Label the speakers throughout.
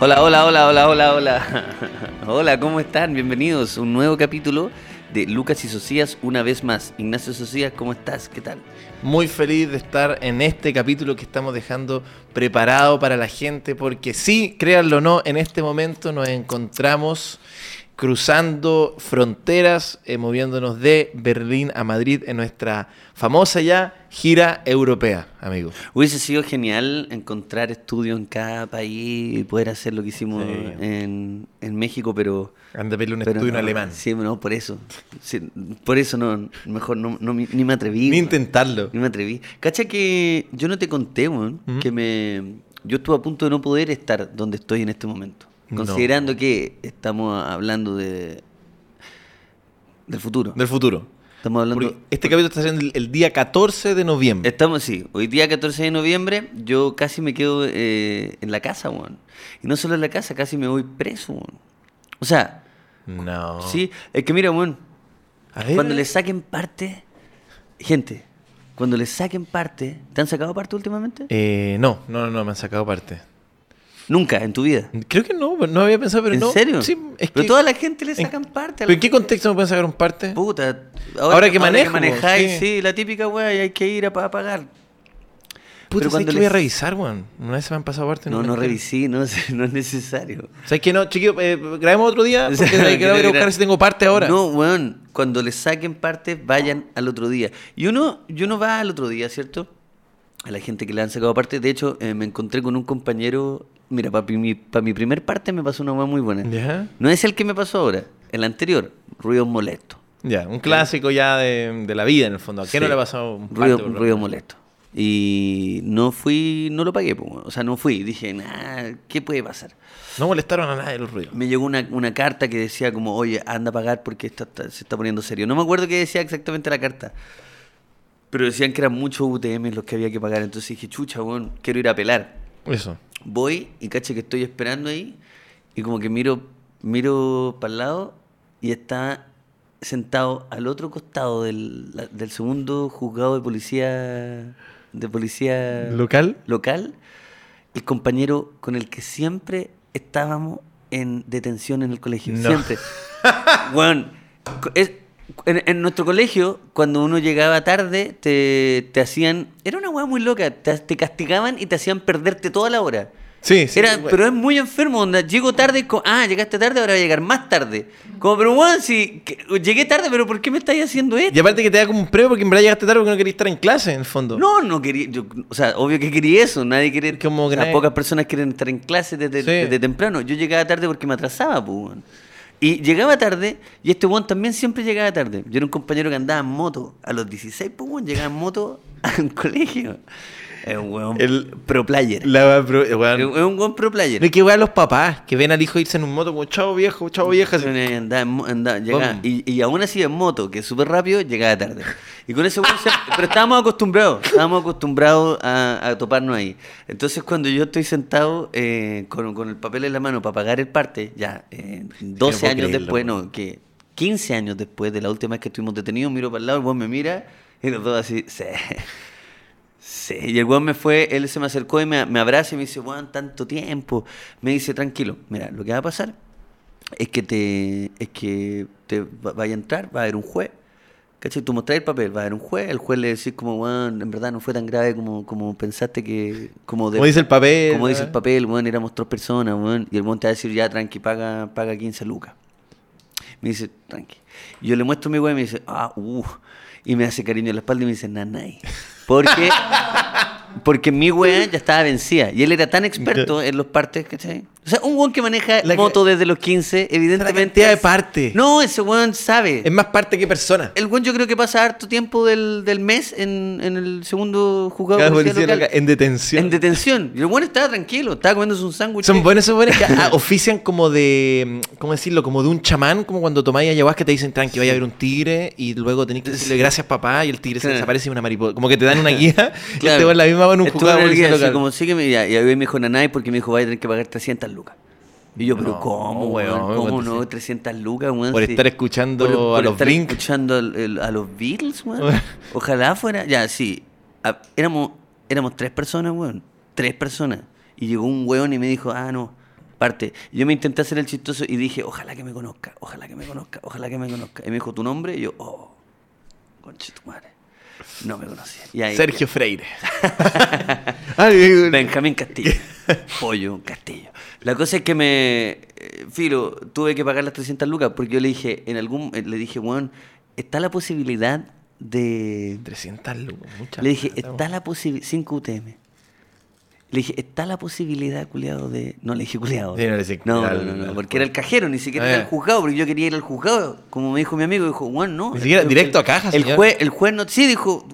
Speaker 1: Hola, hola, hola, hola, hola, hola. Hola, ¿cómo están? Bienvenidos a un nuevo capítulo de Lucas y Socias una vez más. Ignacio Socias, ¿cómo estás? ¿Qué tal?
Speaker 2: Muy feliz de estar en este capítulo que estamos dejando preparado para la gente, porque sí, créanlo o no, en este momento nos encontramos cruzando fronteras, eh, moviéndonos de Berlín a Madrid en nuestra famosa ya gira europea, amigos.
Speaker 1: Hubiese sido genial encontrar estudio en cada país y poder hacer lo que hicimos
Speaker 2: Sí.
Speaker 1: en, en México, pero...
Speaker 2: Anda a pedirle un
Speaker 1: pero
Speaker 2: estudio
Speaker 1: no,
Speaker 2: en alemán.
Speaker 1: Sí, no, por eso. Sí, por eso no, mejor no, no me- ni me atreví.
Speaker 2: Ni
Speaker 1: weón.
Speaker 2: intentarlo.
Speaker 1: Ni me atreví. Cacha que yo no te conté, weón,
Speaker 2: ¿Mm?
Speaker 1: que me yo estuve a punto de no poder estar donde estoy en este momento.
Speaker 2: No.
Speaker 1: Considerando que estamos hablando de del futuro.
Speaker 2: Del futuro.
Speaker 1: Estamos hablando
Speaker 2: Porque este capítulo está siendo el, el día 14 de noviembre.
Speaker 1: Estamos, sí, hoy día 14 de noviembre, yo casi me quedo eh, en la casa, weón. Y no solo en la casa, casi me voy preso, weón. O sea,
Speaker 2: No.
Speaker 1: sí, es que mira, weón,
Speaker 2: Ah. A ver.
Speaker 1: cuando le saquen parte, gente, cuando le saquen parte, ¿te han sacado parte últimamente?
Speaker 2: Eh, no, no, no, me han sacado parte.
Speaker 1: Nunca, en tu vida.
Speaker 2: Creo que no, no había pensado, pero
Speaker 1: ¿En
Speaker 2: no.
Speaker 1: serio?
Speaker 2: Sí, es
Speaker 1: pero
Speaker 2: que-
Speaker 1: toda la gente le
Speaker 2: en-
Speaker 1: sacan parte a
Speaker 2: ¿Pero
Speaker 1: la
Speaker 2: en qué contexto me pueden sacar un parte?
Speaker 1: puta.
Speaker 2: Ahora que manejo,
Speaker 1: manejáis, sí.
Speaker 2: sí.
Speaker 1: la típica weá, y hay que ir a, pa- a pagar. pero
Speaker 2: Puta, ¿sabes
Speaker 1: cuando
Speaker 2: que voy a
Speaker 1: les-
Speaker 2: revisar, weón? Una vez se me han pasado parte.
Speaker 1: No,
Speaker 2: me
Speaker 1: no
Speaker 2: entero.
Speaker 1: revisé, no, sé, no es necesario.
Speaker 2: ¿Sabes qué? No, chiquillo, eh, grabemos otro día porque
Speaker 1: Quiero
Speaker 2: hay que ir a
Speaker 1: mirar.
Speaker 2: buscar si tengo parte ahora.
Speaker 1: No, weón, cuando le saquen partes, vayan al otro día. Y uno, y uno va al otro día, ¿cierto? A la gente que le han sacado partes. De hecho, eh, me encontré con un compañero. Mira, para mi, pa' mi primer parte me pasó una weá muy buena.
Speaker 2: ¿Ya?
Speaker 1: No es el que me pasó ahora, el anterior, ruido molesto.
Speaker 2: Ya, un clásico ya de, de la vida en el fondo. ¿A qué
Speaker 1: Sí.
Speaker 2: no le ha pasado un parte,
Speaker 1: ruido,
Speaker 2: por lo
Speaker 1: ruido
Speaker 2: menos?
Speaker 1: molesto. Y no fui, no lo pagué, po, o sea, no fui. Dije, nah, ¿qué puede pasar?
Speaker 2: No molestaron a nadie los ruidos.
Speaker 1: Me llegó una, una carta que decía como, oye, anda a pagar porque esto está- se está poniendo serio. No me acuerdo qué decía exactamente la carta. Pero decían que eran muchos UTM los que había que pagar. Entonces dije, chucha, weón, quiero ir a pelar.
Speaker 2: Eso.
Speaker 1: Voy y caché que estoy esperando ahí. Y como que miro, miro para el lado y está sentado al otro costado del, la- del segundo juzgado de policía de policía
Speaker 2: ¿Local?
Speaker 1: Eh, local, el compañero con el que siempre estábamos en detención en el colegio.
Speaker 2: No.
Speaker 1: Siempre. Weón, co- es- en, en nuestro colegio, cuando uno llegaba tarde, te, te hacían. Era una weá muy loca. Te, te castigaban y te hacían perderte toda la hora.
Speaker 2: Sí, sí.
Speaker 1: Era-
Speaker 2: bueno.
Speaker 1: Pero es muy enfermo, onda. Llego tarde, y co- ah, llegaste tarde, ahora voy a llegar más tarde. Como, pero weón, si que- llegué tarde, pero ¿por qué me estáis haciendo esto?
Speaker 2: Y aparte que te da como un premio porque en verdad llegaste tarde porque no querías estar en clase en el fondo.
Speaker 1: No, no quería. yo- o sea, obvio que quería eso. Nadie quiere.
Speaker 2: Como que
Speaker 1: o sea,
Speaker 2: nadie-
Speaker 1: pocas personas quieren estar en clase desde,
Speaker 2: Sí.
Speaker 1: desde temprano. Yo llegaba tarde porque me atrasaba, pues, weón. Y llegaba tarde, y este weón también siempre llegaba tarde. Yo era un compañero que andaba en moto. A los 16, pues, weón, llegaba en moto al colegio. Es un weón
Speaker 2: El-
Speaker 1: pro player.
Speaker 2: La weá, pero, eh,
Speaker 1: Es
Speaker 2: weón.
Speaker 1: un- es un weón pro player.
Speaker 2: Pero qué weá los papás que ven al hijo irse en un moto como chavo viejo, chavo vieja. así.
Speaker 1: Andaba en mo- andaba- llegaba-
Speaker 2: Bom.
Speaker 1: y, y aún así en moto, que es súper rápido, llegaba tarde. Y con ese weón siempre- Pero estábamos acostumbrados, estábamos acostumbrados a, a toparnos ahí. Entonces cuando yo estoy sentado eh, con, con el papel en la mano para pagar el parte, ya eh, 12
Speaker 2: puedo
Speaker 1: años
Speaker 2: creerlo,
Speaker 1: después, no, que 15 años después de la última vez que estuvimos detenidos, miro para el lado, el weón me mira y los dos así, sí. Sí, y el weón me fue, él se me acercó y me, me abraza y me dice, weón, tanto tiempo. Me dice, tranquilo, mira, lo que va a pasar es que te es que te va- vaya a entrar, va a haber un juez. ¿Cachai? Tú mostrás el papel, va a haber un juez, el juez le decís como, weón, en verdad no fue tan grave como, como pensaste que... Como, de-
Speaker 2: Como dice el papel.
Speaker 1: como dice el
Speaker 2: ¿eh?
Speaker 1: papel, weón, éramos tres personas, weón. Y el weón te va a decir, ya, tranqui, paga, paga 15 lucas. Me dice, tranqui. Y yo le muestro mi weón y me dice, ah, uh. Y me hace cariño en la espalda y me dice, nanay. Porque, porque mi weón ya estaba vencida. Y él era tan experto en los partes, ¿cachai? O sea, un weón que maneja
Speaker 2: La ca-
Speaker 1: moto desde los 15, evidentemente.
Speaker 2: cantidad de
Speaker 1: es-
Speaker 2: parte.
Speaker 1: No, ese weón sabe.
Speaker 2: Es más parte que persona.
Speaker 1: El weón yo creo que pasa harto tiempo del, del mes en, en el segundo juzgado
Speaker 2: Cada
Speaker 1: de policía
Speaker 2: policía
Speaker 1: local.
Speaker 2: local En detención.
Speaker 1: En detención. Y el bueno estaba tranquilo, estaba comiéndose un sándwich.
Speaker 2: Son buenos esos buenos que ah, ofician como de, mm, ¿cómo decirlo? Como de un chamán, como cuando tomáis ayahuasca te dicen, tranqui, vaya a ver un tigre y luego tenéis que decirle gracias papá y el tigre se
Speaker 1: Claro.
Speaker 2: desaparece y una mariposa. Como que te dan una guía y
Speaker 1: Claro.
Speaker 2: te van la misma mano en un
Speaker 1: Estuve
Speaker 2: jugado
Speaker 1: en el
Speaker 2: policía
Speaker 1: guía, así
Speaker 2: local.
Speaker 1: como, sígueme. Y ahí me dijo Nanay porque me dijo, vaya a tener que pagar 300 lucas. Y yo, pero
Speaker 2: No,
Speaker 1: ¿cómo, weón?
Speaker 2: weón,
Speaker 1: ¿Cómo
Speaker 2: weón,
Speaker 1: no? 300 lucas, weón.
Speaker 2: Por
Speaker 1: si-
Speaker 2: estar escuchando
Speaker 1: por- por
Speaker 2: a los
Speaker 1: estar
Speaker 2: Blink.
Speaker 1: escuchando al- el- a los Beatles, weón. Ojalá fuera. Ya, sí. A- éramos, éramos tres personas, weón. Tres personas. Y llegó un weón y me dijo, ah, no. parte. Yo me intenté hacer el chistoso y dije, ojalá que me conozca, ojalá que me conozca, ojalá que me conozca. Y me dijo tu nombre y yo, oh, conche tu madre. No me conocía. Y ahí-
Speaker 2: Sergio Freire. Ay,
Speaker 1: Benjamín Castillo. Pollo Castillo. La cosa es que me. eh, Filo, tuve que pagar las 300 lucas porque yo le dije, en algún. eh, Le dije, weón, está la posibilidad de.
Speaker 2: 300 lucas, mucha
Speaker 1: Le dije,
Speaker 2: plata,
Speaker 1: está la posibilidad. 5 UTM. Le dije, está la posibilidad, culiado, de. No, le dije, culiado.
Speaker 2: Sí, no le dije
Speaker 1: no, no,
Speaker 2: al-
Speaker 1: no, no,
Speaker 2: al-
Speaker 1: porque era el cajero, ni siquiera
Speaker 2: Ah,
Speaker 1: era
Speaker 2: ya.
Speaker 1: el juzgado, porque yo quería ir al juzgado. Como me dijo mi amigo, dijo, weón, no.
Speaker 2: Ni siquiera
Speaker 1: El-
Speaker 2: directo
Speaker 1: el-
Speaker 2: a caja,
Speaker 1: El
Speaker 2: señor.
Speaker 1: juez, el juez no. Sí, dijo,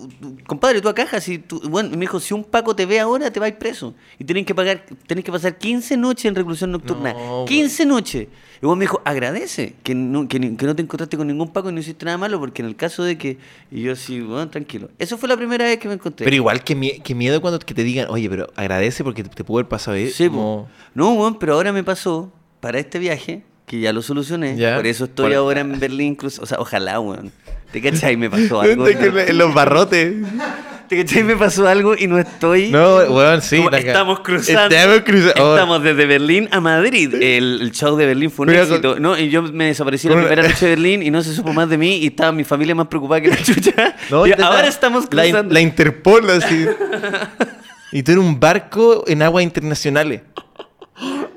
Speaker 1: compadre, tú a caja. Si tú, bueno, y me dijo, si un Paco te ve ahora, te va a ir preso. Y tenés que pagar, tenés que pasar 15 noches en reclusión nocturna.
Speaker 2: No, pues,
Speaker 1: 15 noches. Y vos me dijo, agradece que no, que, ni- que no te encontraste con ningún Paco y no hiciste nada malo, porque en el caso de que. Y yo así, bueno, tranquilo. Eso fue la primera vez que me encontré.
Speaker 2: Pero igual que, mie- que miedo cuando que te digan, oye, pero agradece porque te, te pudo haber pasado ahí.
Speaker 1: Sí,
Speaker 2: como-
Speaker 1: po. No, weón, pero ahora me pasó para este viaje, que ya lo solucioné.
Speaker 2: Ya.
Speaker 1: Por eso estoy
Speaker 2: Por-
Speaker 1: ahora en Berlín, incluso. O sea, ojalá, weón. ¿Te cachai? Me pasó algo.
Speaker 2: De que en en los barrotes.
Speaker 1: ¿Te cachai? Me pasó algo y no estoy.
Speaker 2: No, weón, sí.
Speaker 1: Como
Speaker 2: la ca-
Speaker 1: estamos cruzando.
Speaker 2: Estamos cruzando. oh,
Speaker 1: Estamos desde Berlín a Madrid. El, el show de Berlín fue un
Speaker 2: Mira,
Speaker 1: éxito. No, y yo me desaparecí la
Speaker 2: con-
Speaker 1: primera noche de Berlín y no se supo más de mí y estaba mi familia más preocupada que la chucha.
Speaker 2: no,
Speaker 1: Y
Speaker 2: intenta-
Speaker 1: ahora estamos
Speaker 2: la in-
Speaker 1: cruzando.
Speaker 2: La, Interpol, así. y tú en un barco en aguas internacionales.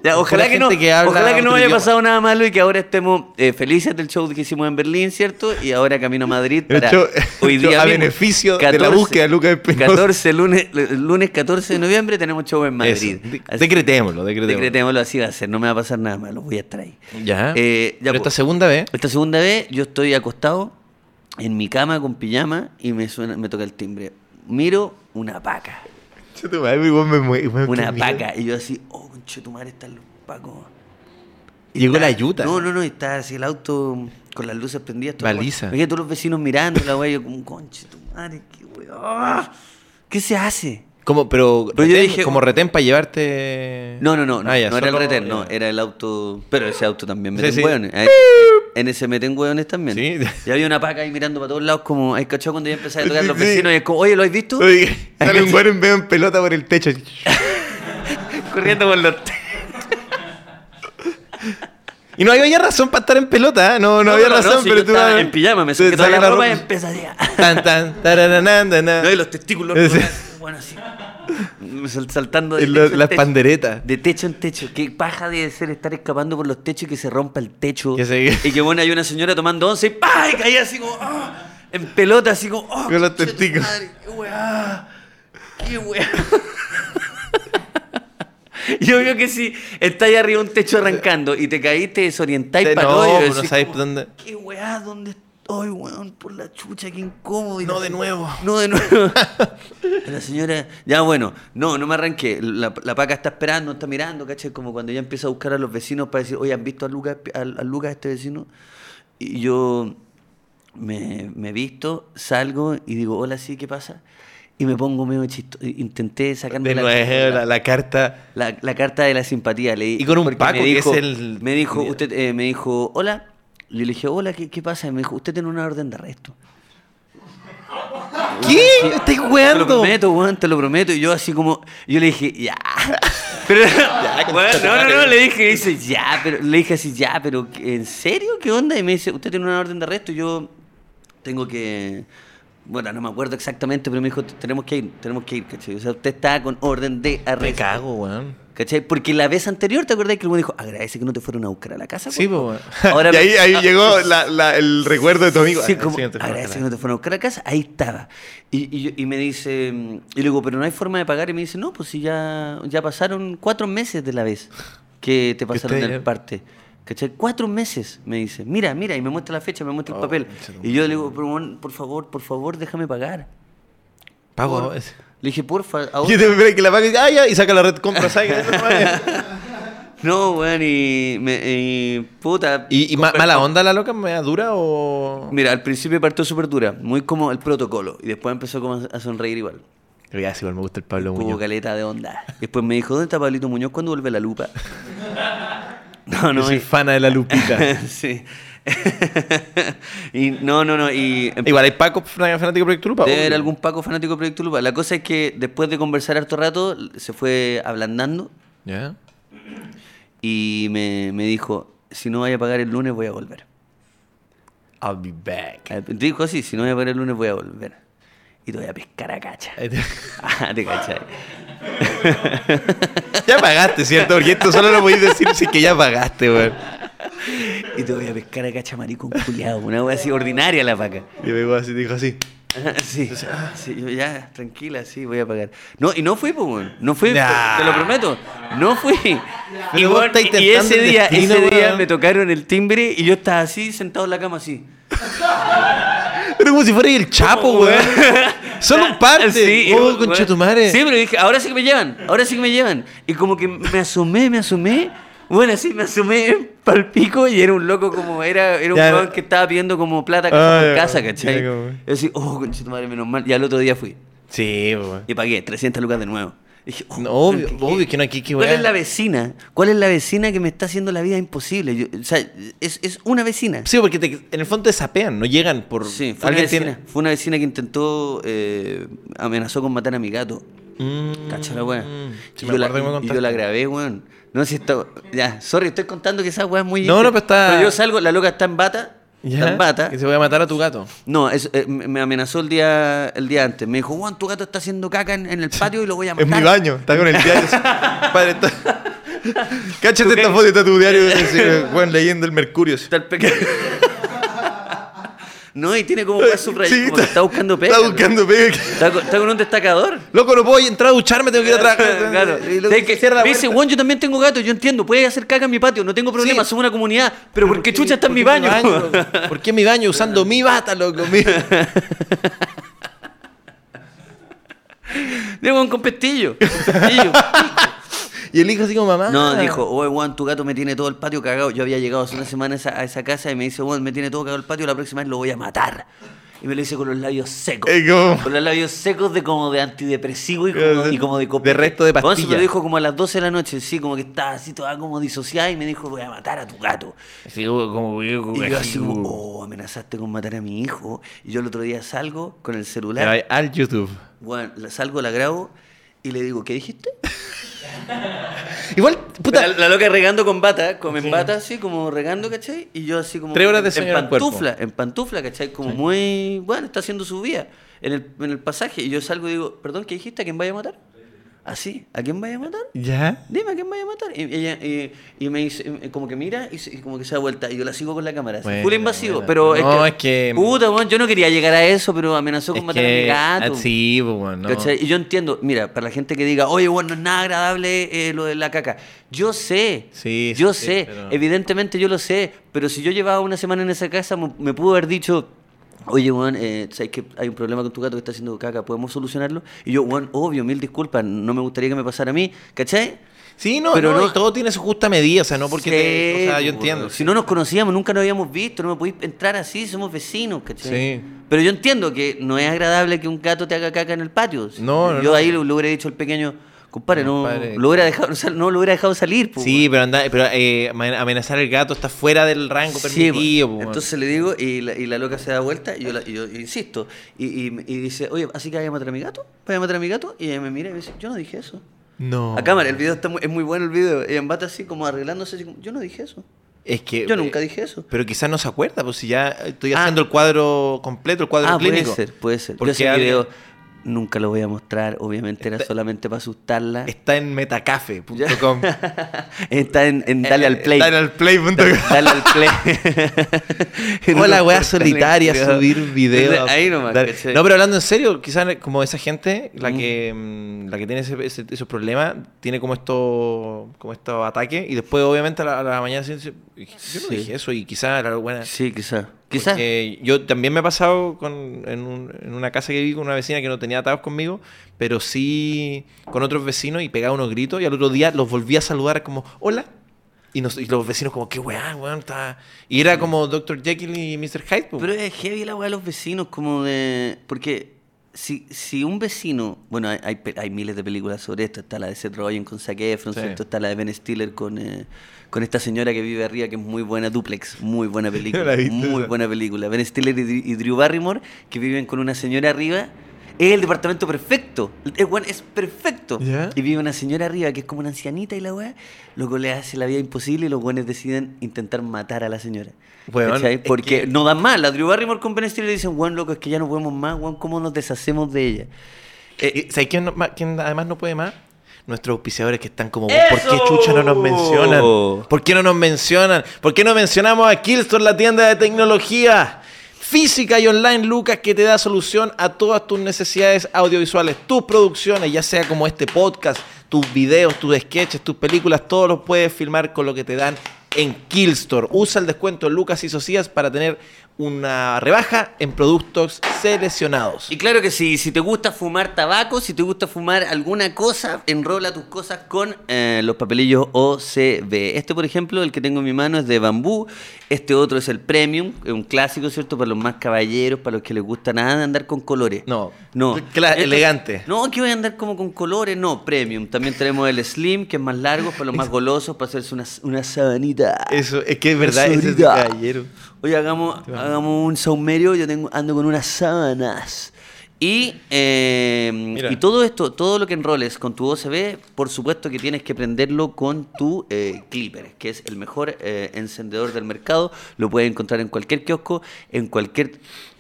Speaker 1: Ya, ojalá
Speaker 2: Pura
Speaker 1: que no,
Speaker 2: gente que habla
Speaker 1: ojalá que no
Speaker 2: otro
Speaker 1: haya
Speaker 2: idioma.
Speaker 1: pasado nada malo y que ahora estemos eh, felices del show que hicimos en Berlín, ¿cierto? Y ahora camino a Madrid
Speaker 2: El
Speaker 1: para
Speaker 2: show-
Speaker 1: hoy
Speaker 2: el show
Speaker 1: día
Speaker 2: a
Speaker 1: mismo,
Speaker 2: beneficio de la búsqueda de Lucas Espinosa.
Speaker 1: 14 lunes, el lunes 14 de noviembre tenemos show en Madrid.
Speaker 2: Eso. De-
Speaker 1: Así-
Speaker 2: Decretémoslo, decretémoslo.
Speaker 1: decretémoslo, así va a ser, no me va a pasar nada malo, voy a estar ahí.
Speaker 2: Ya.
Speaker 1: Eh, ya,
Speaker 2: ¿Ah? pero
Speaker 1: po.
Speaker 2: esta segunda vez.
Speaker 1: Esta segunda vez yo estoy acostado en mi cama con pijama y me suena me toca el timbre. Miro una vaca.
Speaker 2: Yo te madre, weón, me mue- weón,
Speaker 1: Una
Speaker 2: qué miedo.
Speaker 1: vaca. Y yo así, oh, conche tu madre, están los pacos.
Speaker 2: Llegó la ayuda.
Speaker 1: No, no, no, está así el auto con las luces prendidas. todo el
Speaker 2: Baliza.
Speaker 1: guay. Me quedé todos los vecinos mirando, la wea, yo como, conche tu madre, qué weón. ¿Qué se hace?
Speaker 2: Como, pero,
Speaker 1: Pero yo
Speaker 2: retén-
Speaker 1: dije-
Speaker 2: como retén para llevarte.
Speaker 1: No, no, no, no,
Speaker 2: Ah, ya,
Speaker 1: no era el
Speaker 2: solo-
Speaker 1: retén, no,
Speaker 2: ya.
Speaker 1: era el auto, pero ese auto también
Speaker 2: Sí,
Speaker 1: meten
Speaker 2: sí.
Speaker 1: hueones. Ahí- En ese meten hueones también.
Speaker 2: Sí.
Speaker 1: Y había una paca ahí mirando para todos lados, como, ¿hay cachado cuando ya empezaba a tocar
Speaker 2: Sí,
Speaker 1: los
Speaker 2: sí.
Speaker 1: vecinos? Y es como, oye, ¿lo has visto?
Speaker 2: Oye, sale un güero en vez en pelota por el techo.
Speaker 1: Corriendo por los te-
Speaker 2: Y no había razón para estar en pelota, ¿eh? no, no, había razón,
Speaker 1: si
Speaker 2: pero
Speaker 1: yo
Speaker 2: tú
Speaker 1: estaba
Speaker 2: vas-
Speaker 1: en pijama, me
Speaker 2: te
Speaker 1: saqué toda la
Speaker 2: sacas
Speaker 1: ropa y empecé a...
Speaker 2: Tan, tan, tararanan, tanan.
Speaker 1: No, y los testículos.
Speaker 2: Sí.
Speaker 1: Bueno, así. mm, sal- Saltando de
Speaker 2: Y lo-
Speaker 1: techo en
Speaker 2: las
Speaker 1: techo.
Speaker 2: panderetas.
Speaker 1: De techo en techo. Qué paja debe ser estar escapando por los techos y que se rompa el techo.
Speaker 2: Que se-
Speaker 1: Y que bueno, hay una señora tomando once y ¡pah! Y caía así como. ¡ah! En pelota, así como. ¡oh,
Speaker 2: Con los
Speaker 1: concha de tu
Speaker 2: testículos.
Speaker 1: madre! ¡Qué weá! ¡Qué weá! Yo veo que si estáis arriba de un techo arrancando y te caíste, desorientáis
Speaker 2: Te-
Speaker 1: para
Speaker 2: no, pues,
Speaker 1: todo. y
Speaker 2: no
Speaker 1: decís
Speaker 2: sabes
Speaker 1: como,
Speaker 2: dónde-
Speaker 1: ¡Qué weá! ¿Dónde estoy, weón? Por la chucha, qué incómodo. Y
Speaker 2: No,
Speaker 1: la-
Speaker 2: de nuevo.
Speaker 1: no, de nuevo. La señora, ya bueno, no, no me arranqué. La, la paca está esperando, está mirando, ¿cachai? Como cuando ella empieza a buscar a los vecinos para decir, oye, ¿han visto a Lucas, a, a Lucas este vecino? Y yo me, me visto, salgo y digo, hola, sí, ¿qué pasa? Y me pongo medio chistoso. Intenté sacarme
Speaker 2: De nuevo, la, la carta.
Speaker 1: la, la carta de la simpatía leí.
Speaker 2: Y con un
Speaker 1: porque me
Speaker 2: Paco, que
Speaker 1: dijo,
Speaker 2: es el-
Speaker 1: Me dijo, usted, eh, me dijo, hola. Yo le dije, hola, ¿qué, qué pasa? Y me dijo, usted tiene una orden de arresto.
Speaker 2: ¿Qué? ¿Estás
Speaker 1: Te lo
Speaker 2: jugando?
Speaker 1: prometo, weón, te lo prometo. Y yo así como, yo le dije, ya. Pero, weón,
Speaker 2: concha tu
Speaker 1: no, no,
Speaker 2: madre.
Speaker 1: no, le dije, dice, ya, pero, le dije así, ya, pero, ¿en serio? ¿Qué onda? Y me dice, usted tiene una orden de arresto, yo tengo que, bueno, no me acuerdo exactamente, pero me dijo, tenemos que ir, tenemos que ir, ¿cachai? O sea, usted está con orden de arresto.
Speaker 2: Me cago, weón.
Speaker 1: ¿Cachai? Porque la vez anterior, ¿te acordás que el weón dijo, agradece que no te fueron a buscar a la casa?
Speaker 2: Sí,
Speaker 1: por
Speaker 2: pues,
Speaker 1: favor"?
Speaker 2: weón.
Speaker 1: Ahora
Speaker 2: y
Speaker 1: me-
Speaker 2: ahí, ahí
Speaker 1: ah,
Speaker 2: llegó la- la- el recuerdo de tu amigo.
Speaker 1: Sí,
Speaker 2: Ah,
Speaker 1: como,
Speaker 2: sí, no te fue
Speaker 1: agradece
Speaker 2: nada.
Speaker 1: que no te fueron a buscar a casa, ahí estaba. Y, y yo- y me dice, mm, y le digo, pero no hay forma de pagar. Y me dice, no, pues si ya, ya pasaron cuatro meses de la vez que te pasaron
Speaker 2: usted
Speaker 1: el
Speaker 2: ya-
Speaker 1: parte. ¿Cachai? Cuatro meses, me dice. Mira, mira, y me muestra la fecha, me muestra el
Speaker 2: Oh,
Speaker 1: papel.
Speaker 2: concha tu
Speaker 1: Y yo le digo, pero, weón, por favor, por favor, déjame pagar.
Speaker 2: Pago. ahora.
Speaker 1: Le dije, porfa, ahora.
Speaker 2: Yo te espero que la pague. Ah, ya. Y saca la red compra.
Speaker 1: No, weón, y, me, y- puta.
Speaker 2: ¿Y, y ma- mala onda la loca? ¿Me dura o.?
Speaker 1: Mira, al principio partió súper dura, muy como el protocolo, y después empezó como a- a sonreír igual.
Speaker 2: Ya, sí, igual me gusta el Pablo
Speaker 1: Hubo
Speaker 2: Muñoz.
Speaker 1: caleta de onda. Después me dijo, ¿dónde está Pablito Muñoz cuando vuelve la lupa? No,
Speaker 2: Yo
Speaker 1: no.
Speaker 2: soy
Speaker 1: Y,
Speaker 2: fana de la Lupita.
Speaker 1: sí. y no, no, no. Y empecé
Speaker 2: Igual hay Paco fan- fanático de Proyecto Lupa.
Speaker 1: a ver
Speaker 2: obvio.
Speaker 1: algún Paco fanático de Proyecto Lupa. La cosa es que después de conversar harto rato, se fue ablandando
Speaker 2: ¿Ya?
Speaker 1: Y me, me dijo, si no vaya a pagar el lunes voy a volver.
Speaker 2: I'll be back.
Speaker 1: Eh, Dijo así, si no voy a pagar el lunes voy a volver. Y te voy a pescar a cacha. Ah, te cachai.
Speaker 2: ya pagaste, ¿cierto? Porque esto solo lo podéis decir si es que ya pagaste, weón.
Speaker 1: Y te voy a pescar a cacha maricón culiado. Una wea así ordinaria la vaca.
Speaker 2: Y pegó así, dijo así.
Speaker 1: Sí, sí, yo ya, tranquila, sí, voy a pagar. No, y no fui, pues, weón. No fui,
Speaker 2: Nah.
Speaker 1: te lo prometo. No fui. Y,
Speaker 2: Pero vos
Speaker 1: weón,
Speaker 2: estás
Speaker 1: y- y
Speaker 2: tentando
Speaker 1: ese
Speaker 2: el
Speaker 1: día,
Speaker 2: destino,
Speaker 1: ese día
Speaker 2: weón.
Speaker 1: me tocaron el timbre y yo estaba así, sentado en la cama, así.
Speaker 2: Pero como si fuera el Chapo, weón. Solo un parte.
Speaker 1: Sí,
Speaker 2: oh,
Speaker 1: weón.
Speaker 2: conchetumare.
Speaker 1: Sí, pero dije, ahora sí que me llevan, ahora sí que me llevan. Y como que me asomé, me asomé. Bueno, sí, me asomé pal pico y era un loco como era, era un
Speaker 2: Ya.
Speaker 1: weón que estaba pidiendo como plata
Speaker 2: Ah,
Speaker 1: en
Speaker 2: ya,
Speaker 1: casa, ¿cachai?
Speaker 2: ya, como-
Speaker 1: Yo así, oh, conchetumare, menos mal. Y al otro día fui.
Speaker 2: Sí, weón.
Speaker 1: Y pagué 300 lucas de nuevo. Y dije, oh,
Speaker 2: No, obvio,
Speaker 1: ¿qué- qué-
Speaker 2: obvio que no aquí que
Speaker 1: ¿Cuál
Speaker 2: weón.
Speaker 1: es la vecina? ¿Cuál es la vecina que me está haciendo la vida imposible? Yo- o sea, es, es una vecina.
Speaker 2: Sí, porque te- en el fondo te sapean, no llegan por.
Speaker 1: Sí, fue una, vecina, fue una vecina que intentó, eh, amenazó con matar a mi gato.
Speaker 2: Mm,
Speaker 1: Cacha la weá.
Speaker 2: sí,
Speaker 1: Y
Speaker 2: me
Speaker 1: yo, la-
Speaker 2: acuerdo que me
Speaker 1: y yo la
Speaker 2: contaste.
Speaker 1: grabé, weón. No sé si está. Ya, sorry, estoy contando que esa weá es muy.
Speaker 2: No, no, pero está-
Speaker 1: yo salgo, la loca está en bata. Está en bata.
Speaker 2: Que se voy a matar a tu gato.
Speaker 1: No, es- eh, me me amenazó el día, el día antes. Me dijo, Juan, tu gato está haciendo caca en, en el patio y lo voy a matar.
Speaker 2: baño, está con el diario. Padre, está. Cáchate
Speaker 1: esta
Speaker 2: foto, está tu diario, Juan, leyendo el Mercurio.
Speaker 1: Está el pequeño. no, y tiene como para subrayado. como que está buscando pega. ¿no?
Speaker 2: pega.
Speaker 1: Está con, está con un destacador.
Speaker 2: Loco, no puedo entrar a ducharme, tengo que ir a trabajar.
Speaker 1: Claro.
Speaker 2: Y luego
Speaker 1: Es que
Speaker 2: cierra la
Speaker 1: me dice,
Speaker 2: puerta.
Speaker 1: Juan, yo también tengo gato, yo entiendo, puedes hacer caca en mi patio, no tengo problema,
Speaker 2: Sí.
Speaker 1: somos una comunidad, pero ¿por qué chucha está en mi
Speaker 2: ¿Por qué
Speaker 1: baño?
Speaker 2: loco? ¿Por qué mi baño usando mi bata, loco? Mi-
Speaker 1: Digo, Juan, con pestillo. con pestillo.
Speaker 2: Y el hijo así como mamá.
Speaker 1: no, dijo, oye, Juan, tu gato me tiene todo el patio cagado. Yo había llegado hace una semana a esa, a esa casa y me dice, Juan, me tiene todo cagado el patio, la próxima vez lo voy a matar. Y me lo dice con los labios secos.
Speaker 2: Eh, como-
Speaker 1: Con los labios secos de como de antidepresivo y como,
Speaker 2: Eh,
Speaker 1: y como de copete.
Speaker 2: de resto de
Speaker 1: Bueno, se me
Speaker 2: pastilla.
Speaker 1: lo dijo como a las 12 de la noche, sí, como que estaba así toda como disociada y me dijo, voy a matar a tu gato.
Speaker 2: Así como, como-
Speaker 1: Y yo así como, oh, amenazaste con matar a mi hijo. Y yo el otro día salgo con el
Speaker 2: Te
Speaker 1: celular,
Speaker 2: vas Al YouTube.
Speaker 1: bueno, la- salgo, la grabo y le digo, ¿qué dijiste?
Speaker 2: Igual, puta.
Speaker 1: La, la loca regando con bata, como en bata, así, como regando, ¿cachai? Y yo así como...
Speaker 2: Tres horas de
Speaker 1: en-
Speaker 2: sueño
Speaker 1: En
Speaker 2: en el cuerpo.
Speaker 1: pantufla, en pantufla, ¿cachai? Como muy... Bueno, está haciendo su vida en el, en el pasaje. Y yo salgo y digo, perdón, ¿qué dijiste? ¿A quién vaya a matar? Así, ¿a quién vaya a matar?
Speaker 2: ¿Ya?
Speaker 1: Dime a quién vaya a matar. Y, ella, y, y me dice, y como que mira y, se- y como que se da vuelta. Y yo la sigo con la cámara. así,
Speaker 2: Buena,
Speaker 1: full invasivo.
Speaker 2: buena.
Speaker 1: Pero
Speaker 2: No, es que-
Speaker 1: Puta, weón, yo no quería llegar a eso, pero amenazó con matar a mi gato.
Speaker 2: Sí, pues, bueno. no.
Speaker 1: ¿Cachai? Y yo entiendo, mira, para la gente que diga, oye, bueno, no es nada agradable eh, lo de la caca. Yo sé,
Speaker 2: Sí,
Speaker 1: yo
Speaker 2: sí,
Speaker 1: sé,
Speaker 2: pero-
Speaker 1: evidentemente yo lo sé, pero si yo llevaba una semana en esa casa, me, me pudo haber dicho, oye, Juan, eh, ¿sabes que hay un problema con tu gato que está haciendo caca? ¿Podemos solucionarlo? Y yo, Juan, obvio, mil disculpas, no me gustaría que me pasara a mí, ¿cachai?
Speaker 2: Sí, no,
Speaker 1: Pero
Speaker 2: no,
Speaker 1: no-
Speaker 2: y todo tiene su justa medida, o sea, no porque te-
Speaker 1: Sí,
Speaker 2: o sea, yo
Speaker 1: pues,
Speaker 2: entiendo.
Speaker 1: Si no nos conocíamos, nunca nos habíamos visto, no me podéis entrar así, somos vecinos, ¿cachai?
Speaker 2: Sí.
Speaker 1: Pero yo entiendo que no es agradable que un gato te haga caca en el patio.
Speaker 2: No, no,
Speaker 1: Yo
Speaker 2: no.
Speaker 1: ahí le, le hubiera dicho al pequeño, compadre, no,
Speaker 2: Compadre.
Speaker 1: lo hubiera dejado, sal- no lo hubiera dejado salir, pues, po,
Speaker 2: Sí, pero anda, pero eh, amen- amenazar al gato está fuera del rango
Speaker 1: Sí, bueno.
Speaker 2: permitido, pues, bueno.
Speaker 1: Entonces le digo, y la, y la loca se da vuelta, y yo, la- y yo insisto, y, y- y dice, oye, ¿así que vaya a matar a mi gato? ¿Vaya a matar a mi gato? Y ella me mira y me dice, yo no dije eso.
Speaker 2: No.
Speaker 1: A cámara, el video está muy- es muy bueno el video. Ella en bata así como arreglándose, así como, yo no dije eso.
Speaker 2: Es que
Speaker 1: Yo nunca
Speaker 2: eh,
Speaker 1: dije eso.
Speaker 2: Pero quizás no se acuerda, pues si ya estoy
Speaker 1: Ah.
Speaker 2: haciendo el cuadro completo, el cuadro
Speaker 1: Ah,
Speaker 2: clínico.
Speaker 1: puede ser, puede ser. Yo
Speaker 2: Porque
Speaker 1: ese
Speaker 2: alguien-
Speaker 1: video nunca lo voy a mostrar, obviamente era solamente para asustarla.
Speaker 2: Está en metacafe.com.
Speaker 1: Está en, en eh, Dale
Speaker 2: Eh,
Speaker 1: al Play.
Speaker 2: Está en play.com.
Speaker 1: Dale al Play. En
Speaker 2: Hola,
Speaker 1: unos
Speaker 2: weá
Speaker 1: portales
Speaker 2: solitaria,
Speaker 1: privados.
Speaker 2: subir video.
Speaker 1: Ahí nomás.
Speaker 2: Dale.
Speaker 1: ¿cachai?
Speaker 2: No, pero hablando en serio, quizás como esa gente, la
Speaker 1: Mm.
Speaker 2: que mm, la que tiene ese- ese- esos problemas, tiene como esto como estos ataques y después obviamente a la, a la mañana siguiente dice, yo no
Speaker 1: Sí.
Speaker 2: dije eso y quizás era buena.
Speaker 1: Sí, quizás. Quizás.
Speaker 2: Porque yo también me ha pasado con, en, un- en una casa que viví con una vecina que no tenía atados conmigo, pero sí con otros vecinos y pegaba unos gritos y al otro día los volví a saludar como, hola. Y, nos- y los vecinos como, qué weá, weón, está... Y era como Dr. Jekyll y Mr. Hyde. pues, po.
Speaker 1: Pero es heavy la weá de los vecinos, como de. Porque si, si un vecino. Bueno, hay, hay, pe- hay miles de películas sobre esto. Está la de Seth Rogen con Zac Efron,
Speaker 2: Sí.
Speaker 1: ¿cierto? Está la de Ben Stiller con, eh, con esta señora que vive arriba, que es muy buena, Duplex. Muy buena película.
Speaker 2: La he visto
Speaker 1: muy
Speaker 2: esa.
Speaker 1: buena película. Ben Stiller y, Dr- y Drew Barrymore, que viven con una señora arriba. Es el departamento perfecto. El weón es perfecto.
Speaker 2: Ya.
Speaker 1: Y vive una señora arriba que es como una ancianita y la weá, lo que le hace la vida imposible y los weones deciden intentar matar a la señora.
Speaker 2: Weón,
Speaker 1: ¿Cachai?
Speaker 2: es
Speaker 1: Porque
Speaker 2: que-
Speaker 1: no dan más. La Drew Barrymore con Ben Stiller le dicen, weón, loco, es que ya no podemos más, weón, ¿cómo nos deshacemos de ella?
Speaker 2: Eh, ¿Sabes quién, no- ma- quién además no puede más? Nuestros auspiciadores que están como,
Speaker 1: ¡Eso!
Speaker 2: ¿por qué chucha no nos mencionan? ¿Por qué no nos mencionan? ¿Por qué no mencionamos a Killstore, la tienda de tecnología? Física y online, Lucas, que te da solución a todas tus necesidades audiovisuales, tus producciones, ya sea como este podcast, tus videos, tus sketches, tus películas, todos los puedes filmar con lo que te dan en Killstore. Usa el descuento Lucas y Socias para tener una rebaja en productos seleccionados.
Speaker 1: Y claro que sí, si te gusta fumar tabaco, si te gusta fumar alguna cosa, enrola tus cosas con eh, los papelillos OCB. Este, por ejemplo, el que tengo en mi mano es de bambú. Este otro es el premium, es un clásico, ¿cierto? Para los más caballeros, para los que les gusta nada de andar con colores.
Speaker 2: No.
Speaker 1: No.
Speaker 2: Cla-
Speaker 1: Esto-
Speaker 2: elegante.
Speaker 1: No, que voy a andar como con colores, no, premium. También tenemos el slim, que es más largo, para los más golosos, para hacerse una, una sabanita.
Speaker 2: Eso, es que es verdad,
Speaker 1: Eso
Speaker 2: ese es de
Speaker 1: ahorita.
Speaker 2: caballero.
Speaker 1: Oye, hagamos, hagamos un saumerio, yo tengo, ando con unas sábanas. Y, eh,
Speaker 2: Mira.
Speaker 1: y todo esto, todo lo que enroles con tu OCB, por supuesto que tienes que prenderlo con tu eh, Clipper, que es el mejor eh, encendedor del mercado. Lo puedes encontrar en cualquier kiosco, en cualquier...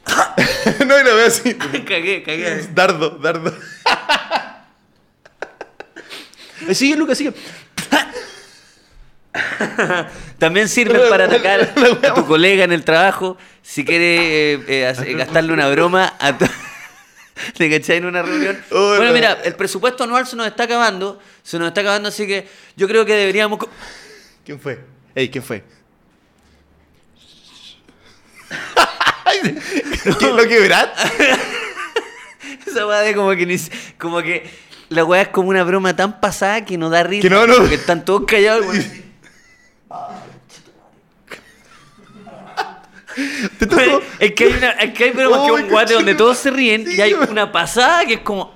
Speaker 2: no, y lo veo así.
Speaker 1: cagué, cagué.
Speaker 2: Dardo, dardo. Eh, sigue, Lucas, sigue.
Speaker 1: También sirve para atacar a tu colega en el trabajo. Si quieres eh, eh, hacer- gastarle una broma a tu... ¿Te cachai en una reunión?
Speaker 2: Oh,
Speaker 1: bueno,
Speaker 2: no.
Speaker 1: mira, el presupuesto anual se nos está acabando. Se nos está acabando, así que yo creo que deberíamos... co-
Speaker 2: ¿Quién fue? Ey, ¿quién fue? ¿Qué, ¿Lo quebraste?
Speaker 1: Esa weá de como que... ni se- como que la weá es como una broma tan pasada que no da risa.
Speaker 2: Que no, no.
Speaker 1: Porque están todos callados. weón.
Speaker 2: Te tocó.
Speaker 1: es, que hay una, es que hay bromas
Speaker 2: Oh,
Speaker 1: que es un
Speaker 2: qué
Speaker 1: guate donde
Speaker 2: chulo.
Speaker 1: todos se ríen
Speaker 2: Sí,
Speaker 1: y hay
Speaker 2: yo-
Speaker 1: una pasada que es como...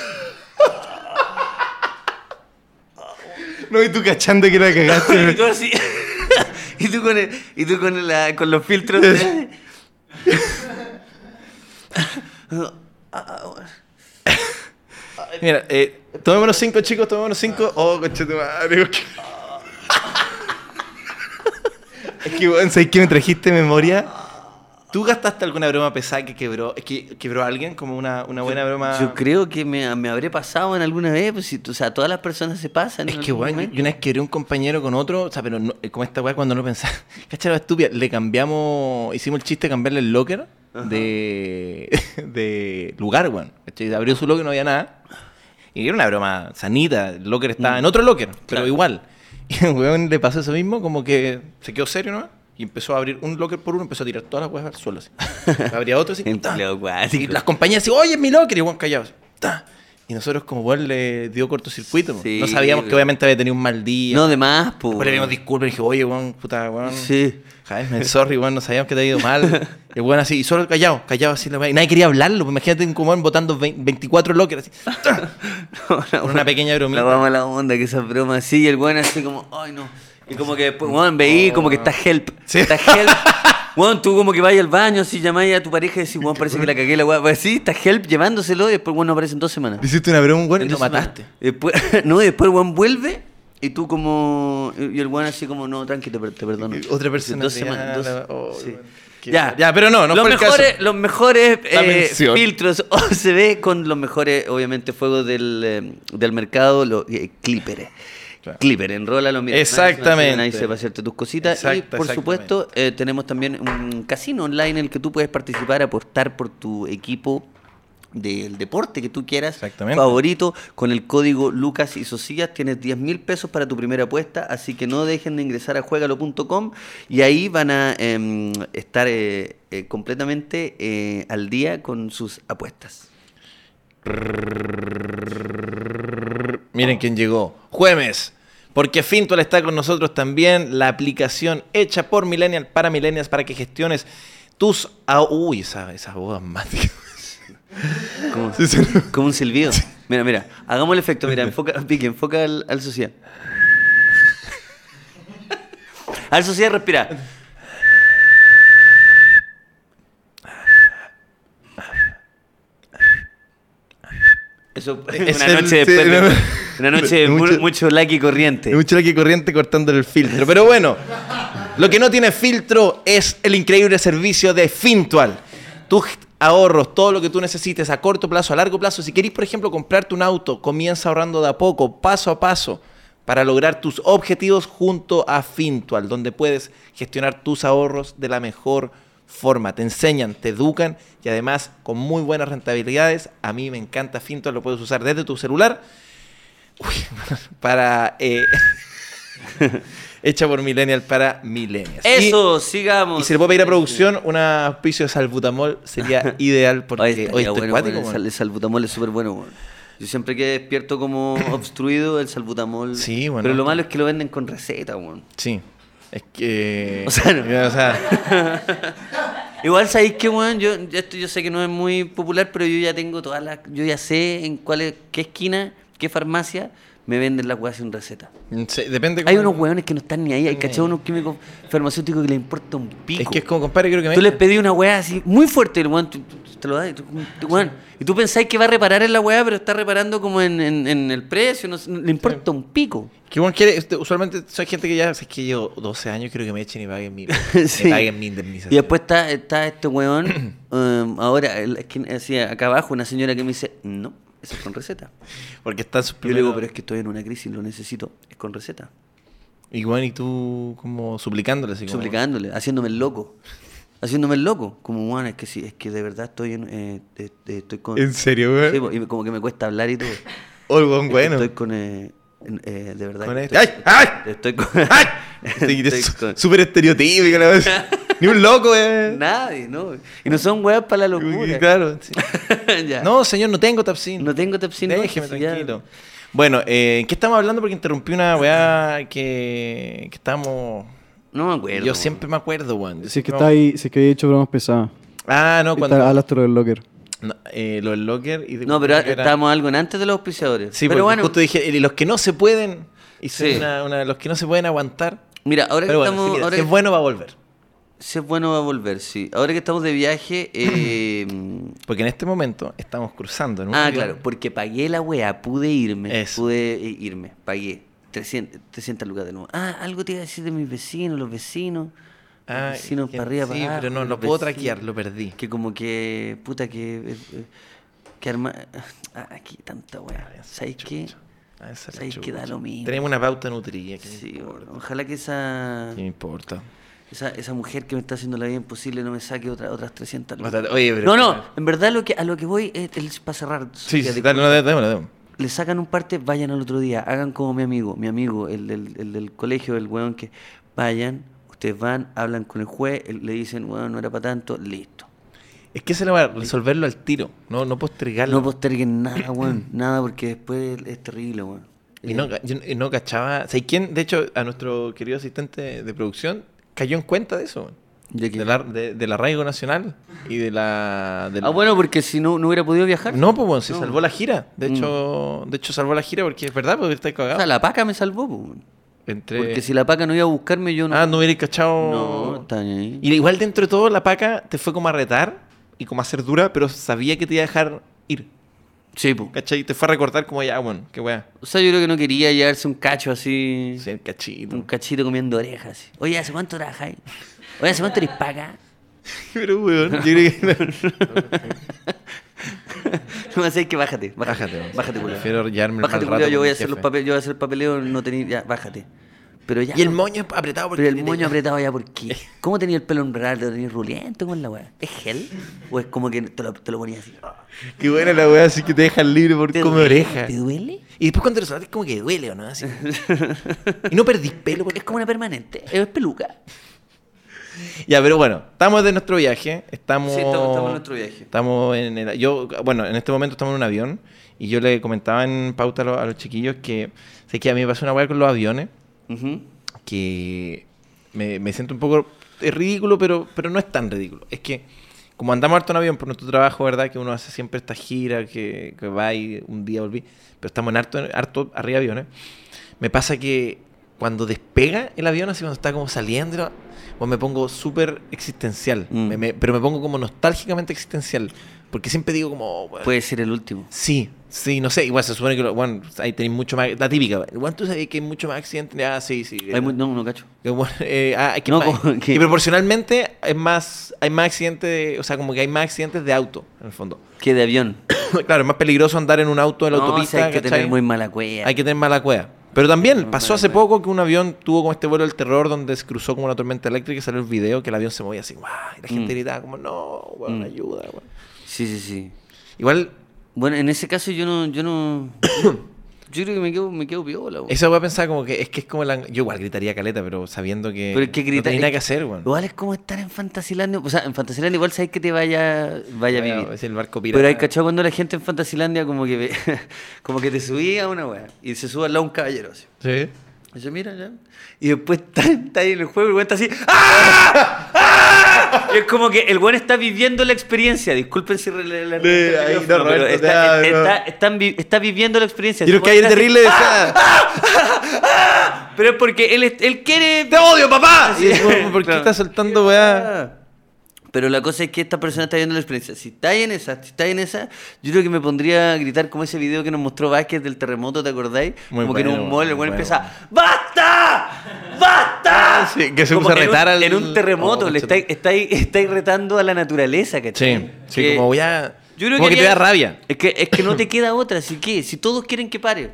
Speaker 2: No, y tú cachando que la
Speaker 1: Y
Speaker 2: cagaste.
Speaker 1: tú así. y tú con, el- y tú con, la- con los filtros. de-
Speaker 2: Mira, eh, tomémonos cinco, chicos, tomémonos cinco. Oh, coche tu madre. es que, weón, ¿sabes qué me trajiste memoria? ¿Tú gastaste alguna broma pesada que quebró, que quebró a alguien? Como una, una buena broma.
Speaker 1: Yo creo que me, me habré pasado en alguna vez. Pues, si, tú- o sea, todas las personas se pasan.
Speaker 2: Es
Speaker 1: en
Speaker 2: que,
Speaker 1: algún
Speaker 2: weón,
Speaker 1: momento.
Speaker 2: yo una vez quebré un compañero con otro, o sea, pero no- como esta weá cuando no pensaba. Cacha la estúpida, le cambiamos, hicimos el chiste de cambiarle el locker de, de lugar, weón. ¿Cachai? Abrió su locker, no había nada. Y era una broma sanita, el locker estaba en otro locker, pero
Speaker 1: Mm. Claro.
Speaker 2: igual. Y el weón le pasó eso mismo, como que se quedó serio, ¿no? Y empezó a abrir un locker por uno, empezó a tirar todas las weas al suelo así. Abría otro así. ¡tan!
Speaker 1: Empleo acuático.
Speaker 2: Y las compañías así, oye, es mi locker, y el weón callado. así, ¡tan! Y nosotros como weón le dio cortocircuito. po.
Speaker 1: Sí,
Speaker 2: no sabíamos que
Speaker 1: weón.
Speaker 2: obviamente había tenido un mal día.
Speaker 1: No, de más, pues.
Speaker 2: Después le dimos disculpas y dije, oye, weón, puta, weón.
Speaker 1: Sí.
Speaker 2: Jaime, sorry, weón, no sabíamos que te había ido mal. El weón así, y solo callado, callado así la weá. Y nadie quería hablarlo, pues imagínate un weón votando 20 24 lockers así.
Speaker 1: No,
Speaker 2: Con una pequeña bromita.
Speaker 1: La vamos a la onda que esa broma así. Y el weón así como, ay no. Y como que después, weón, veí como que está help.
Speaker 2: Oh. Sí.
Speaker 1: Está help. Weón, tú como que vayas al baño, así llamáis a tu pareja y decís, weón, parece que la cagué la weón. Pues sí, está help llevándoselo y después, weón, no aparece en dos semanas.
Speaker 2: Le hiciste una broma, weón, y
Speaker 1: En
Speaker 2: lo
Speaker 1: dos semanas.
Speaker 2: mataste.
Speaker 1: Después, no, y después el weón vuelve y tú como. Y el weón así como, no, tranqui, te, per- te perdono.
Speaker 2: Y otra persona
Speaker 1: Dos
Speaker 2: te
Speaker 1: semanas.
Speaker 2: llama,
Speaker 1: dos-
Speaker 2: oh,
Speaker 1: sí.
Speaker 2: weón, qué mal. Ya, pero no, no
Speaker 1: los
Speaker 2: fue el caso.
Speaker 1: mejores, Los mejores
Speaker 2: La
Speaker 1: eh,
Speaker 2: mención.
Speaker 1: filtros OCB con los mejores, obviamente, fuegos del, eh, del mercado, los eh, Clipper.
Speaker 2: Claro.
Speaker 1: Clipper, enrólalo, mira.
Speaker 2: Exactamente.
Speaker 1: Ahí se va a hacerte tus cositas. y
Speaker 2: Exacto,
Speaker 1: por supuesto, eh, tenemos también un casino online en el que tú puedes participar, apostar por tu equipo del deporte que tú quieras
Speaker 2: Exactamente.
Speaker 1: favorito con el código Lucas y Socias tienes 10 mil pesos para tu primera apuesta así que no dejen de ingresar a juegalo.com y ahí van a em, estar eh, eh, completamente eh, al día con sus apuestas
Speaker 2: Miren quién llegó. Jueves. Porque Fintual está con nosotros también. La aplicación hecha por Millennial para Millennials para que gestiones tus. ah, uy, esa, esa voz más.
Speaker 1: como,
Speaker 2: Sí, sí.
Speaker 1: como un silbido mira mira hagamos el efecto mira enfoca Vicky, enfoca al, al Socias al Socias respira Eso
Speaker 2: Es
Speaker 1: una
Speaker 2: el-
Speaker 1: noche
Speaker 2: sí,
Speaker 1: después de-
Speaker 2: no, no.
Speaker 1: una noche de mu-
Speaker 2: Mucho-
Speaker 1: mucho, like y corriente.
Speaker 2: Mucho aquí corriente cortándole el filtro. Pero bueno, lo que no tiene filtro es el increíble servicio de Fintual. Tus ahorros, todo lo que tú necesites a corto plazo, a largo plazo. Si querés, por ejemplo, comprarte un auto, comienza ahorrando de a poco, paso a paso, para lograr tus objetivos junto a Fintual, donde puedes gestionar tus ahorros de la mejor forma. Te enseñan, te educan y además con muy buenas rentabilidades. A mí me encanta Fintual, lo puedes usar desde tu celular para eh, hecha por Millennial para Millennials.
Speaker 1: Eso,
Speaker 2: Y,
Speaker 1: sigamos.
Speaker 2: y si le puedo pedir a producción un auspicio de salbutamol sería ideal porque
Speaker 1: Oye,
Speaker 2: hoy,
Speaker 1: estaría
Speaker 2: estoy
Speaker 1: bueno,
Speaker 2: cuático,
Speaker 1: bueno, el,
Speaker 2: weón.
Speaker 1: sal- el salbutamol es súper bueno, weón. Yo siempre que despierto como obstruido, el salbutamol.
Speaker 2: Sí, bueno.
Speaker 1: Pero lo malo es que lo venden con receta, weón.
Speaker 2: Sí. Es que
Speaker 1: O sea, no.
Speaker 2: o sea,
Speaker 1: Igual sabéis que, weón, yo, yo esto yo sé que no es muy popular, pero yo ya tengo todas las. Yo ya sé en cuál es- qué esquina, qué farmacia me venden las weas sin receta.
Speaker 2: sí, depende
Speaker 1: Hay
Speaker 2: cómo-
Speaker 1: unos weones que no están ni ahí, hay
Speaker 2: Están ni
Speaker 1: cachado
Speaker 2: ahí.
Speaker 1: unos químicos farmacéuticos que les importa un pico.
Speaker 2: Es que es como compadre creo que me
Speaker 1: Tú le pedí una weá así, muy fuerte, y el weón, tú- tú- te lo da, y tú, tú- weón. Y tú pensáis que va a reparar en la weá, pero está reparando como en, en- en el precio, no, sé, no- le importa un pico.
Speaker 2: que bueno, quiere, este, usualmente soy gente que ya, es que yo 12 años quiero que me echen y paguen mi,
Speaker 1: Sí.
Speaker 2: me paguen mi indemnización.
Speaker 1: Y después está, está este weón, em, ahora, en la esquina, así, acá abajo, una señora que me dice, no, eso es con receta.
Speaker 2: porque están sus
Speaker 1: Yo le digo,
Speaker 2: primeros-
Speaker 1: pero es que estoy en una crisis, lo necesito, es con receta.
Speaker 2: Y bueno, y tú como suplicándole así como-
Speaker 1: suplicándole, haciéndome el loco. Haciéndome el loco. Como, bueno, es que sí, es que de verdad estoy en, eh, eh, eh, estoy con...
Speaker 2: ¿En serio, güey?
Speaker 1: Sí, po, y me- como que me cuesta hablar y todo.
Speaker 2: Oh, el weón
Speaker 1: Es que
Speaker 2: bueno.
Speaker 1: Estoy con... eh, en- eh, de verdad.
Speaker 2: Con
Speaker 1: que
Speaker 2: este-
Speaker 1: estoy,
Speaker 2: ¡Ay! ¡Ay!
Speaker 1: Estoy con...
Speaker 2: ¡Ay! Este
Speaker 1: estoy
Speaker 2: Su-
Speaker 1: con-
Speaker 2: Súper estereotípico la cosa. Ni un loco, eh.
Speaker 1: Nadie, ¿no? Y no son weas para la
Speaker 2: Y
Speaker 1: locura.
Speaker 2: Claro. sí.
Speaker 1: Ya.
Speaker 2: No, señor, no tengo Tapsin.
Speaker 1: No tengo Tapsin, no,
Speaker 2: Déjeme
Speaker 1: si ya-
Speaker 2: tranquilo. Bueno, eh, ¿qué estamos hablando? Porque interrumpí una weá que, que estábamos...
Speaker 1: No me acuerdo.
Speaker 2: Yo
Speaker 1: man.
Speaker 2: siempre me acuerdo, weón. Yo
Speaker 3: Si es que
Speaker 2: siempre
Speaker 3: está
Speaker 2: me-
Speaker 3: ahí, si es que había hecho bromas pesadas.
Speaker 2: Ah, no,
Speaker 3: Está
Speaker 2: cuando...
Speaker 3: al astro del locker.
Speaker 2: no, eh, lo del locker y... de-
Speaker 1: No, pero
Speaker 2: era-
Speaker 1: estábamos algo en antes de los auspiciadores.
Speaker 2: Sí,
Speaker 1: pero
Speaker 2: porque
Speaker 1: bueno,
Speaker 2: justo dije, y los que no se pueden... Y
Speaker 1: Sí.
Speaker 2: una, una de los que no se pueden aguantar.
Speaker 1: mira, ahora que
Speaker 2: Pero bueno,
Speaker 1: estamos...
Speaker 2: sí, mira,
Speaker 1: ahora
Speaker 2: si
Speaker 1: que-
Speaker 2: es bueno va a volver.
Speaker 1: si es bueno va a volver, sí. Ahora que estamos de viaje, eh,
Speaker 2: Porque en este momento estamos cruzando. En un
Speaker 1: Ah,
Speaker 2: río.
Speaker 1: claro, porque pagué la weá, pude irme,
Speaker 2: Eso.
Speaker 1: pude eh, irme, pagué 300, 300 lucas de nuevo. Ah, algo te iba a decir de mis vecinos, los vecinos,
Speaker 2: Ah,
Speaker 1: los vecinos
Speaker 2: que-
Speaker 1: para arriba, para
Speaker 2: sí,
Speaker 1: abajo,
Speaker 2: pero no,
Speaker 1: los
Speaker 2: lo puedo
Speaker 1: vecinos,
Speaker 2: traquear, lo perdí.
Speaker 1: Que como que, puta, que, eh, eh, que arma... Ah, aquí tanta weá, ¿sabes qué?
Speaker 2: Ah, esa la
Speaker 1: ¿Sabes
Speaker 2: chucha.
Speaker 1: qué? Da lo mismo.
Speaker 2: Tenemos una pauta nutrida. ¿Qué
Speaker 1: Sí, bueno, ojalá que esa,
Speaker 2: me importa?
Speaker 1: esa, esa mujer que me está haciendo la vida imposible no me saque otra, otras 300 lucas.
Speaker 2: Bastante- Oye, pero...
Speaker 1: No, no, en verdad lo que, a lo que voy es, para cerrar.
Speaker 2: Sí,
Speaker 1: Sofía,
Speaker 2: sí, dale, no, dale, dale, dale.
Speaker 1: le sacan un parte, vayan al otro día, hagan como mi amigo, mi amigo, el del, el del colegio, el weón que vayan, ustedes van, hablan con el juez, el- le dicen, bueno, no era para tanto, listo.
Speaker 2: Es que se le va a resolverlo al tiro. No, no postergarlo.
Speaker 1: No posterguen nada, weón, nada, porque después es terrible, weón. Eh,
Speaker 2: y, no, ca- yo no- y no cachaba... ¿Sabes quién? De hecho, a nuestro querido asistente de producción cayó en cuenta de eso. man.
Speaker 1: ¿De qué?
Speaker 2: Del, ar- de- del arraigo nacional y de la... de la-
Speaker 1: Ah, bueno, porque si no, no hubiera podido viajar.
Speaker 2: No, pues bueno, se
Speaker 1: No. Mm.
Speaker 2: salvó la gira. De hecho, de hecho salvó la gira porque es verdad, porque está
Speaker 1: O
Speaker 2: cagado.
Speaker 1: sea, la paca me salvó, pues, weón.
Speaker 2: Entre...
Speaker 1: Porque si la paca no iba a buscarme, yo no.
Speaker 2: Ah, no hubiera cachado...
Speaker 1: no, está ahí.
Speaker 2: Y igual dentro de todo la paca te fue como a retar y como a ser dura, pero sabía que te iba a dejar ir.
Speaker 1: Sí, po.
Speaker 2: ¿Cachai? Te fue a recortar como ya, bueno, qué weá.
Speaker 1: O sea, yo creo que no quería llevarse un cacho así.
Speaker 2: Sí, el cachito.
Speaker 1: Un cachito comiendo orejas. Oye, ¿hace cuánto trabajáis? Oye, ¿hace cuánto eres paga?
Speaker 2: pero weón, yo creo que...
Speaker 1: No me que bájate,
Speaker 2: Bájate,
Speaker 1: bájate.
Speaker 2: weón.
Speaker 1: Bájate, culiao.
Speaker 2: Prefiero llevarme el
Speaker 1: Bájate,
Speaker 2: mal
Speaker 1: culiao,
Speaker 2: rato
Speaker 1: yo voy a
Speaker 2: con mi
Speaker 1: hacer los
Speaker 2: jefe.
Speaker 1: papeles, yo voy a hacer el papeleo, no tenía ya, bájate. Pero ya.
Speaker 2: Y el moño apretado porque...
Speaker 1: pero el
Speaker 2: te-
Speaker 1: moño apretado ya por qué. ¿Cómo tenía el pelo enredado? ¿Lo tenías ruliento con la weá? ¿Es gel? ¿O es como que te lo, te lo ponías así?
Speaker 2: Qué buena la weá, así que te dejan libre por
Speaker 1: ¿Te
Speaker 2: come
Speaker 1: duele?
Speaker 2: oreja.
Speaker 1: ¿Te duele?
Speaker 2: Y después cuando lo soltaste es como que duele, ¿o no? Así. y no perdís pelo porque
Speaker 1: Es como una permanente, es peluca.
Speaker 2: Ya, pero bueno, estamos de nuestro viaje. Estamos,
Speaker 1: Sí, estamos- estamos en nuestro viaje.
Speaker 2: Estamos en el. Yo, bueno, en este momento estamos en un avión. Y yo le comentaba en pauta a lo- a los, chiquillos que. Sé que a mí me pasa una weá con los aviones.
Speaker 1: Ujú.
Speaker 2: Que me, me siento un poco. Es ridículo, pero, pero no es tan ridículo. Es que. Como andamos harto en avión por nuestro trabajo, ¿verdad? Que uno hace siempre esta gira, que, que va y un día volví. Pero estamos en harto, harto arriba de aviones. Me pasa que cuando despega el avión, así cuando está como saliendo, la- bueno, me pongo súper existencial,
Speaker 1: Mm.
Speaker 2: Me- me- pero me pongo como nostálgicamente existencial, porque siempre digo como, "Oh, bueno,
Speaker 1: Puede ser el último.
Speaker 2: Sí, sí, no sé. Igual se supone que lo- bueno, ahí tenéis mucho más. La típica. Igual tú sabes que hay mucho más accidentes. Ah, sí, sí.
Speaker 1: Hay mu- no, no cacho.
Speaker 2: Que bueno, eh, ah, que
Speaker 1: No,
Speaker 2: más-
Speaker 1: como que-
Speaker 2: que proporcionalmente es más, hay más accidentes, de- o sea, como que hay más accidentes de auto, en el fondo.
Speaker 1: Que de avión.
Speaker 2: claro, es más peligroso andar en un auto en la
Speaker 1: No,
Speaker 2: autopista.
Speaker 1: si hay que tener
Speaker 2: ¿cachai?
Speaker 1: muy mala cueva.
Speaker 2: Hay que tener mala cueva. Pero también
Speaker 1: Muy mala
Speaker 2: pasó hace
Speaker 1: cueva.
Speaker 2: poco que un avión tuvo como este vuelo del terror donde se cruzó como una tormenta eléctrica y salió el video que el avión se movía así, ¡guau! y la gente
Speaker 1: Mm.
Speaker 2: gritaba como, no, weón,
Speaker 1: Mm.
Speaker 2: ayuda, weón".
Speaker 1: Sí, sí, sí.
Speaker 2: Igual
Speaker 1: Bueno, en ese caso yo no, yo no. yo creo que me quedo, me quedo piola, weón.
Speaker 2: Esa voy a pensar como que es que es como la... Yo igual gritaría caleta, pero sabiendo que...
Speaker 1: Pero es que
Speaker 2: Eh, No
Speaker 1: gritar.
Speaker 2: tenía nada que hacer, weón.
Speaker 1: Igual es como estar en Fantasilandia. O sea, en Fantasilandia igual sabes que te vaya, vaya a
Speaker 2: Bueno,
Speaker 1: vivir.
Speaker 2: Es el barco pirata.
Speaker 1: Pero hay cachado cuando la gente en Fantasilandia como que ve- como que te subía a una weá y se sube al lado un caballero así.
Speaker 2: Sí.
Speaker 1: Y yo, mira, ya. Y después está, está ahí en el juego y el weón está así. ¡Ah! ¡Ah! Y es como que el weón está viviendo la experiencia. Disculpen si le- le- le-
Speaker 2: Sí,
Speaker 1: el micrófono,
Speaker 2: ahí, no,
Speaker 1: pero
Speaker 2: Roberto,
Speaker 1: está,
Speaker 2: ya,
Speaker 1: está-
Speaker 2: no.
Speaker 1: están vi- está viviendo la experiencia.
Speaker 2: Quiero
Speaker 1: Ese
Speaker 2: que
Speaker 1: weón
Speaker 2: ayer
Speaker 1: está así,
Speaker 2: terrible desea.
Speaker 1: Pero es porque él, es- él quiere.
Speaker 2: ¡Te odio, papá!
Speaker 1: Sí,
Speaker 2: Y, weón, ¿Por qué
Speaker 1: claro. Ah.
Speaker 2: estás soltando, weá?
Speaker 1: Pero la cosa es que esta persona está viendo la experiencia. Si está ahí en esa, si está ahí en esa, yo creo que me pondría a gritar como ese video que nos mostró Vázquez del terremoto, ¿te acordáis?
Speaker 2: Muy
Speaker 1: como que en
Speaker 2: bueno,
Speaker 1: un mall el
Speaker 2: muy
Speaker 1: weón
Speaker 2: bueno. Ah,
Speaker 1: empieza, ¡basta! ¡Basta!
Speaker 2: Sí, que se
Speaker 1: Como
Speaker 2: puso a
Speaker 1: en un-
Speaker 2: retar al-
Speaker 1: En un terremoto,
Speaker 2: Oh,
Speaker 1: le estáis estáis- estáis retando a la naturaleza,
Speaker 2: Sí,
Speaker 1: ¿cachai?
Speaker 2: sí,
Speaker 1: Que-
Speaker 2: como voy a...
Speaker 1: yo creo
Speaker 2: como Eh, que, te
Speaker 1: haría-
Speaker 2: da rabia.
Speaker 1: Es que, es que no te queda otra, así que si todos quieren que pare,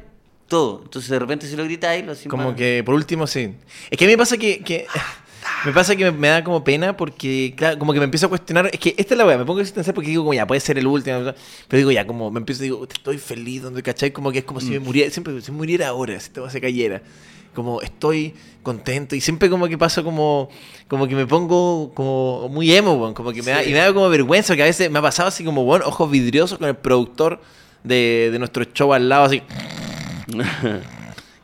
Speaker 1: todo. Entonces de repente si lo gritáis, lo hacéis
Speaker 2: Como
Speaker 1: mal.
Speaker 2: que, por último, sí. Es que a mí me pasa que... que- Me pasa que me, me da como pena porque, claro, como que me empiezo a cuestionar. Es que esta es la weá, me pongo a existenciar porque digo, como ya puede ser el último. bla, bla, bla. Pero digo, ya, como me empiezo, digo, estoy feliz, donde cachai, como que es como si me muriera, siempre si muriera ahora, si esta weá se cayera. Como estoy contento y siempre como que paso como, como que me pongo como muy emo, weón, como que me, da, y me da como vergüenza, que a veces me ha pasado así como, bueno, ojos vidriosos con el productor de, de nuestro show al lado, así.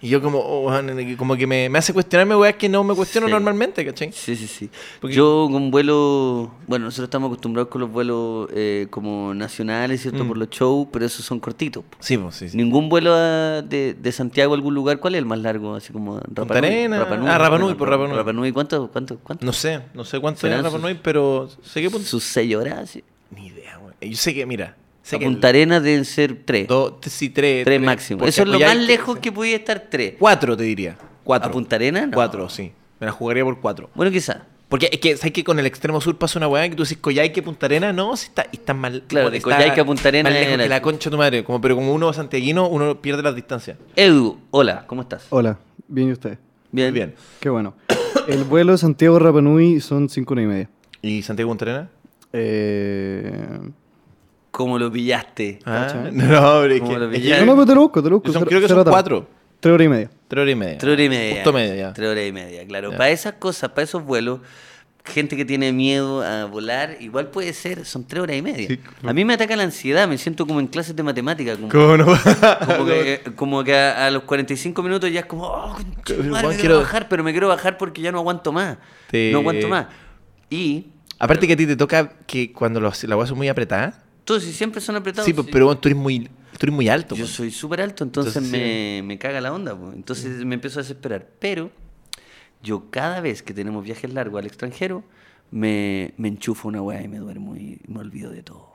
Speaker 2: Y yo como, oh, weón, como que me, me hace cuestionarme weas que no me cuestiono
Speaker 1: Sí.
Speaker 2: normalmente, ¿cachai?
Speaker 1: Sí, sí, sí.
Speaker 2: Porque-
Speaker 1: Yo con vuelo, bueno, nosotros estamos acostumbrados con los vuelos eh, como nacionales, ¿cierto? Por los shows, pero esos son cortitos. po.
Speaker 2: Sí, pues, Mm. sí, sí.
Speaker 1: Ningún vuelo a- de, de Santiago a algún lugar, ¿cuál es el más largo? Así como
Speaker 2: Punta
Speaker 1: Rapa Nui,
Speaker 2: Arenas. Ah, Rapa Nui, por Rapa Nui.
Speaker 1: ¿cuánto? ¿Cuánto? cuánto?
Speaker 2: No sé, no sé cuánto
Speaker 1: ¿Serán
Speaker 2: era Rapa
Speaker 1: sus-
Speaker 2: Nui, pero sé que punto.
Speaker 1: Sus seis horas, sí.
Speaker 2: Ni idea, weón. Yo sé que, mira, sé
Speaker 1: a
Speaker 2: que
Speaker 1: Punta Arenas deben ser tres.
Speaker 2: dos, tres, sí, tres,
Speaker 1: tres, máximo.
Speaker 2: porque
Speaker 1: Eso es lo
Speaker 2: Coyhaique-
Speaker 1: más lejos que podía estar tres.
Speaker 2: Cuatro, te diría. Cuatro.
Speaker 1: ¿A Punta Arenas? No.
Speaker 2: Cuatro, sí. Me la jugaría por cuatro.
Speaker 1: Bueno, quizás.
Speaker 2: Porque es que, ¿sabes que con el extremo sur pasa una weá que tú decís Coyhaique, Punta Arena? No, si está, y está mal.
Speaker 1: Claro,
Speaker 2: como
Speaker 1: de
Speaker 2: está
Speaker 1: Coyhaique a Punta Arenas
Speaker 2: Más lejos
Speaker 1: era-
Speaker 2: que la concha de tu madre. Como, pero como uno santiaguino, uno pierde las distancias.
Speaker 1: Edu, hola, ¿cómo estás?
Speaker 3: Hola, bien y usted.
Speaker 1: Bien.
Speaker 2: Muy bien.
Speaker 3: Qué bueno. El vuelo de Santiago a Rapa Nui son 5 y media.
Speaker 2: ¿Y Santiago Punta Arenas?
Speaker 3: Eh...
Speaker 1: ¿Cómo lo pillaste?
Speaker 2: Ah,
Speaker 3: Cacha.
Speaker 2: no, pero es
Speaker 1: Como lo
Speaker 2: que. es
Speaker 1: pilláis.
Speaker 2: ya-
Speaker 3: No, no, pero te lo busco, te lo busco.
Speaker 2: son-
Speaker 3: Cero-
Speaker 2: creo que
Speaker 3: cero
Speaker 2: son
Speaker 3: tarde.
Speaker 2: cuatro.
Speaker 3: Tres horas y media.
Speaker 2: Tres horas y media.
Speaker 1: Tres horas y media.
Speaker 2: Justo media, ya.
Speaker 1: Tres horas y media, claro.
Speaker 2: Ya.
Speaker 1: Para esas cosas, para esos vuelos, gente que tiene miedo a volar, igual puede ser, son tres horas y media.
Speaker 2: Sí.
Speaker 1: A mí me ataca la ansiedad, me siento como en clases de matemática. Como,
Speaker 2: ¿Cómo
Speaker 1: como
Speaker 2: no?
Speaker 1: que, eh, como que a, a los 45 minutos ya es como, oh, conche tu madre,
Speaker 2: Pero, Juan,
Speaker 1: me quiero
Speaker 2: quiero-
Speaker 1: bajar, pero me quiero bajar porque ya no aguanto más.
Speaker 2: Te-
Speaker 1: No aguanto más. Y
Speaker 2: Aparte que a ti te toca que cuando los, la hueá es muy apretada.
Speaker 1: todos si siempre son apretados.
Speaker 2: Sí, pues, pero bueno, tú eres muy, tú eres muy alto.
Speaker 1: Yo
Speaker 2: weón.
Speaker 1: soy súper alto, entonces,
Speaker 2: Entonces,
Speaker 1: me, me caga la onda, po. entonces me empiezo a desesperar. Pero yo cada vez que tenemos viajes largos al extranjero, me, me enchufo una weá y me duermo y me olvido de todo.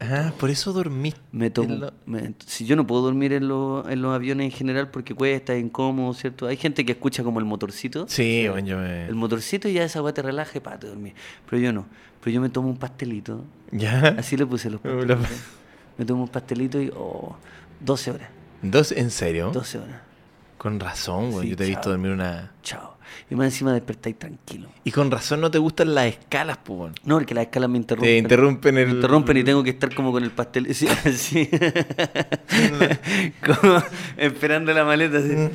Speaker 2: Ah, por eso dormí.
Speaker 1: Me tomo, me- si yo no puedo dormir en, los- en los aviones en general porque cuesta, es incómodo, ¿cierto? Hay gente que escucha como el motorcito.
Speaker 2: Sí, bueno, yo me...
Speaker 1: El motorcito y ya esa weá te relaja y pa, te dormí. Pero yo no. Pero yo me tomo un pastelito.
Speaker 2: ¿Ya? Uh,
Speaker 1: Así le puse los
Speaker 2: Lo-
Speaker 1: pastelitos. Me tomo un pastelito y, oh, 12 horas.
Speaker 2: Dos, ¿en serio?
Speaker 1: 12 horas.
Speaker 2: Con razón, güey.
Speaker 1: Sí,
Speaker 2: yo te he visto
Speaker 1: chao.
Speaker 2: dormir una...
Speaker 1: Chao. Y más encima despertáis tranquilo.
Speaker 2: Y con razón no te gustan las escalas, pues, weón.
Speaker 1: No, porque las escalas me interrumpen.
Speaker 2: Te interrumpen el...
Speaker 1: Me interrumpen y tengo que estar como con el pastel. Sí, así. como esperando la maleta. así.
Speaker 2: Mm.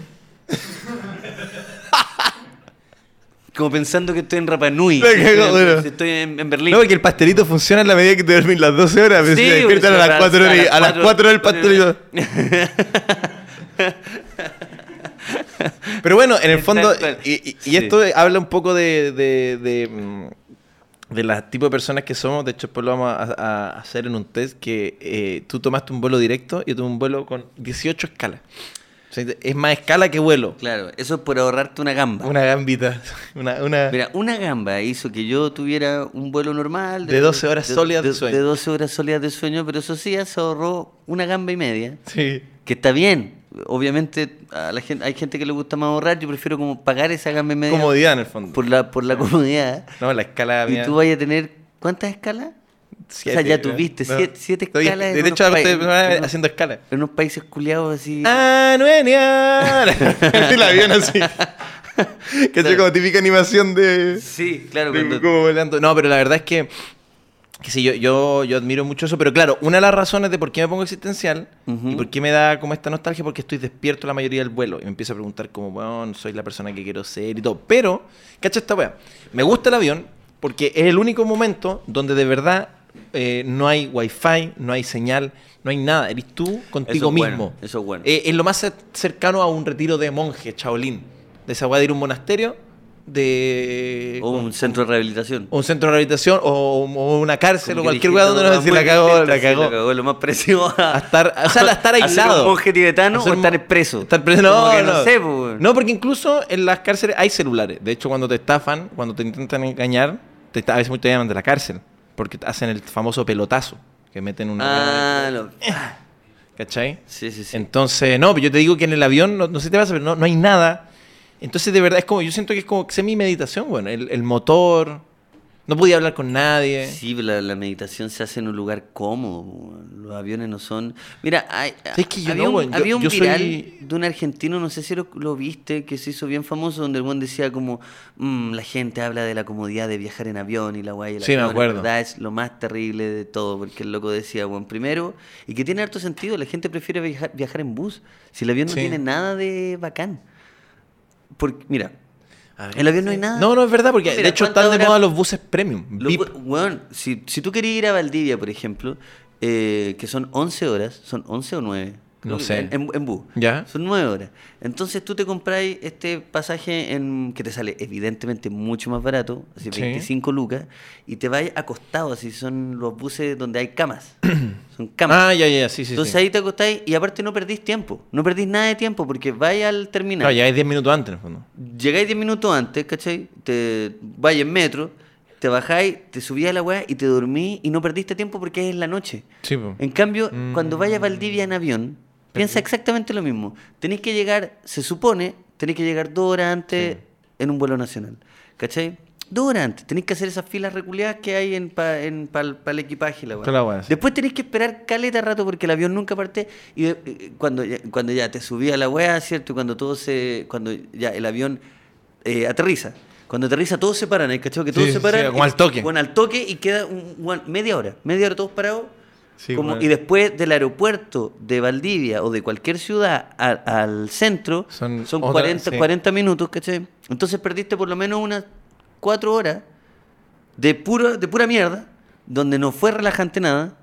Speaker 1: como pensando que estoy en Rapa Nui.
Speaker 2: La cagó,
Speaker 1: Estoy en-
Speaker 2: bueno.
Speaker 1: estoy en, en Berlín.
Speaker 2: No, porque el pastelito funciona en la medida que te dormís las 12 horas. Pero
Speaker 1: Sí,
Speaker 2: si te despiertan a
Speaker 1: porque
Speaker 2: las 4 horas, y- a las
Speaker 1: cuatro-
Speaker 2: 4 horas el pastelito... Pero bueno, en el
Speaker 1: Tal
Speaker 2: fondo,
Speaker 1: cual.
Speaker 2: y, y- y
Speaker 1: Sí.
Speaker 2: esto habla un poco de, de, de, mm, de la tipo de personas que somos. De hecho, después lo vamos a, a- a hacer en un test que eh, tú tomaste un vuelo directo y yo tomé un vuelo con 18 escalas. O sea, es más escala que vuelo.
Speaker 1: Claro, eso es por ahorrarte una gamba.
Speaker 2: Una gambita. Una, una...
Speaker 1: Mira, una gamba hizo que yo tuviera un vuelo normal.
Speaker 2: De 12 horas sólidas de sueño.
Speaker 1: De 12 horas sólidas de sueño, pero eso sí, se ahorró una gamba y media.
Speaker 2: Sí.
Speaker 1: Que está bien. Obviamente, a la gente, hay gente que le gusta más ahorrar. Yo prefiero como pagar esa gamba y media
Speaker 2: Comodidad en el fondo.
Speaker 1: por la, por la comodidad.
Speaker 2: No, la escala
Speaker 1: Y
Speaker 2: mía.
Speaker 1: tú vas a tener, ¿cuántas escalas?
Speaker 2: siete,
Speaker 1: o sea, ya
Speaker 2: ¿verdad?
Speaker 1: tuviste
Speaker 2: No.
Speaker 1: siete, siete
Speaker 2: Estoy-
Speaker 1: escalas. en
Speaker 2: De hecho,
Speaker 1: unos
Speaker 2: ahora estoy
Speaker 1: pa- en unos-
Speaker 2: haciendo escala.
Speaker 1: En unos países culiados así.
Speaker 2: Ah, ¡Anuenia! el avión así. que es como típica animación de...
Speaker 1: Sí, claro.
Speaker 2: de-
Speaker 1: cuando-
Speaker 2: como volando. No, pero la verdad es que... que sí, yo, yo, yo admiro mucho eso, pero claro, una de las razones de por qué me pongo existencial
Speaker 1: Ujú.
Speaker 2: y por qué me da como esta nostalgia, porque estoy despierto la mayoría del vuelo y me empiezo a preguntar como, bueno, soy la persona que quiero ser y todo. Pero, cacha esta wea, me gusta el avión porque es el único momento donde de verdad eh, no hay wifi, no hay señal, no hay nada, eres tú
Speaker 1: Eso
Speaker 2: contigo
Speaker 1: es bueno,
Speaker 2: mismo.
Speaker 1: eso es bueno.
Speaker 2: Eh, es lo más cer- cercano a un retiro de monje, chaolín, de esa wea de ir a un monasterio, de...
Speaker 1: o un centro de rehabilitación.
Speaker 2: O un centro de rehabilitación o, o una cárcel o
Speaker 1: Como que dijiste
Speaker 2: cualquier lugar donde
Speaker 1: una
Speaker 2: nos decís,
Speaker 1: muy
Speaker 2: la cagó,
Speaker 1: distinta,
Speaker 2: la
Speaker 1: sí, la
Speaker 2: cagó.
Speaker 1: cagó, lo más parecido a,
Speaker 2: A estar, o sea, a estar
Speaker 1: a ser
Speaker 2: aislado.
Speaker 1: un monje tibetano
Speaker 2: A ser
Speaker 1: o
Speaker 2: un-
Speaker 1: estar preso.
Speaker 2: estar preso.
Speaker 1: Como
Speaker 2: No,
Speaker 1: que
Speaker 2: no.
Speaker 1: no sé, po, weón.
Speaker 2: No, porque incluso en las cárceles hay celulares. De hecho, cuando te estafan, cuando te intentan engañar, te, a veces te llaman de la cárcel. Porque hacen el famoso pelotazo. Que meten una...
Speaker 1: Ah, no.
Speaker 2: ¿Cachai?
Speaker 1: Sí, sí, sí.
Speaker 2: Entonces, no, pero yo te digo que en el avión, no, no sé si te pasa, pero no, no hay nada. Entonces, de verdad, es como, yo siento que es como semi-meditación, bueno, el, el motor, no podía hablar con nadie.
Speaker 1: Sí, pero la, la meditación se hace en un lugar cómodo. po, weón. Los aviones no son. Mira, hay-
Speaker 2: Es que yo
Speaker 1: había
Speaker 2: no,
Speaker 1: un,
Speaker 2: weón. Yo-
Speaker 1: había un
Speaker 2: yo soy-
Speaker 1: viral de un argentino, no sé si lo, lo viste, que se hizo bien famoso, donde el buen decía como: "Mm, la gente habla de la comodidad de viajar en avión y la guay. y la
Speaker 2: Sí, me
Speaker 1: avión, en
Speaker 2: acuerdo.
Speaker 1: verdad es lo más terrible de todo, porque el loco decía, bueno, primero, y que tiene harto sentido, la gente prefiere viajar, viajar en bus. Si el avión no
Speaker 2: Sí.
Speaker 1: tiene nada de bacán. Porque, mira,
Speaker 2: A ver.
Speaker 1: el avión no hay nada.
Speaker 2: No, no es verdad, porque de
Speaker 1: Mira,
Speaker 2: hecho
Speaker 1: ¿cuántas
Speaker 2: están de
Speaker 1: horas-
Speaker 2: moda los buses premium.
Speaker 1: Lo
Speaker 2: VIP.
Speaker 1: pu- weón, si, si tú querías ir a Valdivia, por ejemplo, eh, que son 11 horas, son 11 o 9. creo
Speaker 2: No
Speaker 1: que-
Speaker 2: sé.
Speaker 1: En, en bus.
Speaker 2: ¿Ya?
Speaker 1: Son 9 horas. Entonces tú te compráis este pasaje en que te sale evidentemente mucho más barato, así
Speaker 2: Sí.
Speaker 1: 25 lucas, y te vas acostado, así son los buses donde hay camas. son camas.
Speaker 2: Ah, ya, ya, sí, sí.
Speaker 1: Entonces
Speaker 2: sí.
Speaker 1: ahí te acostáis y aparte no perdís tiempo, no perdís nada de tiempo porque vais al terminal.
Speaker 2: No, ya es 10 minutos antes, en el fondo.
Speaker 1: Llegáis 10 minutos antes, ¿cachai? Te vais en metro, te bajáis, te subís a la weá y te dormí y no perdiste tiempo porque es en la noche.
Speaker 2: Sí, po.
Speaker 1: En cambio,
Speaker 2: Mm.
Speaker 1: cuando vayas a Valdivia en avión, piensa exactamente lo mismo. Tenéis que llegar, se supone, tenéis que llegar dos horas antes en un vuelo nacional, ¿cachai? Dos horas antes, tenéis que hacer esas filas reculeadas que hay en para el equipaje, y la weá.
Speaker 2: Toda la weá, sí.
Speaker 1: Después tenés que esperar caleta rato porque el avión nunca parte. Y eh, eh, cuando, ya- cuando ya te subí a la weá, ¿cierto? Cuando todo se. Cuando ya el avión eh, aterriza. Cuando aterriza todos se paran, ¿eh? ¿cachó? Que todos
Speaker 2: Sí,
Speaker 1: se paran.
Speaker 2: sí, como
Speaker 1: y-
Speaker 2: al toque.
Speaker 1: Bueno, al toque y queda un- un- media hora. Media hora todos parados.
Speaker 2: Sí,
Speaker 1: como-
Speaker 2: bueno.
Speaker 1: Y después del aeropuerto de Valdivia o de cualquier ciudad al- al centro
Speaker 2: Son
Speaker 1: son,
Speaker 2: otra-
Speaker 1: 40,
Speaker 2: sí.
Speaker 1: 40 minutos, ¿cachai? Entonces perdiste por lo menos unas 4 horas de, puro, de pura mierda, donde no fue relajante nada.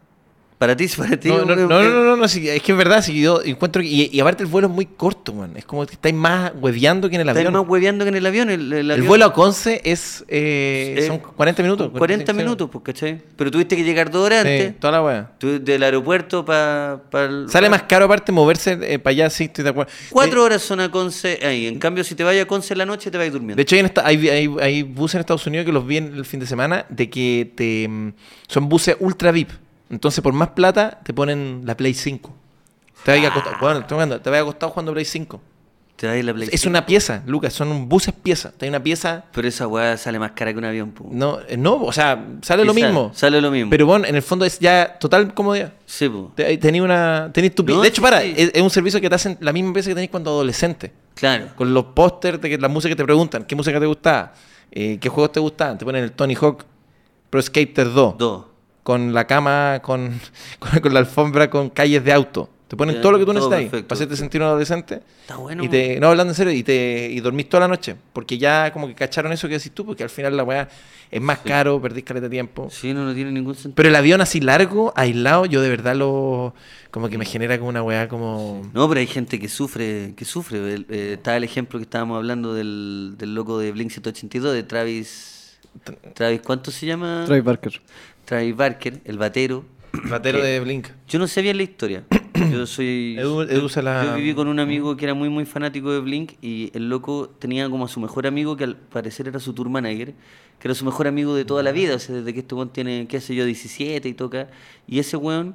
Speaker 1: Para ti, para ti.
Speaker 2: No, no, no,
Speaker 1: un-
Speaker 2: no, no, no, no, sí, es que es verdad, sí, yo encuentro que- y, y aparte el vuelo es muy corto, man. Es como que estáis más hueveando que en el
Speaker 1: Estás
Speaker 2: avión.
Speaker 1: más hueveando que en el avión. El, el
Speaker 2: el
Speaker 1: avión-
Speaker 2: vuelo a Conce es eh,
Speaker 1: Eh,
Speaker 2: son 40 minutos.
Speaker 1: son 40
Speaker 2: 45
Speaker 1: minutos, pues, ¿cachai? Pero tuviste que llegar dos horas
Speaker 2: Sí,
Speaker 1: antes.
Speaker 2: toda la weá.
Speaker 1: Tú del aeropuerto para...
Speaker 2: Sale más caro aparte moverse para allá, sí, estoy de acuerdo.
Speaker 1: Cuatro
Speaker 2: Eh,
Speaker 1: horas son a Conce. ahí. En cambio, si te vayas a Conce en la noche, te vas durmiendo.
Speaker 2: De hecho, hay, en esta- hay- hay- hay buses en Estados Unidos que los vi en el fin de semana de que te mm, son buses ultra VIP. Entonces, por más plata, te ponen la Play 5. Te vas a acostar, bueno, estoy jugando, te vas a acostar jugando Play 5.
Speaker 1: te vas a la Ah. Play
Speaker 2: es una pieza, Lucas, son un buses pieza. Te hay una pieza.
Speaker 1: Pero esa weá sale más cara que un avión, pues.
Speaker 2: No, eh, no, o sea, sale lo
Speaker 1: Quizá,
Speaker 2: mismo.
Speaker 1: Sale lo mismo.
Speaker 2: Pero bueno, en el fondo es ya total comodidad.
Speaker 1: Sí, po.
Speaker 2: Te- ahí Tenés una. Tenés tu pi-
Speaker 1: No,
Speaker 2: de hecho,
Speaker 1: sí,
Speaker 2: para,
Speaker 1: sí.
Speaker 2: Es, es un servicio que te hacen la misma pieza que tenés cuando adolescente.
Speaker 1: Claro.
Speaker 2: Con los pósters de que la música que te preguntan, ¿qué música te gustaba? Eh, ¿Qué juegos te gustaban? Te ponen el Tony Hawk Pro Skater 2.
Speaker 1: Dos.
Speaker 2: Con la cama, con, con, con la alfombra, con calles de auto. Te ponen
Speaker 1: Ya,
Speaker 2: todo lo que tú
Speaker 1: todo
Speaker 2: necesitas
Speaker 1: perfecto.
Speaker 2: para hacerte sentir un adolescente.
Speaker 1: Está bueno.
Speaker 2: y te, no, hablando en serio, y, te, y dormís toda la noche. Porque ya como que cacharon eso que decís tú, porque al final la weá es más caro, perdís caleta de tiempo.
Speaker 1: Sí, no, no tiene ningún sentido.
Speaker 2: Pero el avión así largo, aislado, yo de verdad lo. como
Speaker 1: Mm.
Speaker 2: que me genera como una weá como.
Speaker 1: No, pero hay gente que sufre, que sufre. El- eh, está el ejemplo que estábamos hablando del, del loco de Blink 182, de Travis... Travis, ¿cuánto se llama?
Speaker 2: Ah.
Speaker 3: Travis Barker.
Speaker 1: Travis Barker, el batero,
Speaker 2: Ratero de Blink.
Speaker 1: Yo no sé bien la historia. Yo soy.
Speaker 2: Edu-
Speaker 1: yo-
Speaker 2: Edu se la-
Speaker 1: Yo viví con un amigo que era muy, muy fanático de Blink y el loco tenía como a su mejor amigo, que al parecer era su tour manager, que era su mejor amigo de toda la vida, o sea, desde que este weón tiene, qué sé yo, 17 y toca. Y ese weón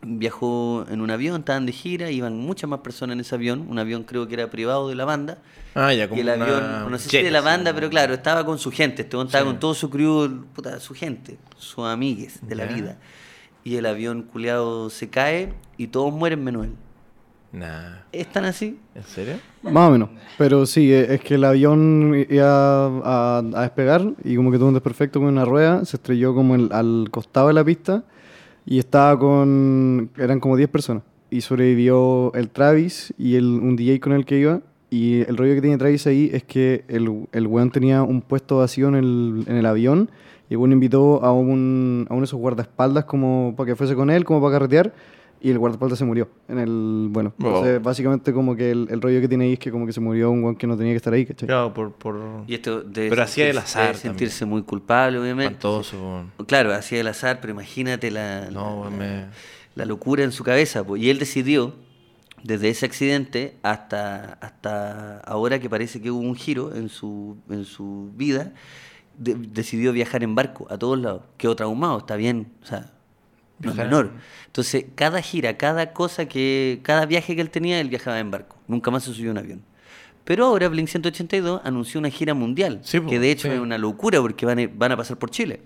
Speaker 1: viajó en un avión, estaban de gira, iban muchas más personas en ese avión, un avión creo que era privado de la banda.
Speaker 2: Ah, ya, como
Speaker 1: Y el
Speaker 2: una
Speaker 1: avión, no sé si
Speaker 2: jet,
Speaker 1: de la
Speaker 2: así,
Speaker 1: banda,
Speaker 2: como-
Speaker 1: pero claro, estaba con su gente, este weón estaba
Speaker 2: Sí.
Speaker 1: con todo su crew, puta, su gente, sus amigues de la
Speaker 2: Ya.
Speaker 1: vida. Y el avión culeado se cae y todos mueren menos él.
Speaker 2: Nah.
Speaker 1: ¿Es tan así?
Speaker 2: ¿En serio?
Speaker 3: Más o menos. Pero sí, e- es que el avión iba a, a despegar y como que tuvo un desperfecto con una rueda, se estrelló como el- al costado de la pista y estaba con... eran como 10 personas. Y sobrevivió el Travis y el, un DJ con el que iba. Y el rollo que tiene Travis ahí es que el, el weón tenía un puesto vacío en el, en el avión y el weón invitó a, un, a uno de sus guardaespaldas como para que fuese con él, como para carretear. Y el guardaespaldas se murió en el... Bueno,
Speaker 2: Oh.
Speaker 3: entonces básicamente como que el, el rollo que tiene ahí es que como que se murió un guan que no tenía que estar ahí, ¿cachai?
Speaker 2: Claro, por... por...
Speaker 1: Y esto debe
Speaker 2: Pero hacía el
Speaker 1: sentirse-
Speaker 2: azar
Speaker 1: debe
Speaker 2: también.
Speaker 1: sentirse muy culpable, obviamente.
Speaker 2: Espantoso. weón.
Speaker 1: Claro, hacía el azar, pero imagínate la, la-
Speaker 2: No, weón, me...
Speaker 1: la locura en su cabeza. po. Y él decidió, desde ese accidente hasta, hasta ahora que parece que hubo un giro en su, en su vida, de- decidió viajar en barco a todos lados. Quedó traumado, está bien, o sea, no es
Speaker 2: Viajar en-
Speaker 1: menor. Entonces, cada gira, cada cosa que, cada viaje que él tenía, él viajaba en barco. Nunca más se subió a un avión. Pero ahora Blink 182 anunció una gira mundial,
Speaker 2: Sí, po,
Speaker 1: que de hecho
Speaker 2: sí.
Speaker 1: es una locura porque van a, van a pasar por Chile.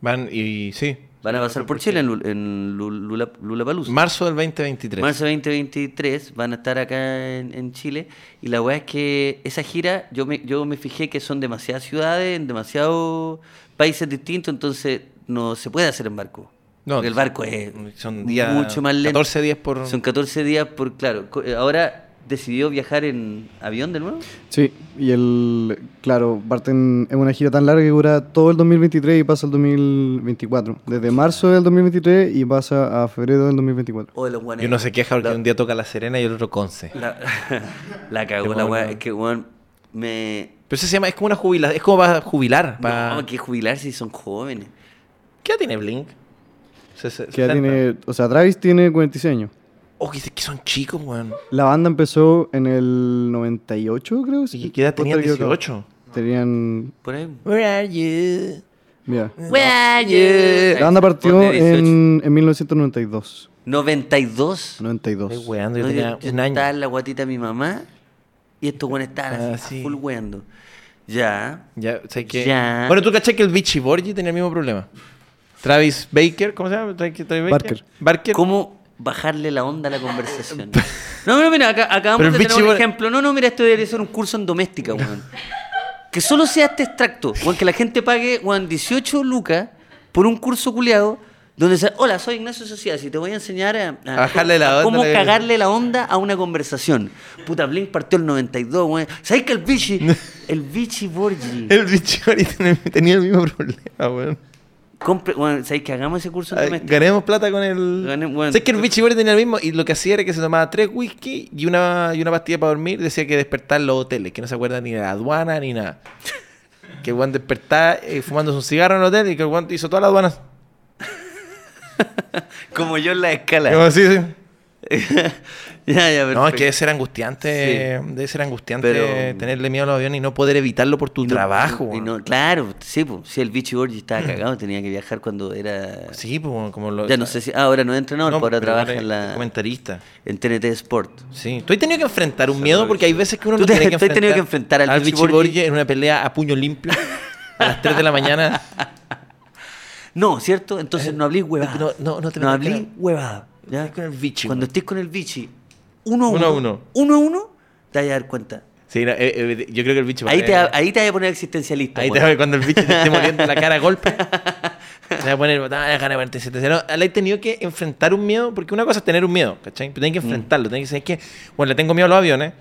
Speaker 2: Van y... Sí.
Speaker 1: Van a pasar por Chile en, Lul- en Lul- Lula, Lulapalooza.
Speaker 2: Marzo del 2023.
Speaker 1: Marzo 2023 van a estar acá en, en Chile. Y la weá es que esa gira, yo me, yo me fijé que son demasiadas ciudades, en demasiados países distintos, entonces no se puede hacer en barco.
Speaker 2: No,
Speaker 1: Porque el barco es
Speaker 2: son días-
Speaker 1: mucho más lento.
Speaker 2: 14 días por-
Speaker 1: Son 14 días por, claro. co- eh, Ahora decidió viajar en avión de nuevo.
Speaker 3: Sí, y el, claro, parten en una gira tan larga que dura todo el 2023 y pasa el 2024. Desde marzo del 2023 y pasa a febrero del 2024.
Speaker 1: O de los guanes.
Speaker 2: Yo no se queja porque un día toca La Serena y el otro Conce.
Speaker 1: La, la cagó
Speaker 2: Qué
Speaker 1: la weá.
Speaker 2: bueno.
Speaker 1: Es que, weón, me.
Speaker 2: Pero eso se llama... Es como una jubilación. Es como para jubilar. Para...
Speaker 1: No, que jubilar si son jóvenes.
Speaker 2: ¿Qué edad tiene Blink? Se- se-
Speaker 3: Que ya
Speaker 2: 70.
Speaker 3: tiene, o sea, Travis tiene 46 años.
Speaker 2: Oh, que, que son chicos, weón.
Speaker 3: La banda empezó en el 98, creo.
Speaker 2: ¿Y
Speaker 3: sí.
Speaker 2: qué edad
Speaker 3: Puedo
Speaker 2: tenían?
Speaker 3: estar equivocado.
Speaker 2: 18.
Speaker 3: Tenían,
Speaker 1: Por ahí.
Speaker 2: Where are you?
Speaker 3: mira.
Speaker 1: Ahí,
Speaker 3: La
Speaker 2: Eh,
Speaker 3: banda partió
Speaker 1: ponle 18.
Speaker 3: en, en 1992.
Speaker 1: 92.
Speaker 3: 92.
Speaker 2: Estoy weando, yo
Speaker 1: No, yo-
Speaker 2: tenía
Speaker 1: yo
Speaker 2: un año.
Speaker 1: Estaba en la guatita de mi mamá y estos buenos estaban
Speaker 2: Ah,
Speaker 1: así,
Speaker 2: sí.
Speaker 1: a full weando. Ya.
Speaker 2: Ya, sé que...
Speaker 1: Ya.
Speaker 2: Bueno, tú caché que el Vichy Borgi tenía el mismo problema. Travis Baker, ¿cómo se llama? Tra- Travis Baker.
Speaker 3: Barker.
Speaker 2: Barker.
Speaker 1: ¿Cómo bajarle la onda a la conversación? No, no, mira, acá, acabamos
Speaker 2: Pero
Speaker 1: de
Speaker 2: el
Speaker 1: tener
Speaker 2: bicho
Speaker 1: un
Speaker 2: igual-
Speaker 1: ejemplo. No, no, mira, esto debería ser un curso en doméstica, weón. Que solo sea este extracto, weón, que la gente pague, weón, 18 lucas por un curso culiado donde se... Hola, soy Ignacio Socias y te voy a enseñar a... a-
Speaker 2: A bajarle la onda
Speaker 1: Cómo
Speaker 2: a la-
Speaker 1: cagarle la onda a una conversación. Puta, Blink partió el 92, weón. ¿Sabes que el bichi... El bichi Borgi...
Speaker 2: El Vichy Borgi tenía, tenía el mismo problema, weón.
Speaker 1: Compre, weón, ¿sabes que hagamos ese curso en
Speaker 2: Ay,
Speaker 1: doméstica?
Speaker 2: Ganemos plata con el...
Speaker 1: Gané- bueno.
Speaker 2: Sé que el Vichy Borgi tenía el mismo y lo que hacía era que se tomaba tres whisky y una, y una pastilla para dormir. Decía que despertar los hoteles, que no se acuerda ni de la aduana ni nada. que el weón despertaba eh, fumándose un cigarro en el hotel y que el weón hizo todas las aduanas.
Speaker 1: Como yo en la escala.
Speaker 2: Yo, sí, sí.
Speaker 1: ya, ya,
Speaker 2: No, es
Speaker 1: perfecto.
Speaker 2: que debe ser angustiante, debe ser angustiante
Speaker 1: Pero-
Speaker 2: tenerle miedo a los aviones y no poder evitarlo por tu
Speaker 1: Y Pues no-
Speaker 2: trabajo.
Speaker 1: y
Speaker 2: weón. Mm.
Speaker 1: no- claro, sí, po, sí, el bicho Borgi estaba cagado, tenía que viajar cuando era...
Speaker 2: Sí, pues bueno, como lo...
Speaker 1: ya no sé si... ah, ahora no es entrenador,
Speaker 2: No,
Speaker 1: pero ahora
Speaker 2: pero
Speaker 1: trabaja
Speaker 2: eres
Speaker 1: en, la,
Speaker 2: Comentarista.
Speaker 1: en TNT Sport.
Speaker 2: Sí. Tú has tenido que enfrentar un miedo porque hay veces que uno
Speaker 1: Tú
Speaker 2: lo
Speaker 1: te-
Speaker 2: tiene que
Speaker 1: tú has
Speaker 2: enfrentar.
Speaker 1: tenido que enfrentar al Vichy
Speaker 2: Vichy
Speaker 1: Borgi.
Speaker 2: Borgi en una pelea a puño limpio a las 3 de la mañana.
Speaker 1: No, ¿cierto? Entonces no hablé huevada.
Speaker 2: Eh, no, no, no te
Speaker 1: No
Speaker 2: metas,
Speaker 1: hablé
Speaker 2: claro.
Speaker 1: huevada. ¿ya?
Speaker 2: Estoy con el Vichy,
Speaker 1: Cuando
Speaker 2: weón.
Speaker 1: estés con el bichi, uno a
Speaker 2: Uno a
Speaker 1: uno,
Speaker 2: uno.
Speaker 1: uno a uno, te vas a dar cuenta.
Speaker 2: Sí, no, eh, eh, yo creo que el bicho...
Speaker 1: Ahí te,
Speaker 2: eh,
Speaker 1: va- ahí te vas a poner existencialista.
Speaker 2: Ahí
Speaker 1: weón.
Speaker 2: te va cuando el bicho te esté moliendo la cara a golpe. Te va a poner "Ah, ganas de ponerte 7 No, le he tenido que enfrentar un miedo, porque una cosa es tener un miedo, ¿cachai? Pero tenés
Speaker 1: Mm.
Speaker 2: que enfrentarlo, tenés que decir que, bueno, le tengo miedo a los aviones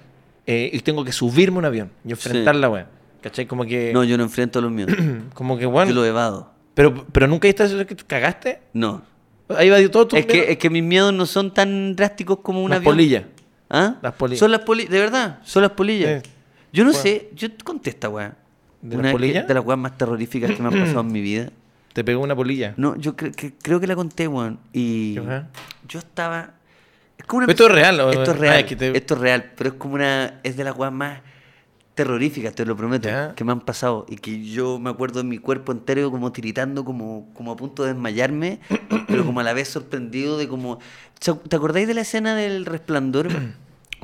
Speaker 2: eh, y tengo que subirme a un avión y enfrentar
Speaker 1: Sí.
Speaker 2: la weá. ¿Cachai? Como que,
Speaker 1: No, yo no enfrento a los míos.
Speaker 2: como que bueno.
Speaker 1: Yo lo evado.
Speaker 2: Pero, pero nunca viste eso que tú cagaste.
Speaker 1: No.
Speaker 2: Ahí va todo tu
Speaker 1: Es que, es que mis miedos no son tan drásticos como una
Speaker 2: Las polillas.
Speaker 1: ¿Ah?
Speaker 2: Las polillas.
Speaker 1: Son las polillas, de verdad, son las polillas.
Speaker 2: Sí.
Speaker 1: Yo no
Speaker 2: Bueno.
Speaker 1: sé, yo contesta, weá. Una
Speaker 2: ¿De las
Speaker 1: vez que-
Speaker 2: polillas?
Speaker 1: De las weas más terroríficas que me han pasado en mi vida.
Speaker 2: Te pegó una polilla.
Speaker 1: No, yo cre- que- creo que la conté, weón. Y
Speaker 2: Ajá.
Speaker 1: yo estaba. Es como una
Speaker 2: Pero esto es
Speaker 1: pers-
Speaker 2: real, ¿no?
Speaker 1: Esto es
Speaker 2: Ah,
Speaker 1: real.
Speaker 2: es que te-
Speaker 1: Esto es real. Pero es como una. Es de las weas más terroríficas, te lo prometo.
Speaker 2: Ya.
Speaker 1: Que me han pasado. Y que yo me acuerdo de mi cuerpo entero como tiritando, como, como a punto de desmayarme. pero como a la vez sorprendido de como. ¿Se- ¿Te acordáis de la escena del resplandor?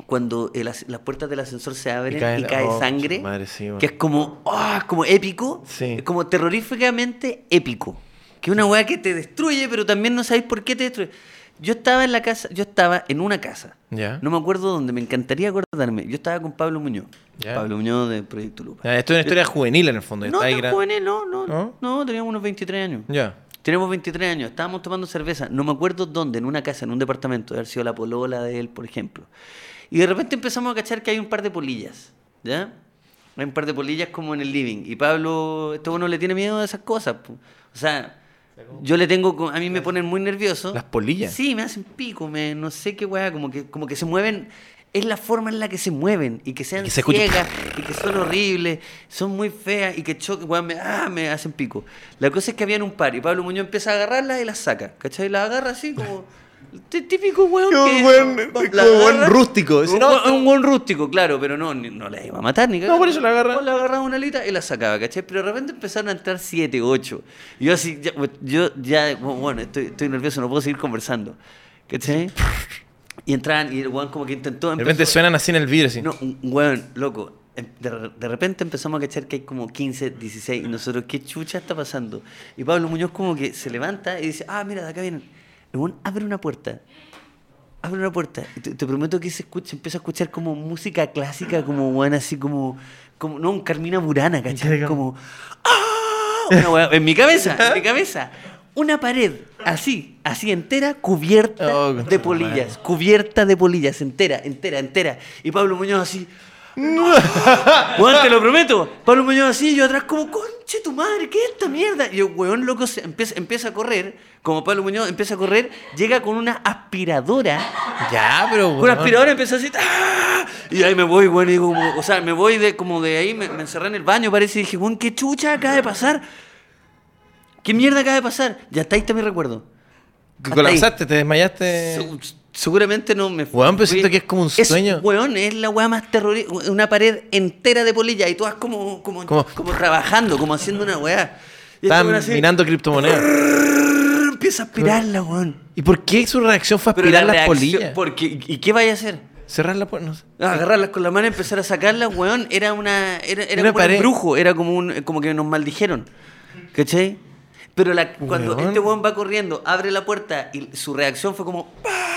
Speaker 1: Cuando el as- las puertas del ascensor se abren y cae,
Speaker 2: la- oh,
Speaker 1: sangre.
Speaker 2: madre, sí, weón.
Speaker 1: que es como, ah, es como épico,
Speaker 2: Sí.
Speaker 1: es como terroríficamente épico. Que es una weá que te destruye, pero también no sabéis por qué te destruye. Yo estaba en la casa, yo estaba en una casa.
Speaker 2: Ya.
Speaker 1: No me acuerdo dónde, me encantaría acordarme. Yo estaba con Pablo Muñoz.
Speaker 2: Ya.
Speaker 1: Pablo Muñoz de Proyecto Lupa.
Speaker 2: Ya, Esto es una historia juvenil en el fondo.
Speaker 1: No,
Speaker 2: está ahí
Speaker 1: tan
Speaker 2: gran-
Speaker 1: jóvenes, no, no,
Speaker 2: ¿No?
Speaker 1: no, teníamos unos 23 años.
Speaker 2: Ya.
Speaker 1: Teníamos 23 años, estábamos tomando cerveza, no me acuerdo dónde, en una casa, en un departamento, de haber sido la polola de él, por ejemplo. Y de repente empezamos a cachar que hay un par de polillas, ¿ya? Hay un par de polillas como en el living. Y Pablo, esto uno le tiene miedo a esas cosas. po. O sea, yo le tengo, co- a mí me ponen muy nervioso.
Speaker 2: ¿Las polillas?
Speaker 1: Sí, me hacen pico, me, no sé qué weá, como que, como que se mueven. Es la forma en la que se mueven y que sean
Speaker 2: que se escuche-
Speaker 1: ciegas y que son horribles, son muy feas y que choquen, weón, me, ah, me hacen pico. La cosa es que había en un par y Pablo Muñoz empieza a agarrarlas y las saca, ¿cachai? Las agarra así como. t- Típico weón.
Speaker 2: Como
Speaker 1: que-
Speaker 2: weón-
Speaker 1: la
Speaker 2: como weón
Speaker 1: agarra-
Speaker 2: rústico, si
Speaker 1: Un,
Speaker 2: no-
Speaker 1: weón- un weón rústico, claro, pero no, ni- no la iba a matar ni
Speaker 2: No, por eso la agarra.
Speaker 1: Le agarraba una alita y la sacaba, ¿cachai? Pero de repente empezaron a entrar siete, ocho. Y yo así, ya, yo ya, bueno, estoy, estoy nervioso, no puedo seguir conversando, ¿cachai? Y entraban y el weón como que intentó.
Speaker 2: De repente
Speaker 1: empezó-
Speaker 2: suenan así en el vidrio. Así.
Speaker 1: no, un- un weón, loco. Em- De, de repente empezamos a cachar que hay como 15, 16 y nosotros, ¿qué chucha está pasando? Y Pablo Muñoz como que se levanta y dice, ah, mira, de acá vienen. El weón abre una puerta. Abre una puerta. Y te, te prometo que se escucha, empieza a escuchar como música clásica, como weón, así como, como no, un Carmina Burana, ¿cachai?
Speaker 2: Ya,
Speaker 1: Como, ¡ah! Una weá- en mi cabeza, en mi cabeza. Una pared, así, así entera, cubierta
Speaker 2: Oh,
Speaker 1: de polillas cubierta de polillas, entera, entera, entera. Y Pablo Muñoz así. Weón, te lo prometo. Pablo Muñoz así, yo atrás como, conche tu madre, ¿qué es esta mierda? Y el weón loco se- empieza, empieza a correr, como Pablo Muñoz empieza a correr, llega con una aspiradora.
Speaker 2: Ya, pero.
Speaker 1: Con una
Speaker 2: weón.
Speaker 1: aspiradora empieza así. ¡ah! Y ahí me voy, weón, y digo, como- o sea, me voy de como de ahí, me, me encerré en el baño, parece, y dije, weón, qué chucha acaba de pasar. ¿Qué mierda acaba de pasar? Ya está ahí está mi recuerdo. Hasta
Speaker 2: Que
Speaker 1: ahí.
Speaker 2: colapsaste, te desmayaste.
Speaker 1: Se- Seguramente no me
Speaker 2: Weón, pero
Speaker 1: fui-
Speaker 2: siento que es como un sueño.
Speaker 1: Weón, es la weá más terrorífica. Una pared entera de polilla y todas como, como,
Speaker 2: Como-
Speaker 1: como, trabajando, como haciendo una weá. Y este weón
Speaker 2: Estaban
Speaker 1: así,
Speaker 2: mirando criptomonedas.
Speaker 1: "Rrrr", Empieza a aspirarla, weón.
Speaker 2: ¿Y por qué su reacción fue
Speaker 1: Pero
Speaker 2: aspirar
Speaker 1: la
Speaker 2: las
Speaker 1: reacción-
Speaker 2: polillas?
Speaker 1: Porque, ¿Y qué vaya a hacer?
Speaker 2: Cerrar la puerta. No sé.
Speaker 1: Agarrarlas Ah, con la mano y empezar a sacarlas, weón. Era una. Era, era
Speaker 2: Una
Speaker 1: como
Speaker 2: pared.
Speaker 1: un brujo, era como, un, como que nos maldijeron. ¿Cachai? Pero la, cuando
Speaker 2: Weón.
Speaker 1: este weón va corriendo, abre la puerta y su reacción fue como. "Ah".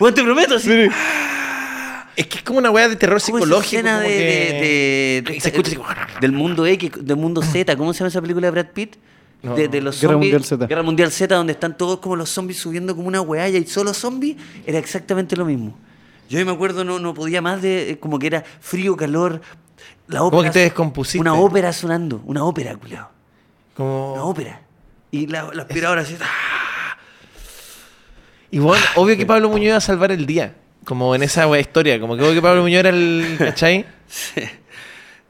Speaker 1: Weón, te prometo, así.
Speaker 2: Es que es como una weá de terror
Speaker 1: ¿Cómo es
Speaker 2: psicológico.
Speaker 1: esa escena
Speaker 2: como
Speaker 1: de-
Speaker 2: que-
Speaker 1: de- de-
Speaker 2: que se escucha así.
Speaker 1: del mundo X, del mundo Z, ¿cómo se llama esa película de Brad Pitt?
Speaker 2: No.
Speaker 1: De, de los
Speaker 3: Guerra
Speaker 1: zombies,
Speaker 3: Mundial Z.
Speaker 1: Guerra Mundial Z, donde están todos como los zombies subiendo como una weá y hay solo zombies, era exactamente lo mismo. Yo me acuerdo, no, no podía más de, eh, como que era frío, calor, la ópera.
Speaker 2: que te descompusiste?
Speaker 1: Una ópera sonando, una ópera, culiao. Una
Speaker 2: Como...
Speaker 1: ópera. Y la, la aspiradora así, ¡ah!
Speaker 2: Y bueno, obvio que Pablo Muñoz iba a salvar el día. Como en esa weá historia. Como que obvio que Pablo Muñoz era el. ¿Cachai?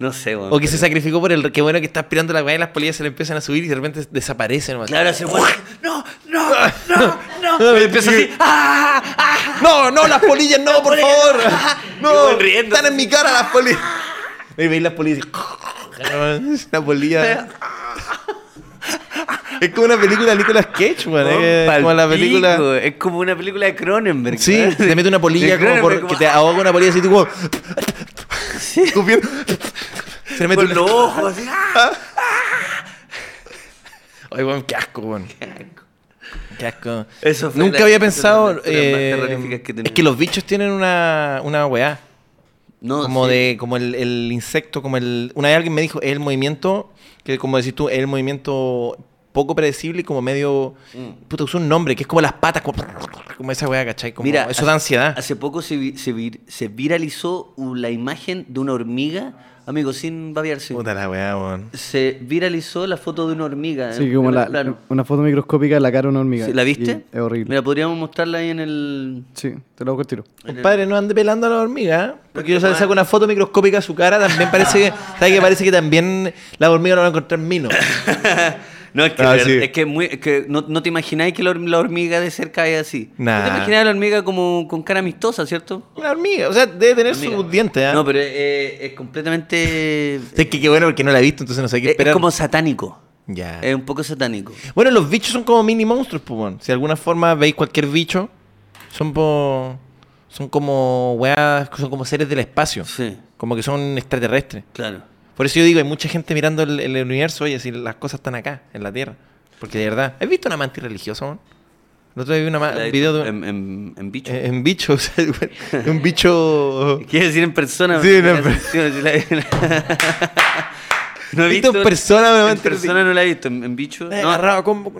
Speaker 1: no sé, weón.
Speaker 2: O que se sacrificó por el. Qué bueno que está aspirando la weá y las polillas se le empiezan a subir y de repente desaparecen. nomás.
Speaker 1: Claro, se fue. No, no, no, no. Y empieza así, ¡ah! ¡ah!
Speaker 2: No, no, las polillas no, por
Speaker 1: polillas,
Speaker 2: favor.
Speaker 1: no. Y
Speaker 2: No,
Speaker 1: voy riendo.
Speaker 2: están en mi cara las polillas. Y veis las polillas. y- La polilla. Es como una película de Nicolas Cage, weón. eh,
Speaker 1: Pal
Speaker 2: Como la
Speaker 1: pico,
Speaker 2: película.
Speaker 1: Es como una película de Cronenberg.
Speaker 2: Sí,
Speaker 1: ¿verdad?
Speaker 2: te mete una polilla
Speaker 1: De
Speaker 2: como por-
Speaker 1: Cronenberg,
Speaker 2: que te ahoga una polilla así tú como. escupiendo. Se le mete
Speaker 1: con
Speaker 2: un
Speaker 1: los ojos. así, ¡ah!
Speaker 2: Ay, weón, qué asco, weón. Qué asco.
Speaker 1: Eso fue
Speaker 2: Nunca
Speaker 1: la-
Speaker 2: había
Speaker 1: una de las
Speaker 2: pensado.
Speaker 1: aventuras más
Speaker 2: eh,
Speaker 1: terroríficas que
Speaker 2: es
Speaker 1: tenía.
Speaker 2: que los bichos tienen una, una weá.
Speaker 1: No,
Speaker 2: como
Speaker 1: sí.
Speaker 2: de como el, el insecto como el una vez alguien me dijo el movimiento que como decís tú el movimiento poco predecible y como medio
Speaker 1: Mm.
Speaker 2: puta usó un nombre que es como las patas como, como esa weá, ¿cachai? como
Speaker 1: Mira,
Speaker 2: eso da
Speaker 1: hace-
Speaker 2: ansiedad
Speaker 1: Hace poco se, vi- se, vir- se viralizó la imagen de una hormiga, amigo, sin babiarse.
Speaker 2: puta la weá, weón
Speaker 1: Se viralizó la foto de una hormiga.
Speaker 3: Sí,
Speaker 1: en
Speaker 3: como la,
Speaker 1: primer plano.
Speaker 3: una foto microscópica de la cara de una hormiga.
Speaker 1: ¿Sí, ¿La viste?
Speaker 3: Y es horrible.
Speaker 1: Mira, podríamos mostrarla ahí en el.
Speaker 3: Sí, te lo hago el tiro.
Speaker 2: compadre no ande pelando a la hormiga ¿eh? porque yo le saco una foto microscópica a su cara también parece que, ¿sabes que parece que también la hormiga no va a encontrar mino
Speaker 1: No, es que,
Speaker 2: Ah,
Speaker 1: de verdad-
Speaker 2: sí.
Speaker 1: es que, muy- es que no, no te imagináis que la, hor- la hormiga de cerca es así. No
Speaker 2: Nah.
Speaker 1: te imagináis la hormiga como con cara amistosa, ¿cierto?
Speaker 2: Una hormiga, o sea, debe tener
Speaker 1: Hormiga.
Speaker 2: sus dientes. ¿ah?
Speaker 1: No, pero eh, es completamente.
Speaker 2: Es que qué bueno porque no la he visto, entonces no sé qué
Speaker 1: Eh, es,
Speaker 2: esperar.
Speaker 1: es como eh, satánico.
Speaker 2: Ya.
Speaker 1: Es un poco satánico.
Speaker 2: Bueno, los bichos son como mini monstruos, pues, weón. Si de alguna forma veis cualquier bicho, son po- son como weas, son como seres del espacio.
Speaker 1: Sí,
Speaker 2: Como que son extraterrestres.
Speaker 1: claro.
Speaker 2: Por eso yo digo, hay mucha gente mirando el, el universo, oye, si las cosas están acá, en la Tierra. Porque de verdad, ¿has visto una mantis religiosa, weón? El otro día vi una ma-
Speaker 1: La-
Speaker 2: Ah, un Eh, video de
Speaker 1: en, en- en bicho.
Speaker 2: en, en bicho, o sea, weón, un bicho... eh,
Speaker 1: Quiere decir en persona.
Speaker 2: Sí,
Speaker 1: porque
Speaker 2: no,
Speaker 1: la
Speaker 2: pero-
Speaker 1: sección, si la- no he
Speaker 2: Visto
Speaker 1: visto.
Speaker 2: en persona, me
Speaker 1: En
Speaker 2: mantis
Speaker 1: persona no la he visto. En, en bicho.
Speaker 2: religiosa.
Speaker 1: No,
Speaker 2: Agarrado a combo.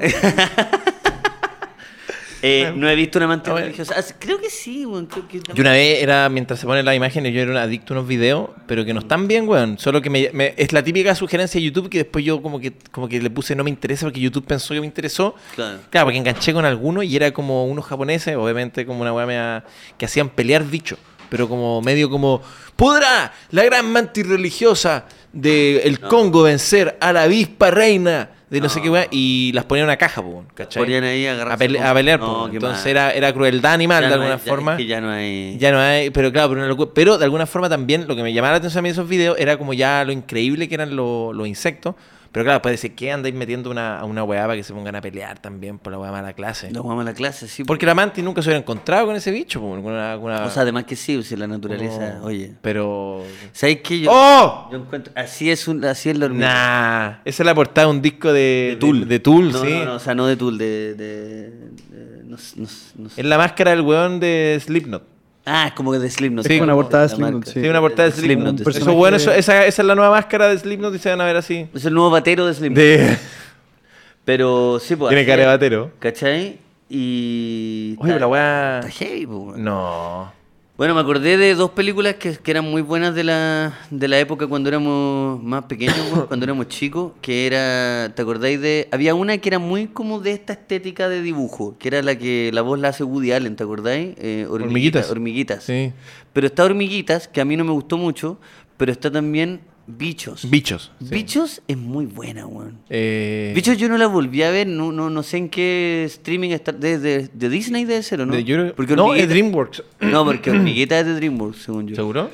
Speaker 1: eh, no he visto una amante
Speaker 2: Ah, bueno.
Speaker 1: religiosa. Ah, sí, creo que sí, weón. Creo que
Speaker 2: Yo una vez era, mientras se ponen las imágenes, yo era un adicto a unos videos, pero que no están bien, weón. Solo que me, me- es la típica sugerencia de YouTube que después yo como que, como que le puse no me interesa porque YouTube pensó que me interesó.
Speaker 1: Claro.
Speaker 2: Claro, porque enganché con alguno y era como unos japoneses, obviamente como una weá media- que hacían pelear bichos, pero como medio como, ¿podrá la gran mantis religiosa del Congo vencer a la avispa reina? De no, sé qué weá, y las ponían en una caja, po, weón, ¿cachai?
Speaker 1: Ponían ahí a agarrarse
Speaker 2: a, pele-
Speaker 1: con-
Speaker 2: a pelear, po,
Speaker 1: No,
Speaker 2: weón.
Speaker 1: qué
Speaker 2: entonces
Speaker 1: mal.
Speaker 2: era, era crueldad animal
Speaker 1: Ya
Speaker 2: de
Speaker 1: no
Speaker 2: alguna
Speaker 1: hay- ya-
Speaker 2: forma.
Speaker 1: es que ya no hay.
Speaker 2: Ya no hay, pero claro, pero, una locura. pero de alguna forma también lo que me llamaba la atención a mí de esos videos era como ya lo increíble que eran lo- los insectos. Pero claro, puede decir que andáis metiendo una, a una weá para que se pongan a pelear también por la weá mala clase.
Speaker 1: Nos vamos a la clase, sí.
Speaker 2: Porque la mantis nunca se hubiera encontrado con ese bicho. po, Con una, con una-
Speaker 1: O sea, además que sí, o sea, la naturaleza.
Speaker 2: como-
Speaker 1: Oye.
Speaker 2: Pero.
Speaker 1: ¿Sabes qué? Yo,
Speaker 2: ¡Oh!
Speaker 1: yo encuentro. Así es, un, así es la hormiga.
Speaker 2: Nah. Esa es la portada de un disco de,
Speaker 1: De Tool.
Speaker 2: De, Tool,
Speaker 1: no,
Speaker 2: sí.
Speaker 1: No, no, o sea, no de Tool, de. de, de- no, sé, no sé, no sé.
Speaker 2: Es la máscara del weón de Slipknot.
Speaker 1: Ah, es como que de Slipknot.
Speaker 3: Sí,
Speaker 1: como
Speaker 3: una portada de
Speaker 1: la
Speaker 3: Slipknot,
Speaker 1: marca.
Speaker 3: sí.
Speaker 2: Tiene una portada de Slipknot.
Speaker 1: Slipknot.
Speaker 3: Un personaje-
Speaker 2: Esos weones, eso- esa, esa es la nueva máscara de Slipknot y se van a ver así.
Speaker 1: Es el nuevo batero de Slipknot.
Speaker 2: De...
Speaker 1: Pero sí, pues.
Speaker 2: Tiene
Speaker 1: así
Speaker 2: cara de
Speaker 1: es.
Speaker 2: batero.
Speaker 1: ¿Cachai? Y.
Speaker 2: Oye, pero la weá.
Speaker 1: Está heavy, po, pues, weón.
Speaker 2: No.
Speaker 1: Bueno, me acordé de dos películas que, que eran muy buenas de la, de la época cuando éramos más pequeños, weón, cuando éramos chicos, que era, ¿te acordáis de? Había una que era muy como de esta estética de dibujo, que era la que la voz la hace Woody Allen, ¿te acordáis? Eh,
Speaker 2: Hormiguitas.
Speaker 1: Hormiguitas.
Speaker 2: Sí.
Speaker 1: Pero está Hormiguitas, que a mí no me gustó mucho, pero está también Bichos.
Speaker 2: Bichos. sí.
Speaker 1: Bichos es muy buena, weón.
Speaker 2: Eh,
Speaker 1: Bichos yo no la volví a ver, no, no, no sé en qué streaming está, de, de- de Disney debe ser, ¿o no?
Speaker 2: de- yo creo-
Speaker 1: Porque
Speaker 2: no, es
Speaker 1: Hormiguita-
Speaker 2: DreamWorks.
Speaker 1: no, porque Hormiguita es de DreamWorks, según yo.
Speaker 2: ¿Seguro?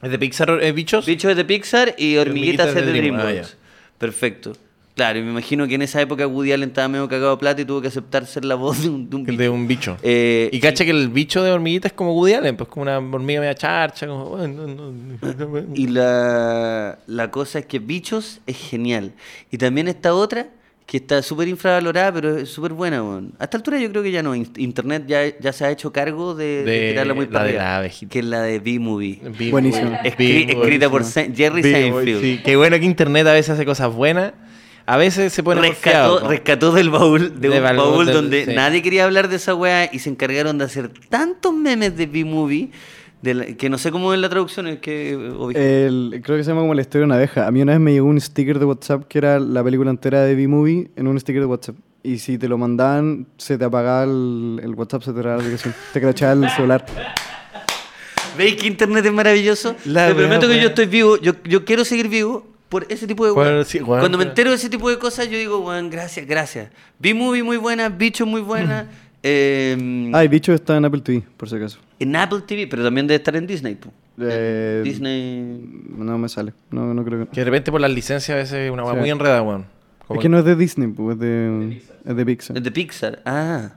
Speaker 2: ¿Es de Pixar eh, Bichos?
Speaker 1: Bichos es de Pixar y Hormiguitas es de
Speaker 2: Dreamworks.
Speaker 1: DreamWorks.
Speaker 2: Ah,
Speaker 1: Perfecto. Claro, y me imagino que en esa época Woody Allen estaba medio cagado de plata y tuvo que aceptar ser la voz de un, de un bicho.
Speaker 2: De un bicho.
Speaker 1: Eh,
Speaker 2: y cacha que el bicho de hormiguita es como Woody Allen, pues como una hormiga media charcha. Como, "Oh, no, no, no, no".
Speaker 1: Y la, la cosa es que Bichos es genial. Y también está otra que está súper infravalorada, pero es súper buena, weón. A esta altura yo creo que ya no. in- Internet ya, ya se ha hecho cargo de, de
Speaker 2: De
Speaker 1: tirarla muy
Speaker 2: la
Speaker 1: para
Speaker 2: de
Speaker 1: arriba,
Speaker 2: la abejita.
Speaker 1: Que es la de B-Movie.
Speaker 2: Big
Speaker 3: Buenísimo.
Speaker 2: Boy.
Speaker 1: Escri-
Speaker 2: Big Boy.
Speaker 1: escrita por Sa- Jerry
Speaker 2: Big Boy,
Speaker 1: Seinfeld.
Speaker 2: sí. Qué bueno que Internet a veces hace cosas buenas, a veces se pone porfiado,
Speaker 1: rescató,
Speaker 2: ¿no?
Speaker 1: rescató del baúl, de,
Speaker 2: De
Speaker 1: un
Speaker 2: baúl,
Speaker 1: baúl
Speaker 2: de-
Speaker 1: donde
Speaker 2: sí.
Speaker 1: nadie quería hablar de esa weá y se encargaron de hacer tantos memes de B-Movie de la- que no sé cómo es la traducción, es que... o-
Speaker 3: El- creo que se llama como la historia de una abeja. A mí una vez me llegó un sticker de WhatsApp que era la película entera de B-Movie en un sticker de WhatsApp. Y si te lo mandaban, se te apagaba el, el WhatsApp, se te apagaba la aplicación. Te crachaba el celular.
Speaker 1: ¿Veis que internet es maravilloso?
Speaker 2: La
Speaker 1: Te
Speaker 2: weá,
Speaker 1: prometo que
Speaker 2: weá.
Speaker 1: yo estoy vivo, yo, yo quiero seguir vivo por ese tipo de weá.
Speaker 2: Bueno, sí, weón,
Speaker 1: Cuando me
Speaker 2: pero-
Speaker 1: entero de ese tipo de cosas, yo digo, weón, gracias, gracias. B-Movie muy buena, Bicho muy buena, eh,
Speaker 3: Ah, el bicho está en Apple TV, por si acaso.
Speaker 1: en Apple TV, pero también debe estar en Disney. po.
Speaker 3: Eh,
Speaker 1: Disney...
Speaker 3: No me sale. No, no creo que.
Speaker 2: Que de repente por las licencias a veces es una weá
Speaker 3: Sí.
Speaker 2: muy enredada, weón. Como
Speaker 3: Es que no es de Disney, pues, es de, es de Pixar.
Speaker 1: Es de Pixar. Ah.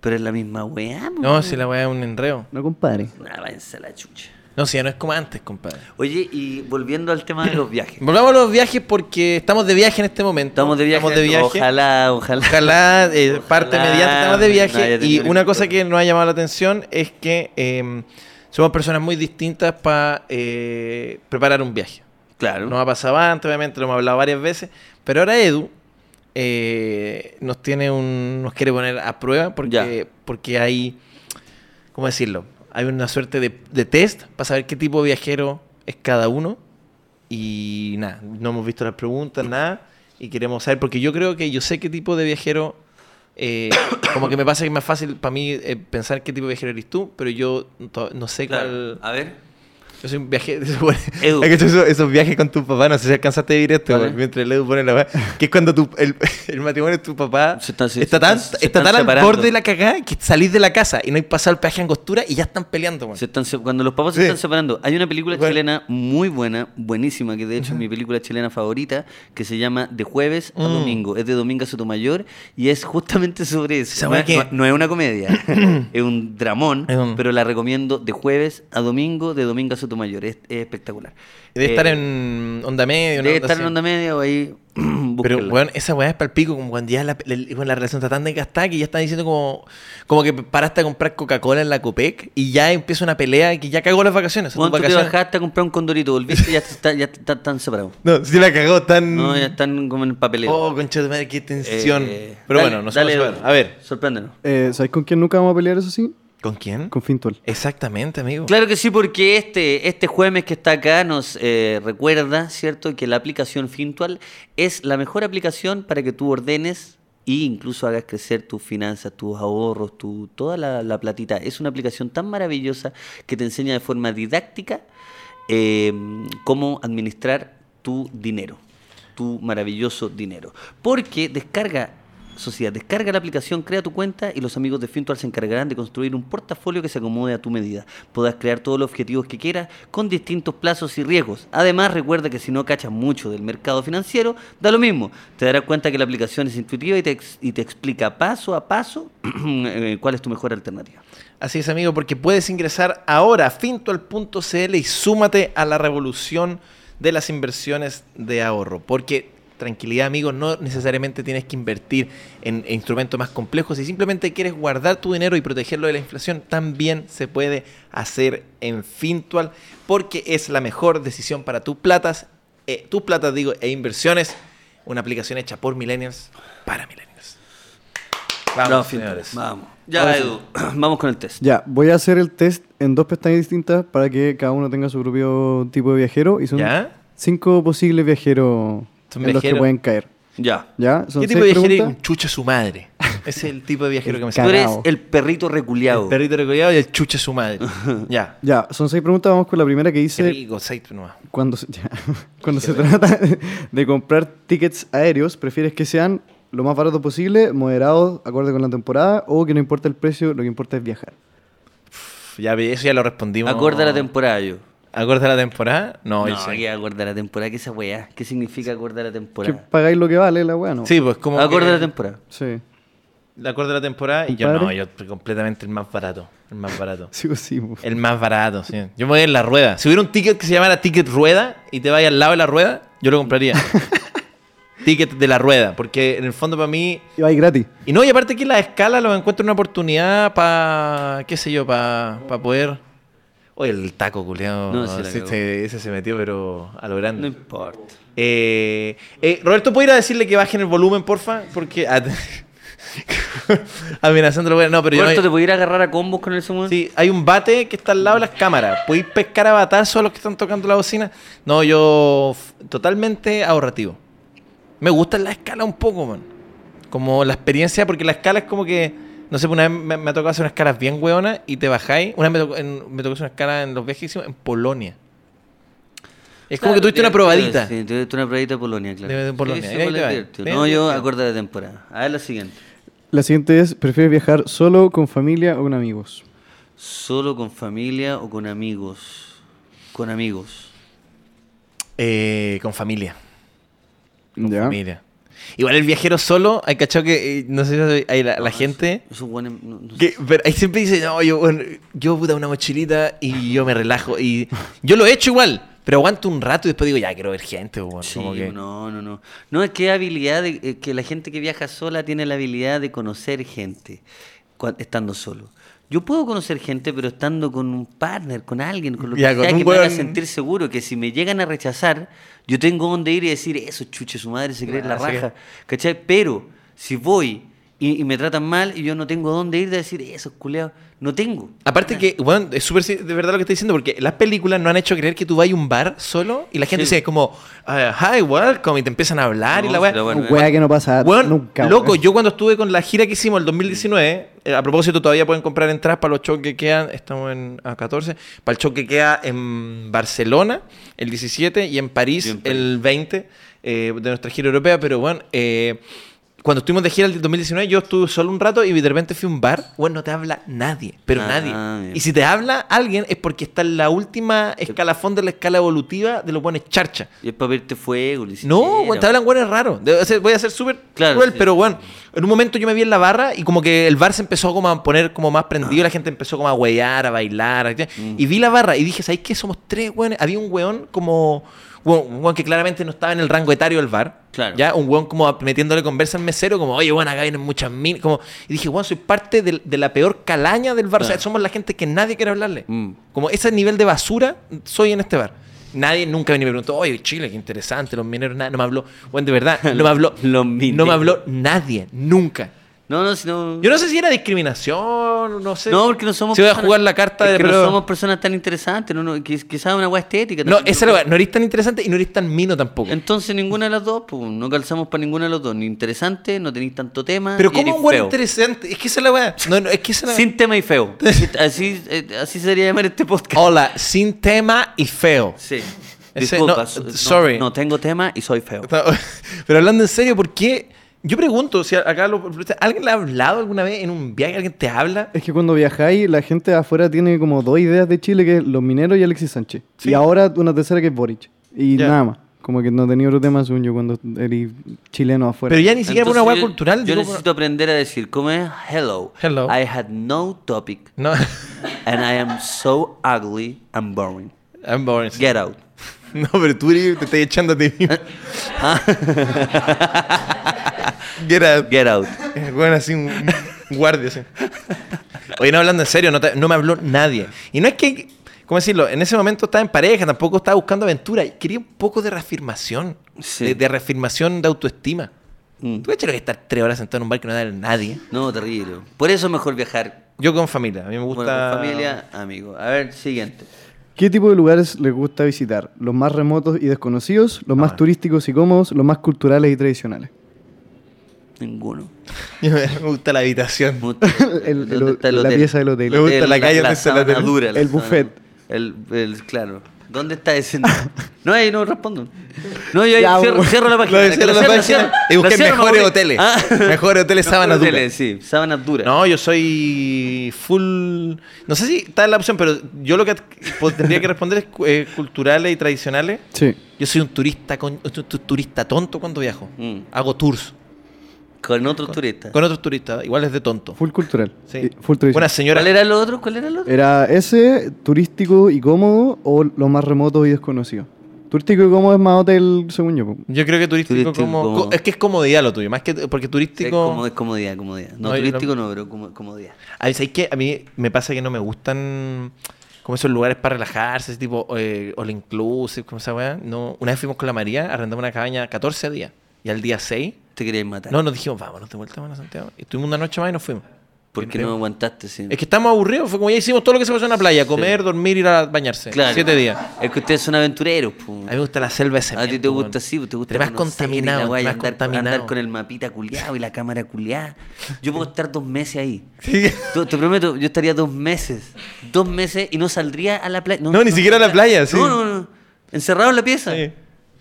Speaker 1: Pero es la misma weá, mo.
Speaker 2: No, si la weá es un enredo.
Speaker 3: No compadre.
Speaker 1: Nah, váyanse a la chucha.
Speaker 2: No, si ya no es como antes, compadre.
Speaker 1: Oye, y volviendo al tema de los viajes.
Speaker 2: Volvamos a los viajes porque estamos de viaje en este momento.
Speaker 1: Estamos de viaje.
Speaker 2: Estamos de viaje.
Speaker 1: Ojalá, ojalá.
Speaker 2: Ojalá, eh, parte
Speaker 1: Ojalá.
Speaker 2: mediante estamos de
Speaker 1: No, ya
Speaker 2: viaje. y
Speaker 1: tenía que-
Speaker 2: una cosa que nos ha llamado la atención es que eh, somos personas muy distintas para eh, preparar un viaje.
Speaker 1: Claro.
Speaker 2: Nos ha pasado antes, obviamente, lo hemos hablado varias veces. Pero ahora Edu eh, nos tiene un. nos quiere poner a prueba porque, porque hay. ¿Cómo decirlo? Hay una suerte de, de test para saber qué tipo de viajero es cada uno. Y nada, no hemos visto las preguntas, nada. Y queremos saber, porque yo creo que yo sé qué tipo de viajero. eh, como que me pasa que es más fácil para mí eh, pensar qué tipo de viajero eres tú, pero yo to- no sé
Speaker 1: Claro.
Speaker 2: cuál.
Speaker 1: A ver.
Speaker 2: Yo soy un viaje. bueno,
Speaker 1: Edu.
Speaker 2: ¿has hecho esos, esos viajes con tu papá, no sé si alcanzaste a vivir esto,
Speaker 1: ¿Vale?
Speaker 2: güey, mientras el Edu pone la weá, que es cuando tu, el, el matrimonio de tu papá
Speaker 1: Se están- se-
Speaker 2: está
Speaker 1: se
Speaker 2: tan,
Speaker 1: están- se
Speaker 2: está
Speaker 1: están
Speaker 2: tan al
Speaker 1: separando.
Speaker 2: borde de la cagada que salís de la casa y no hay pasado el peaje de angostura y ya están peleando, weón.
Speaker 1: Se están se- cuando los papás
Speaker 2: Sí.
Speaker 1: se están separando. Hay una película
Speaker 2: Bueno.
Speaker 1: chilena muy buena, buenísima, que de hecho es mi película chilena favorita, que se llama De jueves a
Speaker 2: Mm.
Speaker 1: domingo. Es de Domingo a Sotomayor y es justamente sobre
Speaker 2: Esa
Speaker 1: eso. No
Speaker 2: weá
Speaker 1: es,
Speaker 2: que-
Speaker 1: no- no es una comedia, es un dramón,
Speaker 2: Es un-
Speaker 1: pero la recomiendo de jueves a domingo, de Domingo a Sotomayor. Es, es espectacular.
Speaker 2: Debe
Speaker 1: Eh,
Speaker 2: estar en onda media, una
Speaker 1: Debe estar
Speaker 2: así.
Speaker 1: en onda media o ahí.
Speaker 2: Pero,
Speaker 1: búsquenla.
Speaker 2: weón, esa weá es para el pico, como cuando ya la, la- la- la relación está tan desgastada que ya están diciendo como, como que paraste a comprar Coca-Cola en la Copec y ya empieza una pelea que ya cagó las vacaciones. son tus
Speaker 1: Juan, tú te
Speaker 2: vacaciones.
Speaker 1: bajaste a comprar un condorito, volviste y ya está- ya está- están separados.
Speaker 2: No, si la cagó tan...
Speaker 1: No, ya están como en el papeleo.
Speaker 2: Mm. Oh, concha de madre, qué tensión.
Speaker 1: Eh,
Speaker 2: Pero
Speaker 1: dale,
Speaker 2: bueno, nos
Speaker 1: dale,
Speaker 2: vamos a ver. A ver,
Speaker 1: Sorpréndenos.
Speaker 3: Eh, ¿Sabes con quién nunca vamos a pelear eso sí?
Speaker 2: ¿con
Speaker 1: ¿Mm?
Speaker 2: quién?
Speaker 3: Con Fintual.
Speaker 2: Exactamente, amigo.
Speaker 1: Claro que sí, porque este, este jueves que está acá nos eh, recuerda, ¿cierto?, que la aplicación Fintual es la mejor aplicación para que tú ordenes e incluso hagas crecer tus finanzas, tus ahorros, tu, toda la, la platita. Es una aplicación tan maravillosa que te enseña de forma didáctica eh, cómo administrar tu dinero, tu maravilloso dinero. Porque descarga Sociedad, descarga la aplicación, crea tu cuenta y los amigos de Fintual se encargarán de construir un portafolio que se acomode a tu medida. Podrás crear todos los objetivos que quieras con distintos plazos y riesgos. Además, recuerda que si no cachas mucho del mercado financiero, da lo mismo. Te darás cuenta que la aplicación es intuitiva y te, ex- y te explica paso a paso eh, cuál es tu mejor alternativa.
Speaker 2: Así es, amigo, porque puedes ingresar ahora a fintual.cl y súmate a la revolución de las inversiones de ahorro. Porque, tranquilidad, amigo, no necesariamente tienes que invertir en, en instrumentos más complejos. Si simplemente quieres guardar tu dinero y protegerlo de la inflación, también se puede hacer en Fintual, porque es la mejor decisión para tus platas, eh, tus platas, digo, e inversiones. Una aplicación hecha por millennials para millennials. Vamos,
Speaker 1: Bravo, Fintual.
Speaker 2: señores.
Speaker 1: Vamos. Ya,
Speaker 2: Ahora sí.
Speaker 1: Edu, vamos con el test.
Speaker 3: Ya, voy a hacer el test en dos pestañas distintas para que cada uno tenga su propio tipo de viajero. Y son
Speaker 2: ¿Ya?
Speaker 3: cinco posibles viajeros en
Speaker 2: Son
Speaker 3: los que
Speaker 2: viajeros.
Speaker 3: pueden caer.
Speaker 1: Ya.
Speaker 3: ¿Ya? Son
Speaker 2: ¿Qué tipo de
Speaker 3: seis
Speaker 2: viajero? Un
Speaker 3: preguntas.
Speaker 2: chucha su madre. Ese es el tipo de viajero que me
Speaker 3: Ca-
Speaker 1: Tú
Speaker 2: sale.
Speaker 1: eres
Speaker 3: Cagao.
Speaker 1: el perrito reculeado.
Speaker 2: El perrito recogido y el chucha su madre. ya.
Speaker 3: Ya, son seis preguntas. Vamos con la primera que
Speaker 2: Qué
Speaker 3: dice...
Speaker 2: rico, aceite nomás.
Speaker 3: Cuando, se- ya. Cuando se trata de comprar tickets aéreos, ¿prefieres que sean lo más barato posible, moderados, acorde con la temporada, o que no importa el precio, lo que importa es viajar?
Speaker 2: Pff, Ya, eso ya lo respondimos.
Speaker 1: Acorda la temporada, yo.
Speaker 2: ¿Acorda la temporada? No,
Speaker 1: No,
Speaker 2: el-
Speaker 1: que acorda la temporada, que esa weá. ¿Qué significa acordar la
Speaker 3: Que
Speaker 1: temporada?
Speaker 3: pagáis lo que vale la weá, ¿no?
Speaker 2: Sí, pues como.
Speaker 1: Acorde
Speaker 2: que-
Speaker 1: la temporada.
Speaker 3: Sí,
Speaker 2: la acorda la temporada y yo no,
Speaker 3: Compadre.
Speaker 2: yo completamente el más barato. El más barato.
Speaker 3: sí, pues, sí. pues.
Speaker 2: El más barato, sí. Yo me voy en la rueda. Si hubiera un ticket que se llamara ticket rueda y te vaya al lado de la rueda, yo lo compraría. ticket de la rueda, porque en el fondo para mí
Speaker 3: Y vais gratis.
Speaker 2: Y no, y aparte que la escala lo encuentro una oportunidad para, qué sé yo, para poder... Oye, el taco, culiado.
Speaker 1: No, sí la
Speaker 2: ese,
Speaker 1: cagó.
Speaker 2: se- ese se metió, pero a lo
Speaker 1: No
Speaker 2: grande.
Speaker 1: importa.
Speaker 2: Eh, eh, Roberto, ¿puedo ir a decirle que bajen el volumen, porfa? Porque... ah, Amenazándolo, bueno, no, pero yo... no-
Speaker 1: Roberto, ¿te pudiera agarrar a combos con el Samuel?
Speaker 2: Sí, hay un bate que está al lado de las cámaras. ¿Podéis pescar a batazos a los que están tocando la bocina? No, yo f- totalmente ahorrativo. Me gusta la escala un poco, man. Como la experiencia, porque la escala es como que. No sé, pues una vez me, me ha tocado hacer unas escalas bien hueonas y te bajáis. Una vez me tocó, en- me tocó hacer una escala en los viajes que hicimos en Polonia. Es como que tuviste una probadita.
Speaker 1: Sí, tuviste una probadita de Polonia, claro.
Speaker 2: De- de Polonia.
Speaker 1: Sí,
Speaker 2: Ahí
Speaker 1: sí,
Speaker 2: te
Speaker 1: igual es
Speaker 2: va.
Speaker 1: divertido.
Speaker 2: Bien,
Speaker 1: No, yo
Speaker 2: divertido.
Speaker 1: acorda la temporada. A ver la siguiente.
Speaker 3: La siguiente es, ¿prefieres viajar solo, con familia o con amigos?
Speaker 1: ¿Solo con familia o con amigos? Con amigos.
Speaker 2: Eh, con familia.
Speaker 3: ya.
Speaker 2: Mira. Igual el viajero solo, hay cachado que. eh, no sé si hay la,
Speaker 1: Ah,
Speaker 2: la gente.
Speaker 1: Esos buenos no- no-
Speaker 2: Que, pero ahí siempre dice, no, yo, bueno, yo puta una mochilita y yo me relajo. Y yo lo he hecho igual, pero aguanto un rato y después digo, ya quiero ver gente. weón",
Speaker 1: Sí, pues
Speaker 2: como que-
Speaker 1: no, no, no. No, es que habilidad, de- eh, que la gente que viaja sola tiene la habilidad de conocer gente cua- estando solo. Yo puedo conocer gente, pero estando con un partner, con alguien, con lo que
Speaker 2: Ya, con
Speaker 1: sea,
Speaker 2: un
Speaker 1: que me haga
Speaker 2: weón.
Speaker 1: sentir seguro, que si me llegan a rechazar, yo tengo donde ir y decir, eso chuche su madre, se cree
Speaker 2: Ah,
Speaker 1: la
Speaker 2: sí que-
Speaker 1: raja, ¿cachai? Pero si voy y, y me tratan mal y yo no tengo dónde ir de decir, esos culeados, no tengo.
Speaker 2: Aparte que, bueno, es súper de verdad lo que estoy diciendo, porque las películas no han hecho creer que tú vas a un bar solo y la gente
Speaker 1: Sí.
Speaker 2: dice como, ah, hi, welcome, y te empiezan a hablar y
Speaker 1: No,
Speaker 2: la weá.
Speaker 1: pero bueno, eh.
Speaker 3: Weá que no pasa
Speaker 2: Weón,
Speaker 3: nunca. weón.
Speaker 2: loco, yo cuando estuve con la gira que hicimos el 2019, eh, a propósito todavía pueden comprar entradas para los shows que quedan, estamos en a 14, para el show que queda en Barcelona el 17 y en París,
Speaker 1: Y en París.
Speaker 2: el 20 eh, de nuestra gira europea, pero bueno, eh, cuando estuvimos de gira el 2019 yo estuve solo un rato y de repente fui a un bar, bueno, no te habla nadie, pero
Speaker 1: Ah,
Speaker 2: nadie.
Speaker 1: bien.
Speaker 2: Y si te habla alguien es porque está en la última escalafón de la escala evolutiva de los buenos charcha.
Speaker 1: Y es para verte fuego. ni siquiera,
Speaker 2: No, weón, te hablan weones raros. Debo ser- Voy a ser súper
Speaker 1: Claro,
Speaker 2: cruel,
Speaker 1: sí.
Speaker 2: pero bueno, en un momento yo me vi en la barra y como que el bar se empezó como a poner como más prendido, la gente empezó como a huear, a bailar. a-
Speaker 1: Mm.
Speaker 2: Y vi la barra y dije, ¿sabes qué? Somos tres weones. Había un weón como. weón- Un weón que claramente no estaba en el rango etario del bar.
Speaker 1: Claro.
Speaker 2: Ya, un weón como metiéndole conversa al mesero, como, oye, weón, acá vienen muchas minas. Como, y dije, weón, soy parte del- de, la peor calaña del bar. O sea,
Speaker 1: Claro.
Speaker 2: somos la gente que nadie quiere hablarle.
Speaker 1: Ah. Mm.
Speaker 2: Como ese nivel de basura soy en este bar. Nadie nunca ni me preguntó, oye, Chile, qué interesante, los mineros, nada. No me habló, bueno, de verdad, no me habló.
Speaker 1: Los
Speaker 2: No
Speaker 1: mineros.
Speaker 2: me habló nadie, nunca.
Speaker 1: No, no, si no.
Speaker 2: Yo no sé si era discriminación, no sé.
Speaker 1: No, porque no somos.
Speaker 2: Se va a
Speaker 1: personas-
Speaker 2: jugar la carta
Speaker 1: es
Speaker 2: de.
Speaker 1: que
Speaker 2: pero-
Speaker 1: no somos personas tan interesantes. No, no, quiz- quizás una agua estética.
Speaker 2: No,
Speaker 1: también,
Speaker 2: esa es la weá, no eres tan interesante y no eres tan mino tampoco.
Speaker 1: Entonces ninguna de las dos, pues no calzamos para ninguna de las dos. Ni interesante, no tenéis tanto tema.
Speaker 2: Pero
Speaker 1: y
Speaker 2: ¿cómo
Speaker 1: eres
Speaker 2: un weón
Speaker 1: feo.
Speaker 2: interesante? Es que esa es la weá. No, no, es que esa es la
Speaker 1: Sin tema y feo. Así, eh, así sería llamar este podcast.
Speaker 2: Hola, sin tema y feo.
Speaker 1: Sí.
Speaker 2: Oh. Ese-
Speaker 1: Disculpa,
Speaker 2: no, uh,
Speaker 1: so- no,
Speaker 2: sorry.
Speaker 1: No, tengo tema y soy feo.
Speaker 2: No, Pero hablando en serio, ¿por qué? Yo pregunto, si acá lo- ¿alguien le ha hablado alguna vez en un viaje? ¿Alguien te habla?
Speaker 3: Es que cuando viajáis, la gente de afuera tiene como dos ideas de Chile, que es los mineros y Alexis Sánchez.
Speaker 2: Sí.
Speaker 3: Y ahora una tercera que es Boric. Y
Speaker 2: Ya.
Speaker 3: nada más. Como que no tenía otro tema, según yo, cuando eres chileno afuera.
Speaker 2: Pero ya ni siquiera por una
Speaker 1: Entonces,
Speaker 2: hueá
Speaker 1: yo-
Speaker 2: cultural.
Speaker 1: Yo
Speaker 2: digo,
Speaker 1: necesito aprender a decir cómo es hello.
Speaker 2: Hello.
Speaker 1: I had no topic
Speaker 2: No.
Speaker 1: and I am so ugly and boring.
Speaker 2: I'm boring. sí.
Speaker 1: Get out.
Speaker 2: No, pero tú eres- te estás echando a ti mismo.
Speaker 1: Ah.
Speaker 2: Get out.
Speaker 1: Get out.
Speaker 2: Eh, Bueno, así un un guardia, así. Oye, no hablando en serio, no, te- no me habló nadie. Y no es que, ¿cómo decirlo? En ese momento estaba en pareja, tampoco estaba buscando aventura. y Quería un poco de reafirmación.
Speaker 1: Sí.
Speaker 2: De, de reafirmación de autoestima.
Speaker 1: Mm.
Speaker 2: ¿Tú cachai lo que es estar tres horas sentado en un bar que no da a nadie?
Speaker 1: No, terrible. Por eso es mejor viajar.
Speaker 2: Yo con familia, a mí me gusta.
Speaker 1: Bueno, con familia, amigo. A ver, siguiente.
Speaker 3: ¿Qué tipo de lugares les gusta visitar? ¿Los más remotos y desconocidos? ¿Los más
Speaker 2: Ah.
Speaker 3: turísticos y cómodos? ¿Los más culturales y tradicionales?
Speaker 1: Ninguno.
Speaker 2: me gusta la habitación.
Speaker 3: El- el- la pieza del hotel.
Speaker 2: Le gusta la calle donde
Speaker 1: la
Speaker 2: está la
Speaker 1: sábana
Speaker 2: tele.
Speaker 1: dura, la
Speaker 3: El
Speaker 1: sábana-
Speaker 3: buffet.
Speaker 1: El, el- claro. ¿Dónde está ese? No, ahí no respondo. No, yo ahí
Speaker 3: Ya,
Speaker 1: cierro,
Speaker 3: bueno.
Speaker 1: cierro la página.
Speaker 2: No, cierro la
Speaker 1: cierro,
Speaker 2: página
Speaker 1: cierro.
Speaker 2: y busqué
Speaker 1: La cierro,
Speaker 2: mejores
Speaker 1: no,
Speaker 2: hoteles.
Speaker 1: ah.
Speaker 2: Mejores hoteles, sábanas duras.
Speaker 1: hoteles, Sí, sábanas duras.
Speaker 2: No, yo soy full. No sé si está en la opción, pero yo lo que po- tendría que responder es cu- eh, culturales y tradicionales.
Speaker 3: Sí.
Speaker 2: Yo soy un turista con, un tu- tu- turista tonto cuando viajo.
Speaker 1: Mm.
Speaker 2: Hago tours
Speaker 1: Con otros turistas.
Speaker 2: con otros turistas, igual es de tonto.
Speaker 3: Full cultural.
Speaker 2: Sí.
Speaker 3: Y Full tradicional.
Speaker 2: Una señora.
Speaker 1: ¿Cuál era lo otro? ¿Cuál era lo otro?
Speaker 3: ¿Era ese turístico y cómodo o los más remotos y desconocidos? Turístico y cómodo es más hotel, según yo. po.
Speaker 2: Yo creo que turístico,
Speaker 1: Turístico
Speaker 2: como,
Speaker 1: como-
Speaker 2: co- Es que es comodidad lo tuyo, más que porque
Speaker 1: Es
Speaker 2: turístico.
Speaker 1: como- es comodidad, comodidad. No,
Speaker 2: No, yo
Speaker 1: turístico no, pero como, comodidad.
Speaker 2: A mí, ¿sabes qué? A mí me pasa que no me gustan como esos lugares para relajarse, ese tipo eh, all inclusive, como esa weá. No, una vez fuimos con la María, arrendamos una cabaña 14 días. Y al día 6,
Speaker 1: Te querías matar.
Speaker 2: no, nos dijimos, vámonos de vuelta a Santiago. Y estuvimos una noche más y nos fuimos.
Speaker 1: ¿Por qué no aguantaste? sí?
Speaker 2: Es que estamos aburridos, fue como ya hicimos todo lo que se pasó en la playa, comer, dormir, ir a bañarse.
Speaker 1: Claro.
Speaker 2: Siete días.
Speaker 1: Es que ustedes son aventureros. po.
Speaker 2: A mí me gusta la selva ese.
Speaker 1: A ti te gusta así, te gusta
Speaker 2: más
Speaker 1: conocer y la
Speaker 2: contaminado,
Speaker 1: guay,
Speaker 2: más
Speaker 1: andar,
Speaker 2: contaminado.
Speaker 1: andar con el mapita culiado y la cámara culiada. Yo puedo estar dos meses ahí.
Speaker 2: Sí.
Speaker 1: Tú- Te prometo, yo estaría dos meses. Dos meses y no saldría a la playa.
Speaker 2: No, ni siquiera a la playa, sí.
Speaker 1: No, no, no. Encerrado en la pieza.
Speaker 2: Sí.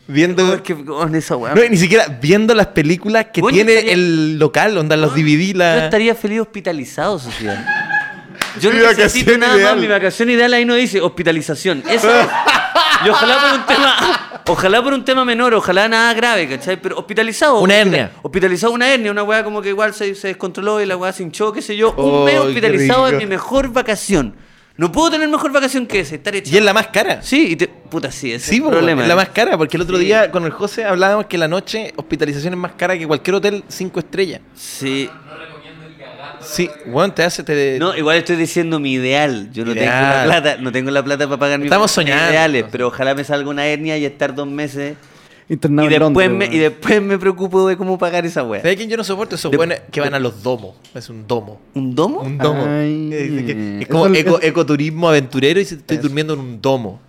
Speaker 1: No,
Speaker 2: Viendo.
Speaker 1: es que, oh, esa weá.
Speaker 2: No, y ni siquiera viendo las películas que
Speaker 1: Bueno, yo
Speaker 2: tiene
Speaker 1: estaría-
Speaker 2: el local, onda los
Speaker 1: No,
Speaker 2: dividí la...
Speaker 1: Yo estaría feliz hospitalizado, sociedad. Yo no
Speaker 2: Mi
Speaker 1: necesito
Speaker 2: vacación
Speaker 1: nada
Speaker 2: ideal.
Speaker 1: más. Mi vacación ideal ahí no dice hospitalización. Eso es. Y ojalá por un tema. Ojalá por un tema menor, ojalá nada grave, ¿cachai? Pero hospitalizado.
Speaker 2: Una
Speaker 1: hospitali-
Speaker 2: hernia.
Speaker 1: Hospitalizado una hernia, una weá como que igual se, se descontroló y la weá se hinchó, qué sé yo.
Speaker 2: Oh,
Speaker 1: un mes
Speaker 2: qué
Speaker 1: hospitalizado es
Speaker 2: rico.
Speaker 1: mi mejor vacación. No puedo tener mejor vacación que esa, estar echado.
Speaker 2: Y es la más cara.
Speaker 1: Sí, y te. Puta, sí, ese
Speaker 2: Sí,
Speaker 1: es el
Speaker 2: po,
Speaker 1: problema.
Speaker 2: es la más cara, porque el otro
Speaker 1: Sí.
Speaker 2: día con el José hablábamos que la noche hospitalización es más cara que cualquier hotel 5 estrellas.
Speaker 1: Sí.
Speaker 2: Sí, bueno, te hace... Te...
Speaker 1: No, igual estoy diciendo mi ideal. Yo no
Speaker 2: Eh, Ideal.
Speaker 1: tengo la plata, no tengo la plata para pagar mis
Speaker 2: Estamos soñando.
Speaker 1: ideales, pero ojalá me salga una hernia y estar dos meses
Speaker 3: internado
Speaker 1: y,
Speaker 3: en
Speaker 1: después
Speaker 3: Londres.
Speaker 1: me, y
Speaker 3: weón.
Speaker 1: después me preocupo de cómo pagar esa wea.
Speaker 2: ¿Sabes quién yo no soporto? Esos
Speaker 1: De-
Speaker 2: buenos que van a los domos. Es un domo.
Speaker 1: ¿Un domo?
Speaker 2: Un domo.
Speaker 3: Ay.
Speaker 2: Eh, dice que es como
Speaker 3: Eso-
Speaker 2: eco-
Speaker 3: eso-
Speaker 2: ecoturismo aventurero y se- estoy
Speaker 3: Eso.
Speaker 2: durmiendo en un domo.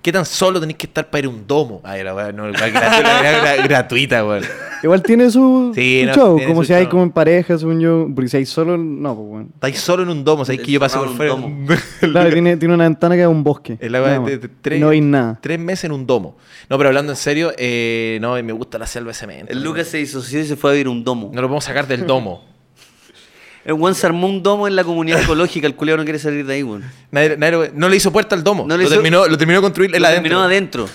Speaker 2: ¿Qué tan solo tenés que estar para ir a un domo? Ay, la weá, no, la weá gratu- la weá gra- gratuita, weón.
Speaker 3: Igual tiene su,
Speaker 2: Sí,
Speaker 3: su
Speaker 2: no,
Speaker 3: show,
Speaker 2: tiene
Speaker 3: como
Speaker 2: su
Speaker 3: si hay
Speaker 2: show.
Speaker 3: como en pareja, según yo. Porque si hay solo, no, pues bueno.
Speaker 2: Estáis solo en un domo, ¿sabes que yo pasé por fuera?
Speaker 1: Encerrado en un
Speaker 3: Claro, tiene, tiene una ventana que es un bosque.
Speaker 2: El agua
Speaker 3: nada
Speaker 2: de-
Speaker 3: más.
Speaker 2: de- de tres-
Speaker 3: Y No hay nada.
Speaker 2: Tres meses en un domo. No, pero hablando en serio, eh, no, me gusta la selva de cemento.
Speaker 1: El Lucas se disoció y se fue a vivir un domo.
Speaker 2: No lo podemos sacar del domo.
Speaker 1: El Juan se armó un domo en la comunidad ecológica. El culero no quiere salir de ahí, weón.
Speaker 2: Nadie- nadie lo- no le hizo puerta al domo.
Speaker 1: No
Speaker 2: lo,
Speaker 1: le hizo-
Speaker 2: terminó, lo terminó de construir él
Speaker 1: Lo
Speaker 2: adentro.
Speaker 1: terminó adentro.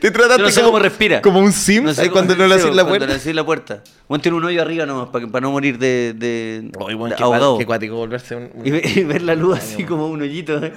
Speaker 2: Te trataste
Speaker 1: Yo no sé
Speaker 2: como,
Speaker 1: cómo respira.
Speaker 2: como un sim
Speaker 1: No sé
Speaker 2: ahí
Speaker 1: cómo-
Speaker 2: cuando no le
Speaker 1: sí,
Speaker 2: haces la
Speaker 1: cuando le
Speaker 2: puerta.
Speaker 1: hacís la puerta. Juan tiene un hoyo arriba nomás para, que- para no morir de, de,
Speaker 2: Ay, weón,
Speaker 1: de
Speaker 2: qué
Speaker 1: ahogado.
Speaker 2: cuático- qué cuático volverse un- un-
Speaker 1: Y, ve- y ver la luz así como un hoyito, ¿eh?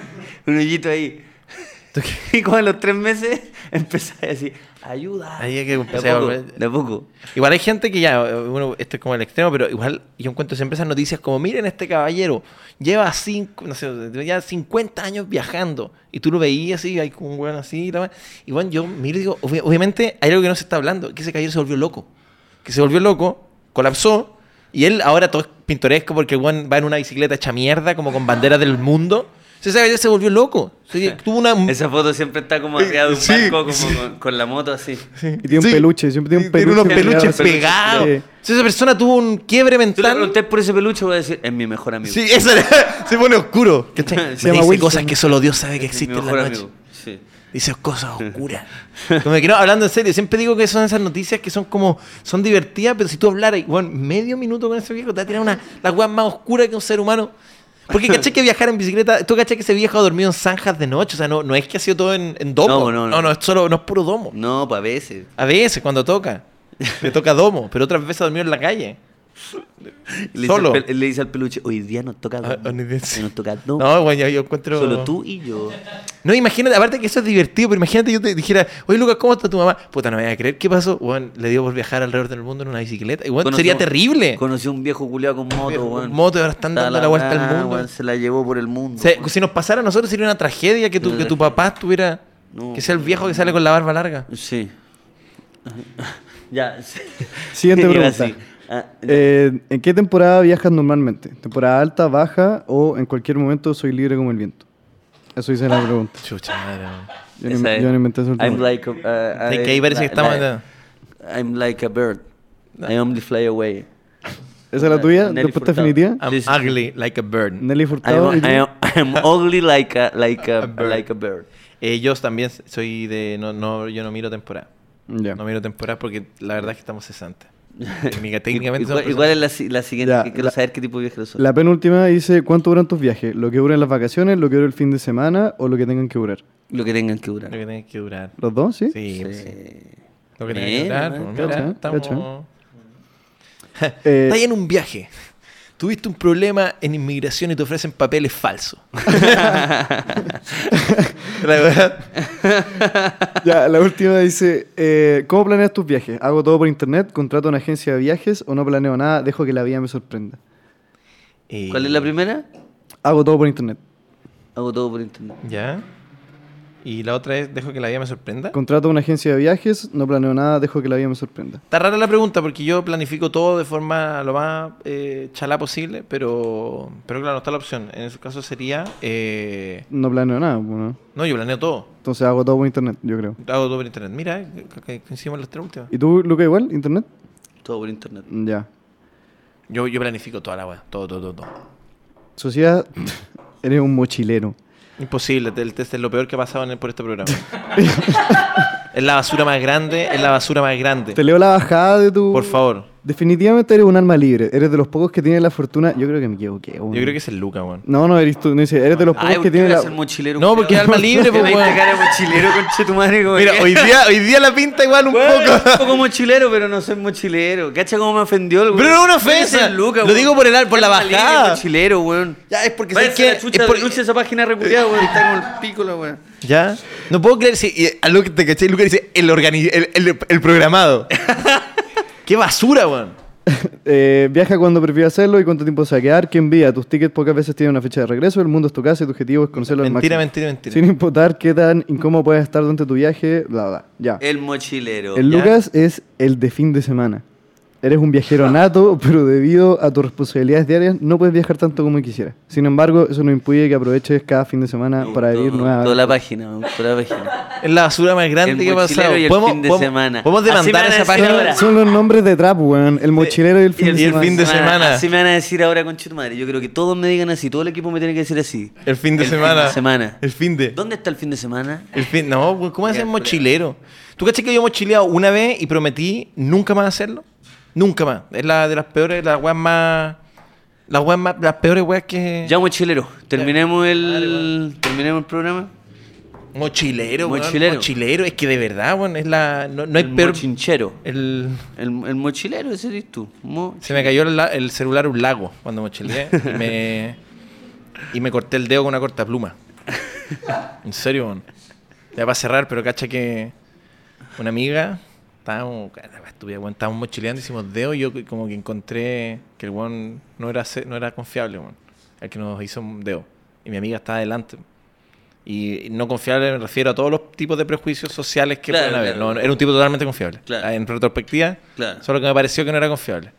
Speaker 1: un hoyito ahí. Y como a los tres meses empezás así, ayuda.
Speaker 2: Ahí es que
Speaker 1: de
Speaker 2: empecé a
Speaker 1: a poco,
Speaker 2: volver.
Speaker 1: de a poco.
Speaker 2: Igual hay gente que ya, eh, bueno, esto es como el extremo, pero igual yo encuentro siempre esas noticias como, miren este caballero, lleva cinco, no sé, ya 50 años viajando. Y tú lo veías así, hay como un weón así, y la wea. y bueno, yo miro y digo, obvi- obviamente hay algo que no se está hablando, que ese caballero se volvió loco. Que se volvió loco, colapsó, y él ahora todo es pintoresco porque el weón va en una bicicleta hecha mierda, como con banderas del mundo. O sea, Ese caballero se volvió loco. O sea, tuvo una...
Speaker 1: Esa foto siempre está como arriba de un
Speaker 2: Sí,
Speaker 1: barco, como
Speaker 2: sí.
Speaker 1: con, con la moto así.
Speaker 3: Y tiene un
Speaker 2: Sí.
Speaker 3: peluche, siempre tiene un peluche.
Speaker 2: unos
Speaker 1: pegado.
Speaker 2: peluches
Speaker 1: Peluche.
Speaker 2: pegados.
Speaker 3: Sí.
Speaker 2: O sea, esa persona tuvo un quiebre
Speaker 1: Tú le
Speaker 2: mental.
Speaker 1: pregunté por ese peluche, voy a decir, es mi mejor amigo.
Speaker 2: Sí, eso era- se pone oscuro. ¿cachai?
Speaker 1: Se
Speaker 2: Te
Speaker 3: llama
Speaker 2: dice
Speaker 3: Wilson.
Speaker 2: cosas que solo Dios sabe que
Speaker 1: es mi
Speaker 2: existen en
Speaker 1: mejor
Speaker 2: la noche.
Speaker 1: amigo. Sí.
Speaker 2: Dice cosas oscuras. Como que no, hablando en serio, siempre digo que son esas noticias que son como, son divertidas, pero si tú hablaras, bueno, medio minuto con ese viejo, te va a tirar una, la weá más oscura que un ser humano. Porque caché que viajar en bicicleta, tú caché que ese viejo ha dormido en zanjas de noche, o sea, no, no es que ha sido todo en, en domo.
Speaker 1: No, no, no.
Speaker 2: no, es solo, no es puro domo.
Speaker 1: No, pues a veces.
Speaker 2: A veces cuando toca, le toca domo, pero otras veces ha dormido en la calle.
Speaker 1: Le
Speaker 2: Solo.
Speaker 1: Dice al, pel- le dice al peluche, hoy día nos toca
Speaker 2: Ah,
Speaker 1: dos.
Speaker 2: hoy día sí.
Speaker 1: Nos toca
Speaker 2: No,
Speaker 1: dos.
Speaker 2: bueno, yo, yo encuentro...
Speaker 1: Solo tú y yo.
Speaker 2: No, imagínate, aparte que eso es divertido, pero imagínate yo te dijera, oye Lucas, ¿cómo está tu mamá? Puta, no me voy a creer qué pasó. Weón, le dio por viajar alrededor del mundo en una bicicleta. Y, weón,
Speaker 1: Conocí
Speaker 2: sería
Speaker 1: un-
Speaker 2: terrible.
Speaker 1: Conocí a un viejo culiado con moto,
Speaker 2: Viejo,
Speaker 1: weón.
Speaker 2: moto, ahora están
Speaker 1: Está
Speaker 2: dando la vuelta al
Speaker 1: weá,
Speaker 2: mundo.
Speaker 1: weón, se la llevó por el mundo.
Speaker 2: O sea,
Speaker 1: weón.
Speaker 2: si nos pasara a nosotros sería una tragedia que tu, que tu papá estuviera.
Speaker 1: No.
Speaker 2: que sea el viejo que sale con la barba larga.
Speaker 1: Sí. ya. sí.
Speaker 3: Siguiente
Speaker 1: Iba
Speaker 3: pregunta.
Speaker 1: así. Ah,
Speaker 3: Eh, ¿En qué temporada viajas normalmente? ¿Temporada alta, baja o en cualquier momento soy libre como el viento? Eso dice la pregunta.
Speaker 2: Chucha madre. weón.
Speaker 3: Yo, no,
Speaker 1: esa es.
Speaker 3: yo no inventé eso.
Speaker 1: I'm like a, uh,
Speaker 2: Sé
Speaker 1: I-
Speaker 2: que ahí parece que
Speaker 1: la-
Speaker 2: estamos.
Speaker 1: la- I'm like a bird. I only fly away.
Speaker 3: ¿Esa es la tuya?
Speaker 1: Nelly
Speaker 3: ¿Respuesta
Speaker 1: Furtado.
Speaker 3: definitiva?
Speaker 2: I'm
Speaker 1: Sí, sí.
Speaker 2: ugly like a bird.
Speaker 3: Nelly
Speaker 1: I
Speaker 3: Furtado. ¿y
Speaker 1: am,
Speaker 3: tú?
Speaker 1: I am- I am ugly like a, like a,
Speaker 2: A bird.
Speaker 1: like a bird.
Speaker 2: Eh, yo también soy de. No, no, yo no miro temporada.
Speaker 3: Ya.
Speaker 2: No miro temporada porque la verdad es que estamos cesantes. Amiga, técnicamente somos
Speaker 1: Igual, igual es la, si- la siguiente.
Speaker 3: Ya,
Speaker 1: que quiero
Speaker 3: la-
Speaker 1: saber qué tipo de viajeros son.
Speaker 3: La penúltima dice, ¿cuánto duran tus viajes? ¿Lo que duran las vacaciones, lo que dura el fin de semana o lo que tengan que durar?
Speaker 1: Lo que tengan que
Speaker 2: Lo
Speaker 1: durar.
Speaker 2: que tiene que durar.
Speaker 3: ¿Los dos? ¿Sí?
Speaker 2: Sí, pues, sí.
Speaker 1: Sí.
Speaker 2: Lo que
Speaker 1: Mira,
Speaker 2: tiene que durar.
Speaker 1: ¿no?
Speaker 2: pues, mira,
Speaker 3: Cacha,
Speaker 2: estamos-
Speaker 3: cacha. Eh,
Speaker 2: Estás en un viaje. Tuviste un problema en inmigración y te ofrecen papeles falsos. La verdad.
Speaker 3: ya, la última dice, eh, ¿cómo planeas tus viajes? ¿Hago todo por internet? ¿Contrato una agencia de viajes o no planeo nada? Dejo que la vida me sorprenda.
Speaker 2: Eh,
Speaker 1: ¿Cuál es la primera?
Speaker 3: Hago todo por internet.
Speaker 1: Hago todo por internet.
Speaker 2: Ya. Y la otra es, dejo que la vida me sorprenda.
Speaker 3: Contrato una agencia de viajes, no planeo nada, dejo que la vida me sorprenda.
Speaker 2: Está rara la pregunta porque yo planifico todo de forma lo más eh, chalá posible, pero, pero claro, no está la opción. En ese caso sería... eh,
Speaker 3: No planeo nada, bueno.
Speaker 2: no, yo planeo todo.
Speaker 3: Entonces hago todo por internet, yo creo.
Speaker 2: Hago todo por internet. Mira, eh, que- que coincidimos en las tres últimas.
Speaker 3: ¿Y tú, Luca, igual? ¿Internet?
Speaker 1: Todo por internet.
Speaker 3: Ya.
Speaker 2: Yo, yo planifico toda la weá. Todo, todo, todo, todo.
Speaker 3: Sociedad, eres un mochilero.
Speaker 2: Imposible, el test es lo peor que ha pasado en el- por este programa. es la basura más grande, es la basura más
Speaker 3: Te
Speaker 2: grande.
Speaker 3: leo la bajada de tu...
Speaker 2: Por favor.
Speaker 3: Definitivamente eres un alma libre. Eres de los pocos que tienen la fortuna. Yo creo que me equivoqué.
Speaker 2: Yo creo que es el Luca, weón.
Speaker 3: No, no eres tú. No dice, eres de los pocos
Speaker 1: Ay,
Speaker 3: que
Speaker 1: ¿por qué
Speaker 3: tienen
Speaker 1: le
Speaker 3: la.
Speaker 1: hacen mochilero?
Speaker 2: No, porque es alma libre, pues,
Speaker 1: Me diste
Speaker 2: weón.
Speaker 1: cara de mochilero, conche tu madre. como
Speaker 2: Mira,
Speaker 1: que-
Speaker 2: hoy día, hoy día la pinta igual un
Speaker 1: Weón,
Speaker 2: poco.
Speaker 1: un poco mochilero, pero no soy mochilero. ¿Cacha cómo me ofendió el weón?
Speaker 2: Pero no es una
Speaker 1: Weón,
Speaker 2: ofensa.
Speaker 1: ese es Luca,
Speaker 2: Lo
Speaker 1: weón.
Speaker 2: digo por el- por la
Speaker 1: Alma libre,
Speaker 2: bajada.
Speaker 1: mochilero, weón.
Speaker 2: Ya, es porque
Speaker 1: Váyanse
Speaker 2: sé que-
Speaker 1: a la chucha,
Speaker 2: es por-
Speaker 1: denuncie esa página repudiada, weón. Está con el pico la weón.
Speaker 2: Ya. No puedo creer si y a lo que te caché, Luca dice el, organi- el, el- el programado. Qué basura, weón.
Speaker 3: Eh, viaja cuando prefiera hacerlo y cuánto tiempo se va a quedar. ¿Qué envía? Tus tickets pocas veces tienen una fecha de regreso. El mundo es tu casa y tu objetivo es conocerlo al
Speaker 2: Mentira,
Speaker 3: máximo.
Speaker 2: mentira, mentira.
Speaker 3: Sin importar qué tan incómodo puedas estar durante tu viaje, bla, bla, bla.
Speaker 2: Eh,
Speaker 3: Ya.
Speaker 1: El mochilero.
Speaker 3: El
Speaker 1: ¿ya?
Speaker 3: Lucas es el de fin de semana. Eres un viajero nato, pero debido a tus responsabilidades diarias no puedes viajar tanto como quisieras. Sin embargo, eso no impide que aproveches cada fin de semana
Speaker 1: Me
Speaker 3: para
Speaker 1: gustó,
Speaker 3: vivir
Speaker 1: me
Speaker 3: nuevas
Speaker 1: gustó la página, me gustó la página.
Speaker 2: Es la basura más grande
Speaker 1: El
Speaker 2: que ha
Speaker 1: mochilero
Speaker 2: pasado.
Speaker 1: y el
Speaker 2: ¿Podemos,
Speaker 1: fin de
Speaker 2: podemos-
Speaker 1: semana.
Speaker 2: podemos
Speaker 1: Así me van
Speaker 2: demandar
Speaker 1: a
Speaker 2: esa
Speaker 1: decir
Speaker 2: página.
Speaker 1: ahora.
Speaker 3: Son los nombres de trap, weón. El mochilero y el fin de
Speaker 2: y el
Speaker 3: semana.
Speaker 2: fin de semana.
Speaker 1: Así me van a decir ahora con tu madre. Yo creo que todos me digan así, todo el equipo me tiene que decir así.
Speaker 2: El fin de
Speaker 1: El fin de
Speaker 2: semana.
Speaker 1: semana.
Speaker 2: El fin de.
Speaker 1: ¿Dónde está el fin de semana?
Speaker 2: El fin. No, güey, ¿cómo haces
Speaker 1: Miércoles.
Speaker 2: mochilero? ¿Tú caché que yo he mochileado una vez y prometí nunca más hacerlo? Nunca más. Es la de las peores, las weas más. Las weas más. Las peores weas que.
Speaker 1: Ya mochilero, terminemos el terminemos el programa.
Speaker 2: Mochilero, weón,
Speaker 1: Mochilero.
Speaker 2: Mochilero. Es que de verdad, weón, es la. No, no hay
Speaker 1: el
Speaker 2: peor.
Speaker 1: mochinchero.
Speaker 2: El,
Speaker 1: El, el mochilero, ese eres tú. Mo-
Speaker 2: se me cayó el, la- el celular un lago cuando mochileé. y me. Y me corté el dedo con una corta pluma. En serio, weón. Ya para cerrar, pero cacha que una amiga, estábamos, cara, la estúpida, weón, estábamos mochileando, hicimos dedo y yo que- como que encontré que el weón no era, se- no era confiable, weón, el que nos hizo un dedo. Y mi amiga estaba adelante. Y no confiable me refiero a todos los tipos de prejuicios sociales que
Speaker 1: Claro,
Speaker 2: pueden haber.
Speaker 1: claro.
Speaker 2: No, no, era un tipo totalmente confiable.
Speaker 1: Claro.
Speaker 2: En retrospectiva,
Speaker 1: Claro.
Speaker 2: solo que me pareció que no era confiable.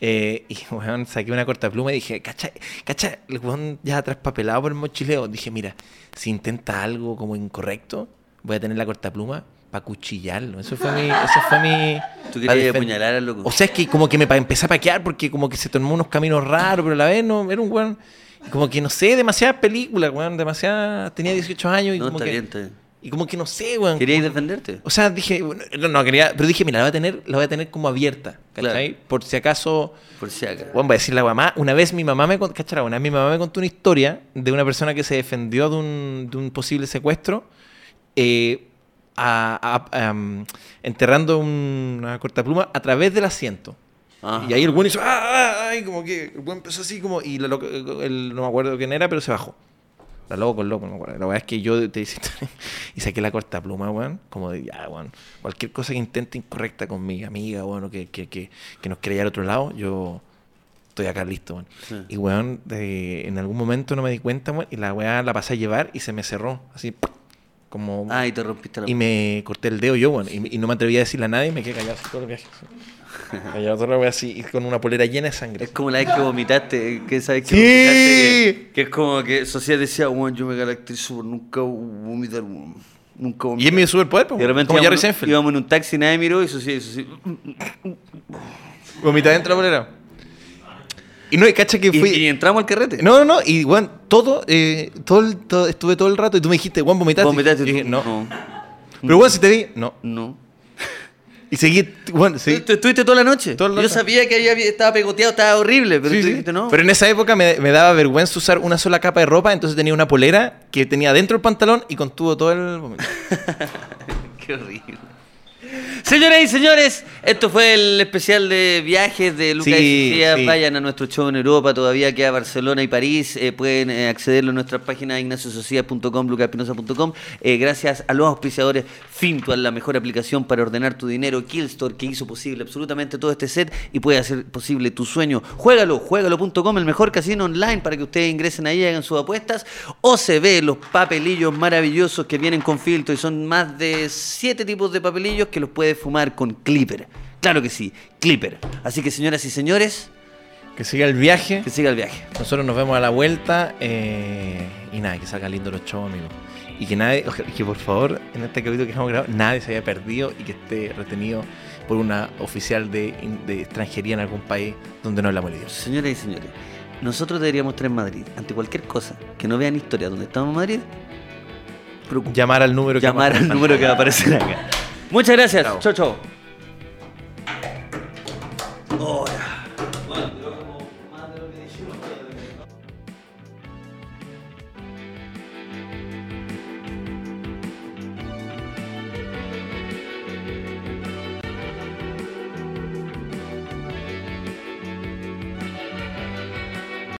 Speaker 2: Eh, y weón, saqué una corta pluma y dije, cacha, cacha, el weón ya traspapelado por el mochileo. Dije, mira, si intenta algo como incorrecto, voy a tener la corta pluma para cuchillarlo. Eso fue mi. Eso fue mi
Speaker 1: Tú
Speaker 2: la
Speaker 1: querías
Speaker 2: defen-
Speaker 1: apuñalar al loco.
Speaker 2: O sea, es que como que me pa- empecé a paquear porque como que se tomó unos caminos raros, pero a la vez no, era un weón. Como que no sé, demasiadas películas, weón, demasiadas. Tenía 18 años y
Speaker 1: no,
Speaker 2: como
Speaker 1: está
Speaker 2: que.
Speaker 1: bien, está bien.
Speaker 2: Y como que no sé, weón.
Speaker 1: ¿Querías defenderte?
Speaker 2: O sea, dije, bueno, no, no quería, pero dije, mira, la voy a tener, la voy a tener como abierta, ¿cachai?
Speaker 1: Claro.
Speaker 2: Por si acaso,
Speaker 1: Por si acaso.
Speaker 2: bueno, voy a decir la mamá, una vez mi mamá me contó, ¿cachai? Una vez mi mamá me contó una historia de una persona que se defendió de un, de un posible secuestro eh, a- a- a, um, enterrando un- una cortapluma a través del asiento.
Speaker 1: Ajá.
Speaker 2: Y ahí el buen hizo, ¡ah, ah, ah", y como que el buen empezó así, como, y la loca- el- no me acuerdo quién era, pero se bajó. La loco con loco, no me acuerdo. La verdad es que yo te y saqué la corta pluma, weón. Como de, ya, weón. Cualquier cosa que intente incorrecta con mi amiga, weón, o que, que, que, que nos quiera llevar a otro lado, yo estoy acá listo, weón.
Speaker 1: Sí.
Speaker 2: Y, weón, de- en algún momento no me di cuenta, weón, y la weá la pasé a llevar y se me cerró, así, como.
Speaker 1: Ah, y te rompiste la
Speaker 2: Y me corté el dedo yo, weón. Y, y no me atreví a decirle a nadie y me quedé callado así todo el viaje. así. Callado todo el viaje así y con una polera llena de sangre.
Speaker 1: Es como la vez que vomitaste, que sabes que
Speaker 2: Sí.
Speaker 1: vomitaste, que, que es como que Sociedad decía, bueno, yo me caracterizo por nunca vomitar, weón. nunca
Speaker 2: Y es
Speaker 1: vomitar.
Speaker 2: mi superpoder, po,
Speaker 1: de repente
Speaker 2: como Jerry
Speaker 1: íbamos, en-
Speaker 2: Seinfeld.
Speaker 1: íbamos en un taxi, nadie miró y Sociedad, y Sociedad
Speaker 2: Vomita dentro de la polera. Y no, y cacha que
Speaker 1: y,
Speaker 2: fui...
Speaker 1: y entramos al carrete.
Speaker 2: No, no, no. Y, weón, todo, eh, todo, el- todo- Estuve todo el rato y tú me dijiste, weón, vomitaste.
Speaker 1: vomitaste
Speaker 2: Y dije,
Speaker 1: tú.
Speaker 2: no.
Speaker 1: no.
Speaker 2: Pero, weón, si te vi, no.
Speaker 1: no.
Speaker 2: Y seguí, weón, seguí.
Speaker 1: Tú- tú estuviste toda la noche.
Speaker 2: Toda la
Speaker 1: Yo
Speaker 2: noche.
Speaker 1: sabía que había- estaba pegoteado, estaba horrible, pero
Speaker 2: Sí,
Speaker 1: tú
Speaker 2: sí.
Speaker 1: dijiste no.
Speaker 2: Pero en esa época me, me daba vergüenza usar una sola capa de ropa, entonces tenía una polera que tenía dentro el pantalón y contuvo todo el vomito.
Speaker 1: Qué horrible. Señoras y señores, esto fue el especial de viajes de Lucas
Speaker 2: Sí,
Speaker 1: y Sofía.
Speaker 2: sí.
Speaker 1: Vayan a nuestro show en Europa, todavía queda Barcelona y París. Eh, pueden eh, accederlo a nuestras páginas ignaciosocías.com, lucaspinoza.com. Eh, gracias a los auspiciadores Fintual, la mejor aplicación para ordenar tu dinero, Killstore, que hizo posible absolutamente todo este set y puede hacer posible tu sueño. Juégalo, juégalo.com, el mejor casino online para que ustedes ingresen ahí y hagan sus apuestas. OCB, los papelillos maravillosos que vienen con filtro y son más de siete tipos de papelillos que los puedes fumar con Clipper. Claro que sí, Clipper. Así que señoras y señores,
Speaker 2: Que siga el viaje.
Speaker 1: que siga el viaje.
Speaker 2: Nosotros nos vemos a la vuelta eh, y nada, que salgan lindos los shows, amigos. Y que nadie, ojalá- que por favor, en este capítulo que hemos grabado, nadie se haya perdido y que esté retenido por una oficial de, in- de extranjería en algún país donde no hablamos el idioma.
Speaker 1: Señoras y señores, nosotros deberíamos estar en Madrid. Ante cualquier cosa que no vean historia donde estamos en Madrid, preocupen.
Speaker 2: Llamar al número que
Speaker 1: llamar
Speaker 2: vamos a
Speaker 1: al número que va a aparecer acá. Muchas gracias. Chao, chao. Hola.